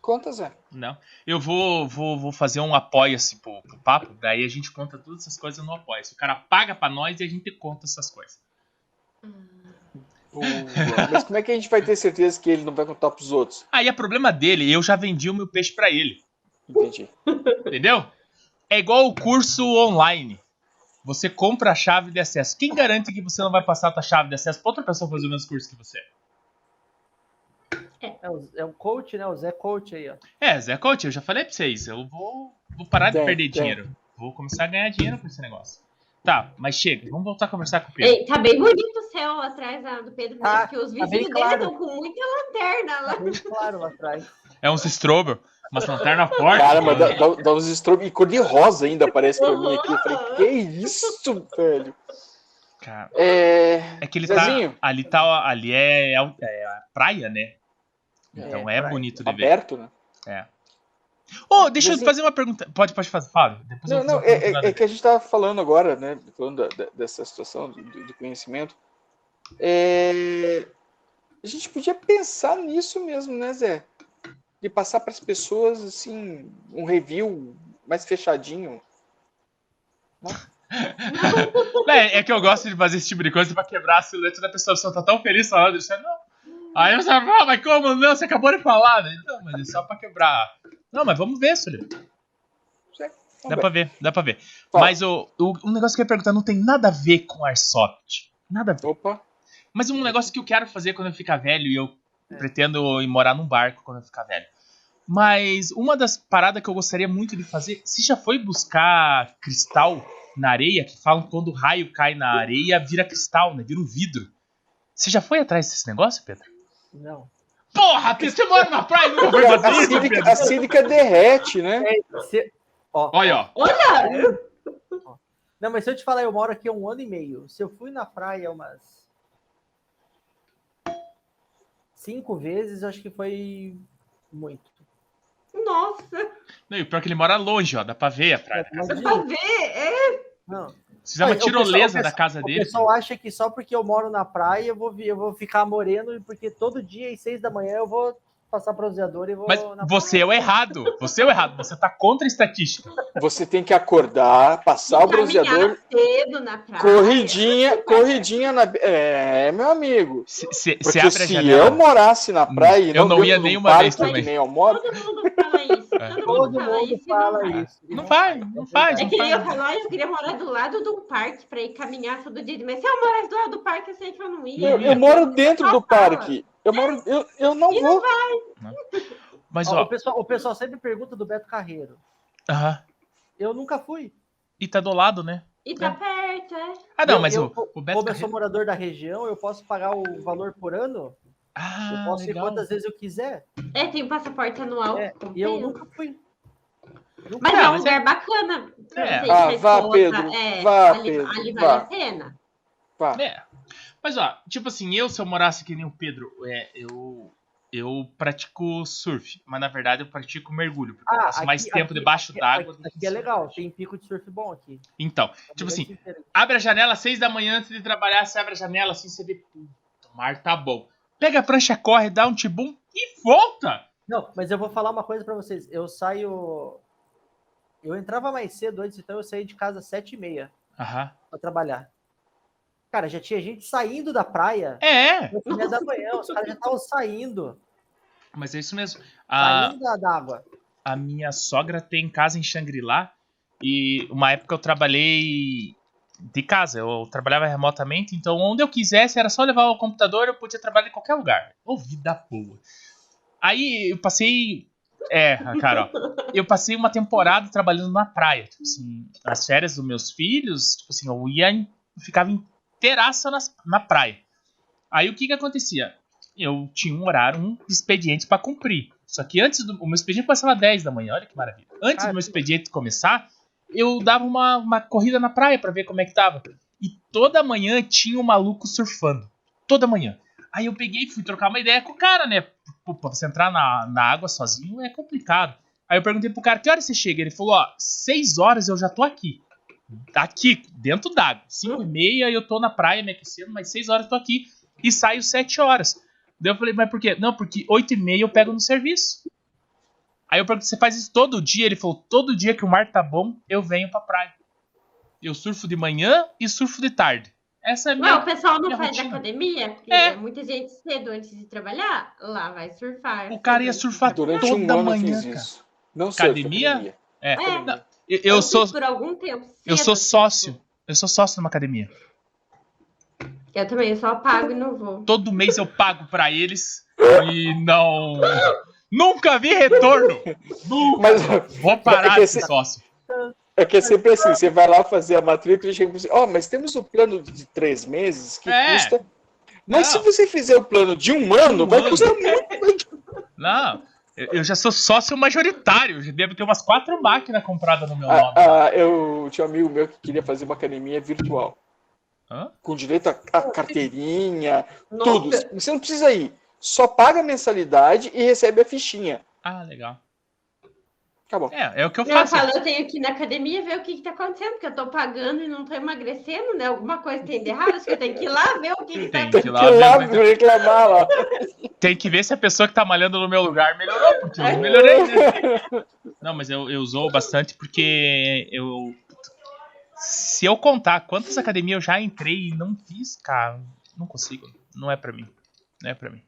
Speaker 3: Quantas é?
Speaker 1: Não. né? Eu vou, vou, vou fazer um apoia-se pro, pro papo, daí a gente conta todas essas coisas no apoia-se. O cara paga pra nós e a gente conta essas coisas.
Speaker 3: Boa. Mas como é que a gente vai ter certeza que ele não vai contar pros outros?
Speaker 1: Aí é problema dele, eu já vendi o meu peixe pra ele,
Speaker 3: Entendi.
Speaker 1: entendeu? É igual o curso online. Você compra a chave de acesso. Quem garante que você não vai passar a tua chave de acesso pra outra pessoa fazer o mesmo curso que você?
Speaker 2: É, o- é um coach, né? O Zé Coach aí, ó.
Speaker 1: É, Zé Coach, eu já falei pra vocês, eu vou, vou parar de
Speaker 3: Tem,
Speaker 1: perder
Speaker 3: tem.
Speaker 1: dinheiro. Vou começar a ganhar dinheiro com esse negócio. Tá, mas chega, vamos voltar a conversar com o Pedro.
Speaker 6: Ei, tá bem bonito o céu atrás da- do Pedro,
Speaker 2: Tá,
Speaker 6: porque os
Speaker 2: tá
Speaker 6: vizinhos
Speaker 2: bem
Speaker 6: dele
Speaker 2: claro.
Speaker 6: estão com muita lanterna lá.
Speaker 2: Tá bem claro lá atrás.
Speaker 1: É uns strobo, umas lanternas fortes.
Speaker 3: Caramba, dá, dá, dá uns estro... E cor de rosa ainda aparece pra mim aqui. Eu falei, que isso, velho?
Speaker 1: Cara,
Speaker 3: É...
Speaker 1: é que ele
Speaker 3: Zezinho.
Speaker 1: tá. Ali tá. Ali é, é a praia, né? Então é,
Speaker 2: praia.
Speaker 3: Tá
Speaker 1: bonito de ver.
Speaker 3: Aberto, né?
Speaker 1: Oh, deixa
Speaker 3: Assim-
Speaker 1: eu fazer uma pergunta. Pode, pode fazer, Fábio. Depois eu
Speaker 3: Não,
Speaker 1: vou
Speaker 3: não,
Speaker 1: fazer
Speaker 3: é,
Speaker 1: uma pergunta
Speaker 3: é- é que a gente estava falando agora, né? Falando da- da- dessa situação do, do conhecimento. É, a gente podia pensar nisso mesmo, né, Zé? De passar para as pessoas, assim, um review mais fechadinho.
Speaker 1: É, é que eu gosto de fazer esse tipo de coisa pra quebrar a silhueta da pessoa. A pessoa tá tão feliz falando, eu disse, não. Aí você fala, ah, mas como? Não, você acabou de falar. né? Não, mas é só pra quebrar. Não, mas vamos ver, Sulio.
Speaker 3: Então,
Speaker 1: Dá
Speaker 3: bem,
Speaker 1: pra ver, dá pra ver.
Speaker 3: Fala.
Speaker 1: Mas o, o, um negócio que eu ia perguntar não tem nada a ver com Airsoft. Nada a ver.
Speaker 3: Opa,
Speaker 1: Mas um negócio que eu quero fazer quando eu ficar velho e eu
Speaker 2: É.
Speaker 1: pretendo ir morar num barco quando eu ficar velho. Mas uma das paradas que eu gostaria muito de fazer, você já foi buscar cristal na areia? Que falam que quando o raio cai na areia, vira cristal, né? Vira um vidro. Você já foi atrás desse negócio, Pedro?
Speaker 2: Não.
Speaker 1: Porra, Pedro, você mora na praia e nunca foi
Speaker 3: a,
Speaker 1: fazer
Speaker 3: a
Speaker 1: isso,
Speaker 3: sílica, a
Speaker 1: assim, Pedro?
Speaker 3: sílica derrete, né?
Speaker 2: Se- ó,
Speaker 1: Olha, ó.
Speaker 2: Não, mas se eu te falar, eu moro aqui há um ano e meio. Se eu fui na praia umas cinco vezes, eu acho que foi muito.
Speaker 6: Nossa,
Speaker 1: Não, e o pior é que ele mora longe, ó. Dá pra ver a praia.
Speaker 6: pra ver, é,
Speaker 2: Não.
Speaker 1: Se fizer uma
Speaker 2: Olha, o pessoal-
Speaker 1: tirolesa
Speaker 2: o
Speaker 1: da
Speaker 2: pessoal-
Speaker 1: casa
Speaker 2: O
Speaker 1: Tá dele.
Speaker 2: pessoal acha que só porque eu moro na praia eu vou, vi- eu vou ficar moreno e porque todo dia às seis da manhã eu vou passar bronzeador e vou.
Speaker 1: Mas
Speaker 2: na
Speaker 1: você é o errado. Você é o errado. Você tá contra a estatística.
Speaker 3: Você tem que acordar, passar o bronzeador,
Speaker 6: caminhar cedo na praia.
Speaker 3: corridinha, corridinha na. É, meu amigo.
Speaker 1: Se, se, se
Speaker 3: Porque
Speaker 1: abre a
Speaker 3: se
Speaker 1: janela.
Speaker 3: eu morasse na praia e
Speaker 1: Eu não
Speaker 3: vivo
Speaker 1: ia
Speaker 3: num
Speaker 1: nenhuma
Speaker 3: parque
Speaker 1: vez também.
Speaker 3: que Nem eu moro,
Speaker 6: Todo mundo fala isso,
Speaker 1: É.
Speaker 6: todo,
Speaker 2: Todo
Speaker 6: mundo fala
Speaker 2: mundo
Speaker 6: isso. e
Speaker 1: Não
Speaker 2: fala isso.
Speaker 6: não faz.
Speaker 1: vai, não faz.
Speaker 6: É
Speaker 1: não
Speaker 6: que nem eu
Speaker 1: faz.
Speaker 6: falar, eu queria morar do lado de um parque pra ir caminhar todo dia. Mas se eu morasse do lado do parque, eu sei que eu não ia.
Speaker 3: eu, eu moro dentro do parque. Eu moro, eu, eu não
Speaker 6: E
Speaker 3: vou.
Speaker 1: Mas
Speaker 2: Ó, o,
Speaker 1: ó,
Speaker 2: pessoal, o pessoal sempre pergunta do Beto Carreiro.
Speaker 1: aham.
Speaker 2: Eu nunca fui.
Speaker 1: e tá do lado, né?
Speaker 6: E tá perto, é.
Speaker 1: Ah, não,
Speaker 2: Eu-
Speaker 1: mas
Speaker 2: eu-
Speaker 1: o, o Beto tá
Speaker 2: Como eu sou
Speaker 1: Carreiro...
Speaker 2: morador da região, eu posso pagar o valor por ano, eu
Speaker 1: Ah,
Speaker 2: posso ir
Speaker 1: legal.
Speaker 2: quantas vezes eu quiser.
Speaker 6: É, tem um passaporte anual.
Speaker 2: É,
Speaker 6: compensa.
Speaker 2: e eu nunca fui.
Speaker 6: Mas
Speaker 1: Não,
Speaker 6: é um
Speaker 1: mas
Speaker 6: lugar bacana. pra
Speaker 1: É.
Speaker 6: você ir
Speaker 3: Ah,
Speaker 6: com a
Speaker 3: vá,
Speaker 6: esposa.
Speaker 3: Pedro,
Speaker 6: É,
Speaker 3: vá,
Speaker 6: ali,
Speaker 3: Pedro,
Speaker 6: ali
Speaker 3: vá.
Speaker 6: vale a pena.
Speaker 3: Pá.
Speaker 2: Tá.
Speaker 1: É. Mas ó, tipo assim, eu se eu morasse que nem o Pedro, é, eu eu pratico surf, mas na verdade eu pratico mergulho, porque eu
Speaker 2: Ah,
Speaker 1: passo mais
Speaker 2: aqui-
Speaker 1: tempo
Speaker 2: aqui-
Speaker 1: debaixo d'água. do
Speaker 2: Aqui,
Speaker 1: que
Speaker 2: aqui é
Speaker 1: em cima.
Speaker 2: legal, tem pico de surf bom aqui.
Speaker 1: Então, Tipo assim, abre a janela às seis da manhã antes de trabalhar, você abre a janela assim, você vê, puta, o mar tá bom. Pega a prancha, corre, dá um tibum e volta.
Speaker 2: Não, mas eu vou falar uma coisa pra vocês. Eu saio. Eu entrava mais cedo antes, então eu saí de casa às 7h30
Speaker 1: Aham.
Speaker 2: pra trabalhar. Cara, já tinha gente saindo da praia.
Speaker 1: É,
Speaker 2: No final da manhã, os caras já estavam saindo.
Speaker 1: mas é isso mesmo. A,
Speaker 2: Saindo da d'água.
Speaker 1: a minha sogra tem casa em Xangri-Lá e uma época eu trabalhei de casa, eu trabalhava remotamente, então onde eu quisesse era só levar o computador, eu podia trabalhar em qualquer lugar. Ô, vida boa. Aí eu passei. É, cara, ó, eu passei uma temporada trabalhando na praia. Tipo assim, as férias dos meus filhos, tipo assim, eu ia em- ficava inteiraça na, na praia. Aí o que que acontecia? Eu tinha um horário, um expediente pra cumprir. Só que antes do. O meu expediente começava às 10 da manhã, olha que maravilha. Antes do meu expediente começar, eu dava uma, uma corrida na praia pra ver como é que tava. E toda manhã tinha um maluco surfando. Toda manhã. Aí eu peguei e fui trocar uma ideia com o cara, né? Pô, pra você entrar na, na água sozinho é complicado. Aí eu perguntei pro cara, que hora você chega? Ele falou, ó, 6 horas eu já tô aqui. Aqui, dentro d'água. 5 e meia eu tô na praia me aquecendo, mas 6 horas eu tô aqui. E saio 7 horas. Daí eu falei, mas por quê? Não, porque 8 e meia eu pego no serviço. Aí eu perguntei, você faz isso todo dia? Ele falou, todo dia que o mar tá bom, eu venho pra praia. Eu surfo de manhã e surfo de tarde. Essa é a minha...
Speaker 6: Mas o pessoal não
Speaker 1: minha
Speaker 6: faz
Speaker 1: rotina.
Speaker 6: academia, porque
Speaker 1: É.
Speaker 6: é muita gente cedo antes de trabalhar, lá vai surfar. assim.
Speaker 1: O cara ia
Speaker 6: Cedo.
Speaker 1: surfar
Speaker 3: Durante
Speaker 1: toda
Speaker 3: um ano
Speaker 1: manhã,
Speaker 3: eu fiz
Speaker 1: cara.
Speaker 3: isso. Não sei.
Speaker 1: Academia? É,
Speaker 6: É.
Speaker 1: não, eu, eu
Speaker 6: fiz
Speaker 1: sou,
Speaker 6: Por algum tempo.
Speaker 1: eu
Speaker 6: cedo,
Speaker 1: sou
Speaker 6: tipo,
Speaker 1: sócio. Eu sou sócio de uma academia.
Speaker 6: Eu também, eu só pago e não vou.
Speaker 1: Todo mês eu pago pra eles e não. Nunca vi retorno! Nunca!
Speaker 3: Mas
Speaker 1: Vou parar de ser sócio.
Speaker 3: é que é sempre assim, você vai lá fazer a matrícula e chega e você, ó, mas temos o plano de três meses que
Speaker 1: É.
Speaker 3: custa. Mas
Speaker 1: Não.
Speaker 3: se você fizer o plano de um ano,
Speaker 1: Um
Speaker 3: vai
Speaker 1: ano.
Speaker 3: custar muito.
Speaker 1: Não, eu, eu já sou sócio majoritário. Já devo ter umas quatro máquinas compradas no meu nome.
Speaker 3: Ah, ah, eu tinha um amigo meu que queria fazer uma academia virtual.
Speaker 1: Hã?
Speaker 3: Com direito a- a carteirinha,
Speaker 6: Nossa,
Speaker 3: tudo. Você não precisa ir. Só paga a mensalidade e recebe a fichinha.
Speaker 1: Ah, legal.
Speaker 3: Acabou.
Speaker 1: É, é o que eu
Speaker 6: Não, eu
Speaker 1: faço.
Speaker 6: falo, eu tenho que ir na academia ver o que está acontecendo, porque eu estou pagando e não estou emagrecendo, né? Alguma coisa tem de errado, acho que eu tenho que ir lá ver o que tá está
Speaker 1: Tem
Speaker 6: acontecendo.
Speaker 1: que ir É, lá né?
Speaker 3: Que lá
Speaker 1: ver,
Speaker 3: reclamar lá.
Speaker 1: tem que ver se a pessoa que tá malhando no meu lugar melhorou, porque eu melhorei. né? Não, mas eu, eu zoo bastante porque eu. Se eu contar quantas academias eu já entrei e não fiz, cara, não consigo. Não é pra mim. Não é pra mim.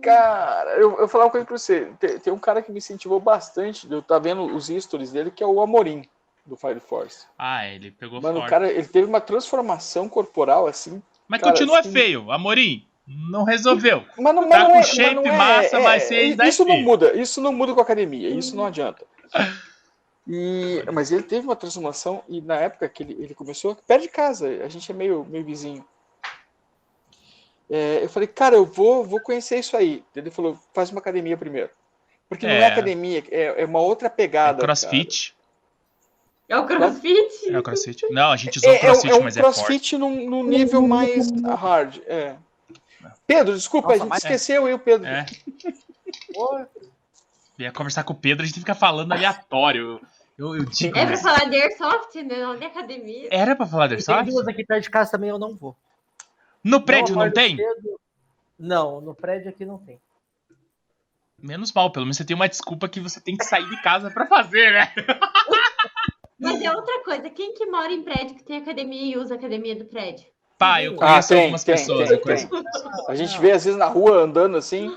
Speaker 3: Cara, eu, eu vou falar uma coisa pra você. Tem, tem um cara que me incentivou bastante, eu tá vendo os stories dele, que é o Amorim, do Fire Force.
Speaker 1: Ah, ele pegou
Speaker 3: Mano, o
Speaker 1: forte.
Speaker 3: cara, ele teve uma transformação corporal, assim.
Speaker 1: mas
Speaker 3: cara,
Speaker 1: continua
Speaker 3: assim-
Speaker 1: feio, Amorim. Não resolveu.
Speaker 3: Mas
Speaker 1: Tá
Speaker 3: não, mas não
Speaker 1: com
Speaker 3: é,
Speaker 1: shape,
Speaker 3: mas não é-
Speaker 1: massa,
Speaker 3: é,
Speaker 1: mas você ainda é
Speaker 3: Isso não
Speaker 1: feio.
Speaker 3: muda, isso não muda com a academia, isso não adianta. E, mas ele teve uma transformação e na época que ele, ele começou, perto de casa, a gente é meio, meio vizinho. É, eu falei, cara, eu vou, vou conhecer isso aí. Ele falou, faz uma academia primeiro. Porque não é
Speaker 1: É.
Speaker 3: academia, é, é uma outra
Speaker 1: É
Speaker 3: pegada.
Speaker 1: crossfit.
Speaker 6: É o crossfit?
Speaker 1: É o crossfit. Não, a gente usou
Speaker 3: cara. É, é, um-
Speaker 1: crossfit,
Speaker 3: é um
Speaker 1: mas é forte.
Speaker 3: crossfit num, num nível mais hard. é. Pedro, desculpa,
Speaker 2: Nossa,
Speaker 3: a gente
Speaker 2: mas-
Speaker 3: esqueceu aí o Pedro.
Speaker 1: É.
Speaker 2: Pô,
Speaker 1: Eu ia conversar com o Pedro, a gente fica falando aleatório. Eu, eu, eu digo,
Speaker 6: É
Speaker 1: né?
Speaker 6: pra falar de airsoft, né? Não de academia.
Speaker 1: Era pra falar
Speaker 2: e
Speaker 1: desse
Speaker 2: tem duas aqui perto de casa também, eu não vou.
Speaker 1: No prédio não
Speaker 2: acordo
Speaker 1: tem?
Speaker 2: cedo. Não, no prédio aqui não tem.
Speaker 1: Menos mal, pelo menos você tem uma desculpa que você tem que sair de casa pra fazer, né?
Speaker 6: Mas é outra coisa, quem que mora em prédio que tem academia e usa a academia do prédio?
Speaker 1: Pá, eu
Speaker 2: Ah,
Speaker 1: conheço
Speaker 3: tem,
Speaker 1: algumas
Speaker 3: tem,
Speaker 1: pessoas.
Speaker 3: tem,
Speaker 1: eu conheço.
Speaker 3: A gente vê às vezes na rua andando assim.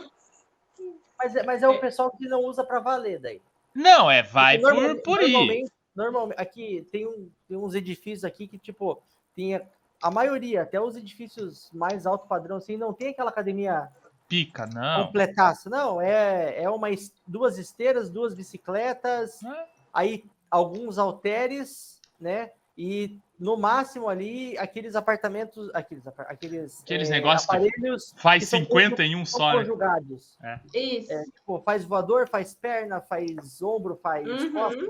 Speaker 2: Mas é, mas é o pessoal que não usa pra valer daí.
Speaker 1: Não, é, vai
Speaker 2: Porque
Speaker 1: por,
Speaker 2: normalmente-
Speaker 1: por ir.
Speaker 2: Normalmente, normalmente- aqui tem, um- tem uns edifícios aqui que, tipo, tem a, a maioria, até os edifícios mais alto padrão, assim, não tem aquela academia
Speaker 1: Pica,
Speaker 2: Então,
Speaker 1: não.
Speaker 2: completaça. Não, é, é uma, es- duas esteiras, duas bicicletas,
Speaker 1: Ah.
Speaker 2: aí alguns halteres, né? E no máximo ali, aqueles apartamentos, aqueles, apa- aqueles,
Speaker 1: Aqueles
Speaker 2: eh,
Speaker 1: negócios que
Speaker 2: aparelhos
Speaker 1: Faz
Speaker 2: que são
Speaker 1: 50 em um
Speaker 2: são
Speaker 1: só. né?
Speaker 2: conjugados.
Speaker 6: Isso.
Speaker 3: É.
Speaker 2: Tipo, faz voador, faz perna, faz ombro, faz
Speaker 6: Uhum.
Speaker 2: costa.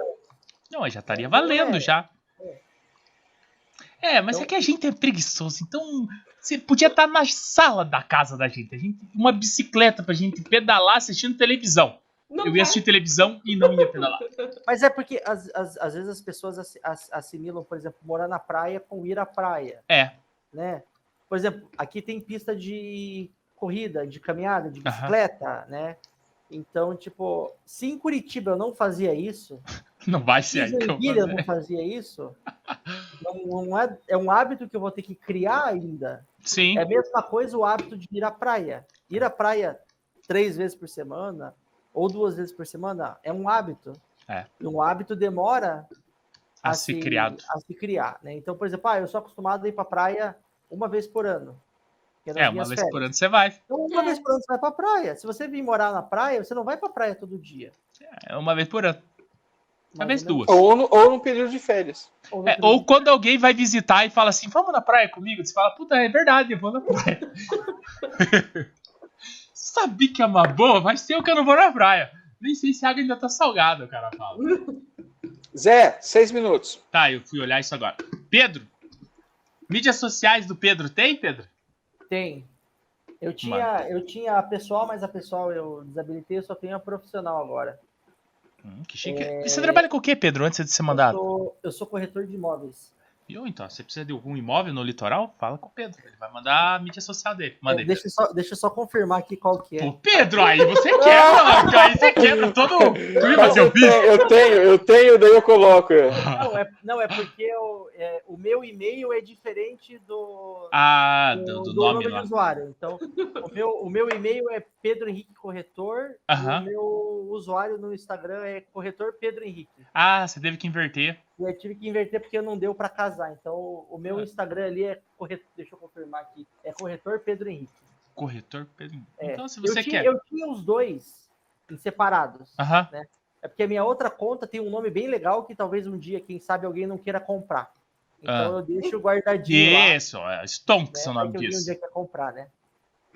Speaker 1: Não, já estaria valendo
Speaker 2: É. Então
Speaker 1: já. É, mas é que a gente é preguiçoso, então você podia estar na sala da casa da gente. A gente uma bicicleta pra gente pedalar assistindo televisão.
Speaker 6: Não
Speaker 1: Eu ia assistir televisão e não ia pedalar.
Speaker 2: Mas é porque às, às, às vezes as pessoas assi- ass- assimilam, por exemplo, morar na praia com ir à praia,
Speaker 1: É,
Speaker 2: né? Por exemplo, aqui tem pista de corrida, de caminhada, de
Speaker 1: Aham.
Speaker 2: bicicleta, né? Então, tipo, se em Curitiba eu não fazia isso,
Speaker 1: não vai
Speaker 2: se
Speaker 1: ser
Speaker 2: em
Speaker 1: aí que eu
Speaker 2: Joinville eu não fazia isso, não, não é, é um hábito que eu vou ter que criar ainda.
Speaker 1: Sim.
Speaker 2: É a mesma coisa o hábito de ir à praia. Ir à praia três vezes por semana ou duas vezes por semana é um hábito.
Speaker 1: É.
Speaker 2: E um hábito demora
Speaker 1: a ser
Speaker 2: assim,
Speaker 1: criado.
Speaker 2: a se criar, né? Então, por exemplo, ah, eu sou acostumado a ir para praia uma vez por ano. que nas
Speaker 1: É, uma
Speaker 2: minhas
Speaker 1: vez
Speaker 2: férias.
Speaker 1: por ano você vai.
Speaker 2: Então, uma
Speaker 6: É.
Speaker 2: vez por ano você vai para praia. Se você vir morar na praia, você não vai para praia todo dia.
Speaker 1: É uma vez por ano. Uma vez
Speaker 2: Imagina-
Speaker 1: duas.
Speaker 3: Ou no, ou num período de férias.
Speaker 2: Ou,
Speaker 1: É, ou quando alguém vai visitar e fala assim, vamos na praia comigo? Você fala, puta, é verdade, eu vou na praia. Sabia que é uma boa, vai ser o que eu não vou na praia. Nem sei se a água ainda tá salgada, o cara fala.
Speaker 3: Zé, seis minutos.
Speaker 1: Tá, eu fui olhar isso agora. Pedro, mídias sociais do Pedro tem, Pedro?
Speaker 2: Tem. Eu tinha, eu tinha a pessoal, mas a pessoal eu desabilitei, eu só tenho a profissional agora.
Speaker 1: Hum, que chique. E você trabalha com o que, Pedro, antes de ser
Speaker 2: É. Eu
Speaker 1: mandado?
Speaker 2: sou, eu sou corretor de imóveis.
Speaker 1: Viu, então? Você precisa de algum imóvel no litoral? Fala com o Pedro. Ele vai mandar a mídia social dele. Manda
Speaker 2: É,
Speaker 1: ele.
Speaker 2: deixa, eu só, deixa eu só confirmar aqui qual que é.
Speaker 1: Pô, Pedro, aí você quebra, mano. Aí você quebra todo o clima,
Speaker 3: Mas
Speaker 1: seu
Speaker 3: eu,
Speaker 1: bicho.
Speaker 3: tenho, eu tenho, eu tenho, daí eu coloco.
Speaker 2: Não, é, não, é porque eu- é, o meu e-mail é diferente do,
Speaker 1: Ah,
Speaker 2: do,
Speaker 1: do, do
Speaker 2: do
Speaker 1: nome
Speaker 2: de
Speaker 1: lá.
Speaker 2: usuário. Então, o meu, o meu e-mail é Pedro Henrique Corretor. e
Speaker 1: Aham.
Speaker 2: O meu usuário no Instagram é Corretor Pedro Henrique.
Speaker 1: Ah, você teve que inverter.
Speaker 2: E eu tive que inverter porque não deu para casar. Então, o meu
Speaker 1: Ah.
Speaker 2: Instagram ali é corretor. Deixa eu confirmar aqui. É Corretor Pedro Henrique.
Speaker 1: Corretor Pedro.
Speaker 2: É,
Speaker 1: Então, se
Speaker 2: Eu,
Speaker 1: você
Speaker 2: tinha,
Speaker 1: quer.
Speaker 2: eu tinha os dois em separados.
Speaker 1: Aham.
Speaker 2: É porque a minha outra conta tem um nome bem legal que talvez um dia, quem sabe, alguém não queira comprar. Então eu deixo guardadinho lá.
Speaker 1: Isso, Ah. é Stonks é o
Speaker 2: né? Vai
Speaker 1: nome
Speaker 2: que alguém um
Speaker 1: disso.
Speaker 2: dia quer comprar, né?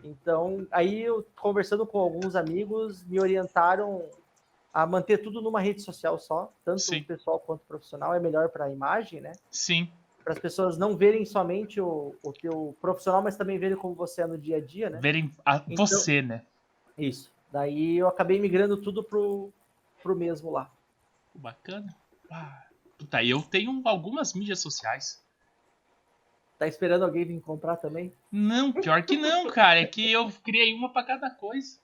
Speaker 2: Então, aí eu conversando com alguns amigos, me orientaram a manter tudo numa rede social só, tanto
Speaker 1: Sim.
Speaker 2: o pessoal quanto o profissional, é melhor para a imagem, né?
Speaker 1: Sim.
Speaker 2: Para as pessoas não verem somente o, o teu profissional, mas também verem como você é no dia a dia, né?
Speaker 1: Verem a-
Speaker 2: Então-
Speaker 1: ah, você, né?
Speaker 2: Isso. Daí eu acabei migrando tudo pro, pro mesmo lá.
Speaker 1: Pô, bacana. Ah, puta, eu tenho algumas mídias sociais.
Speaker 2: Tá esperando alguém vir comprar também?
Speaker 1: Não, pior que não, cara. É que eu criei uma pra cada coisa.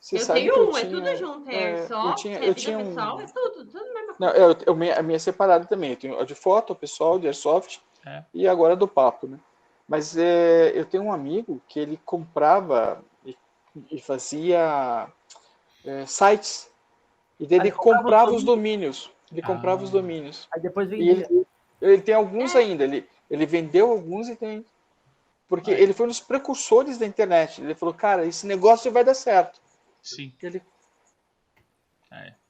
Speaker 3: Você
Speaker 6: Eu
Speaker 3: sabe
Speaker 6: tenho
Speaker 3: que eu
Speaker 6: um, é
Speaker 3: tinha-
Speaker 6: tudo junto, é,
Speaker 3: é,
Speaker 6: só,
Speaker 3: eu tinha-
Speaker 6: é
Speaker 3: eu
Speaker 6: vida
Speaker 3: tinha um-
Speaker 6: pessoal, é tudo, tudo mesmo.
Speaker 3: Não, eu, eu, minha- a minha é separada também. Eu tenho a de foto, a pessoal, de airsoft
Speaker 1: É.
Speaker 3: e agora a do papo, né? Mas é, eu tenho um amigo que ele comprava e, e fazia é, sites. E daí
Speaker 2: Ah,
Speaker 3: ele
Speaker 2: ele comprava
Speaker 3: comprava,
Speaker 2: os
Speaker 3: os domínios. Ele comprava
Speaker 1: Ah.
Speaker 3: os domínios.
Speaker 2: Aí depois vem.
Speaker 3: E ele, É. ele tem alguns ainda. Ele, ele vendeu alguns e tem. Porque
Speaker 1: Ah, é.
Speaker 3: ele foi um dos precursores da internet. Ele falou, cara, esse negócio vai dar certo.
Speaker 1: Sim, É,
Speaker 3: Ele,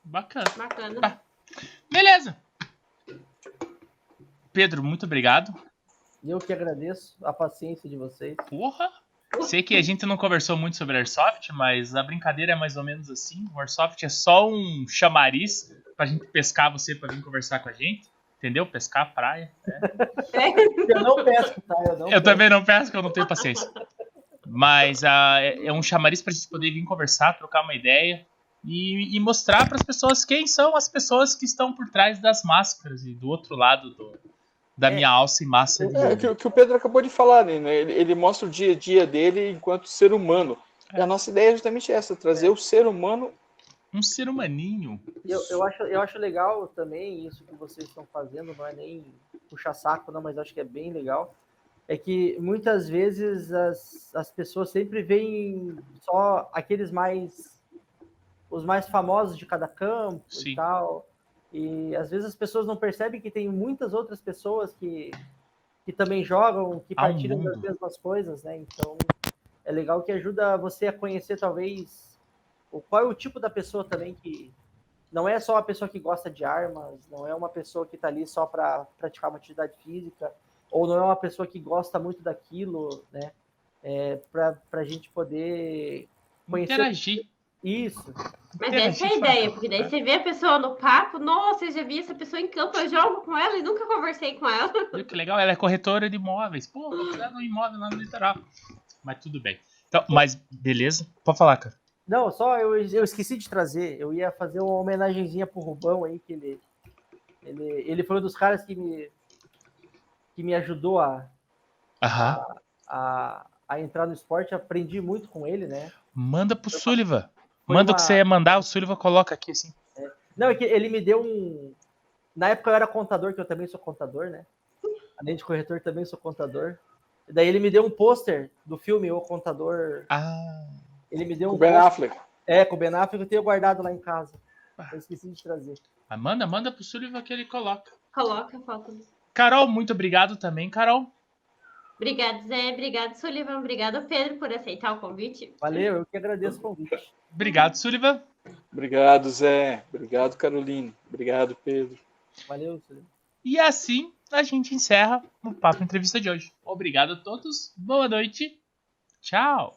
Speaker 1: bacana.
Speaker 6: Bacana. É.
Speaker 1: Beleza. Pedro, muito obrigado.
Speaker 2: Eu que agradeço a paciência de vocês.
Speaker 1: Porra! Sei que a gente não conversou muito sobre Airsoft, mas a brincadeira é mais ou menos assim. O Airsoft é só um chamariz pra gente pescar você pra vir conversar com a gente. Entendeu? Pescar praia.
Speaker 2: Eu não peço, tá? Eu, não
Speaker 1: Eu
Speaker 2: peço.
Speaker 1: também não pesco, eu não tenho paciência. Mas ah, é é um chamariz pra gente poder vir conversar, trocar uma ideia e, e mostrar pras pessoas quem são as pessoas que estão por trás das máscaras e do outro lado do- da
Speaker 2: É.
Speaker 1: minha alça e massa. de-
Speaker 3: É, o que, o que o Pedro acabou de falar, né? Ele, ele mostra o dia a dia dele enquanto ser humano. E a nossa ideia é justamente essa, trazer o ser humano.
Speaker 1: Um ser humaninho.
Speaker 2: Eu, eu acho, eu acho legal também isso que vocês estão fazendo, não é nem puxar saco, não, mas eu acho que é bem legal. É que muitas vezes as, as pessoas sempre veem só aqueles mais. os mais famosos de cada campo
Speaker 1: Sim.
Speaker 2: e tal. E às vezes as pessoas não percebem que tem muitas outras pessoas que, que também jogam, que
Speaker 1: Há um
Speaker 2: partilham das
Speaker 1: mundo.
Speaker 2: mesmas coisas, né? Então é legal que ajuda você a conhecer talvez o, qual é o tipo da pessoa também que não é só a pessoa que gosta de armas, não é uma pessoa que tá ali só para praticar uma atividade física, ou não é uma pessoa que gosta muito daquilo, né? É, para a gente poder conhecer
Speaker 1: Interagir.
Speaker 2: isso.
Speaker 6: Mas
Speaker 1: Pena,
Speaker 6: essa é a
Speaker 1: gente,
Speaker 6: ideia,
Speaker 1: fala.
Speaker 6: porque daí você vê a pessoa no papo, nossa, eu já vi essa pessoa em campo, eu jogo com ela e nunca conversei com ela.
Speaker 1: Olha que legal, ela é corretora de imóveis. Pô, vou cuidar do imóvel lá no litoral. Mas tudo bem. Então, mas beleza? Pode falar, cara.
Speaker 2: Não, só eu, eu esqueci de trazer, eu ia fazer uma homenagenzinha pro Rubão aí, que ele, ele, ele foi um dos caras que me, que me ajudou a,
Speaker 1: Aham.
Speaker 2: a, a entrar no esporte, aprendi muito com ele, né?
Speaker 1: Manda pro Sullivan.
Speaker 2: Foi
Speaker 1: Manda o que
Speaker 2: uma-
Speaker 1: você ia mandar, o Sullivan coloca aqui assim.
Speaker 2: Não, é que ele me deu um. Na época eu era contador, que eu também sou contador, né? Além de corretor, também sou contador. E daí ele me deu um pôster do filme O Contador.
Speaker 1: Ah,
Speaker 2: Ele me deu
Speaker 3: O
Speaker 2: um.
Speaker 3: Ben
Speaker 2: pôster-
Speaker 3: Affleck.
Speaker 2: É, com o Ben Affleck, eu tenho guardado lá em casa. Eu esqueci de trazer.
Speaker 1: Ah, manda, manda pro Sullivan que ele coloca.
Speaker 6: Coloca a foto.
Speaker 1: Carol, muito obrigado também, Carol.
Speaker 6: Obrigado, Zé. Obrigado, Sullivan. Obrigado, Pedro, por aceitar o convite.
Speaker 2: Valeu, eu que agradeço o convite.
Speaker 1: Obrigado, Sullivan.
Speaker 3: Obrigado, Zé. Obrigado, Carolina. Obrigado, Pedro.
Speaker 2: Valeu, Silvio.
Speaker 1: E assim a gente encerra o Papo Entrevista de hoje. Obrigado a todos, boa noite. Tchau.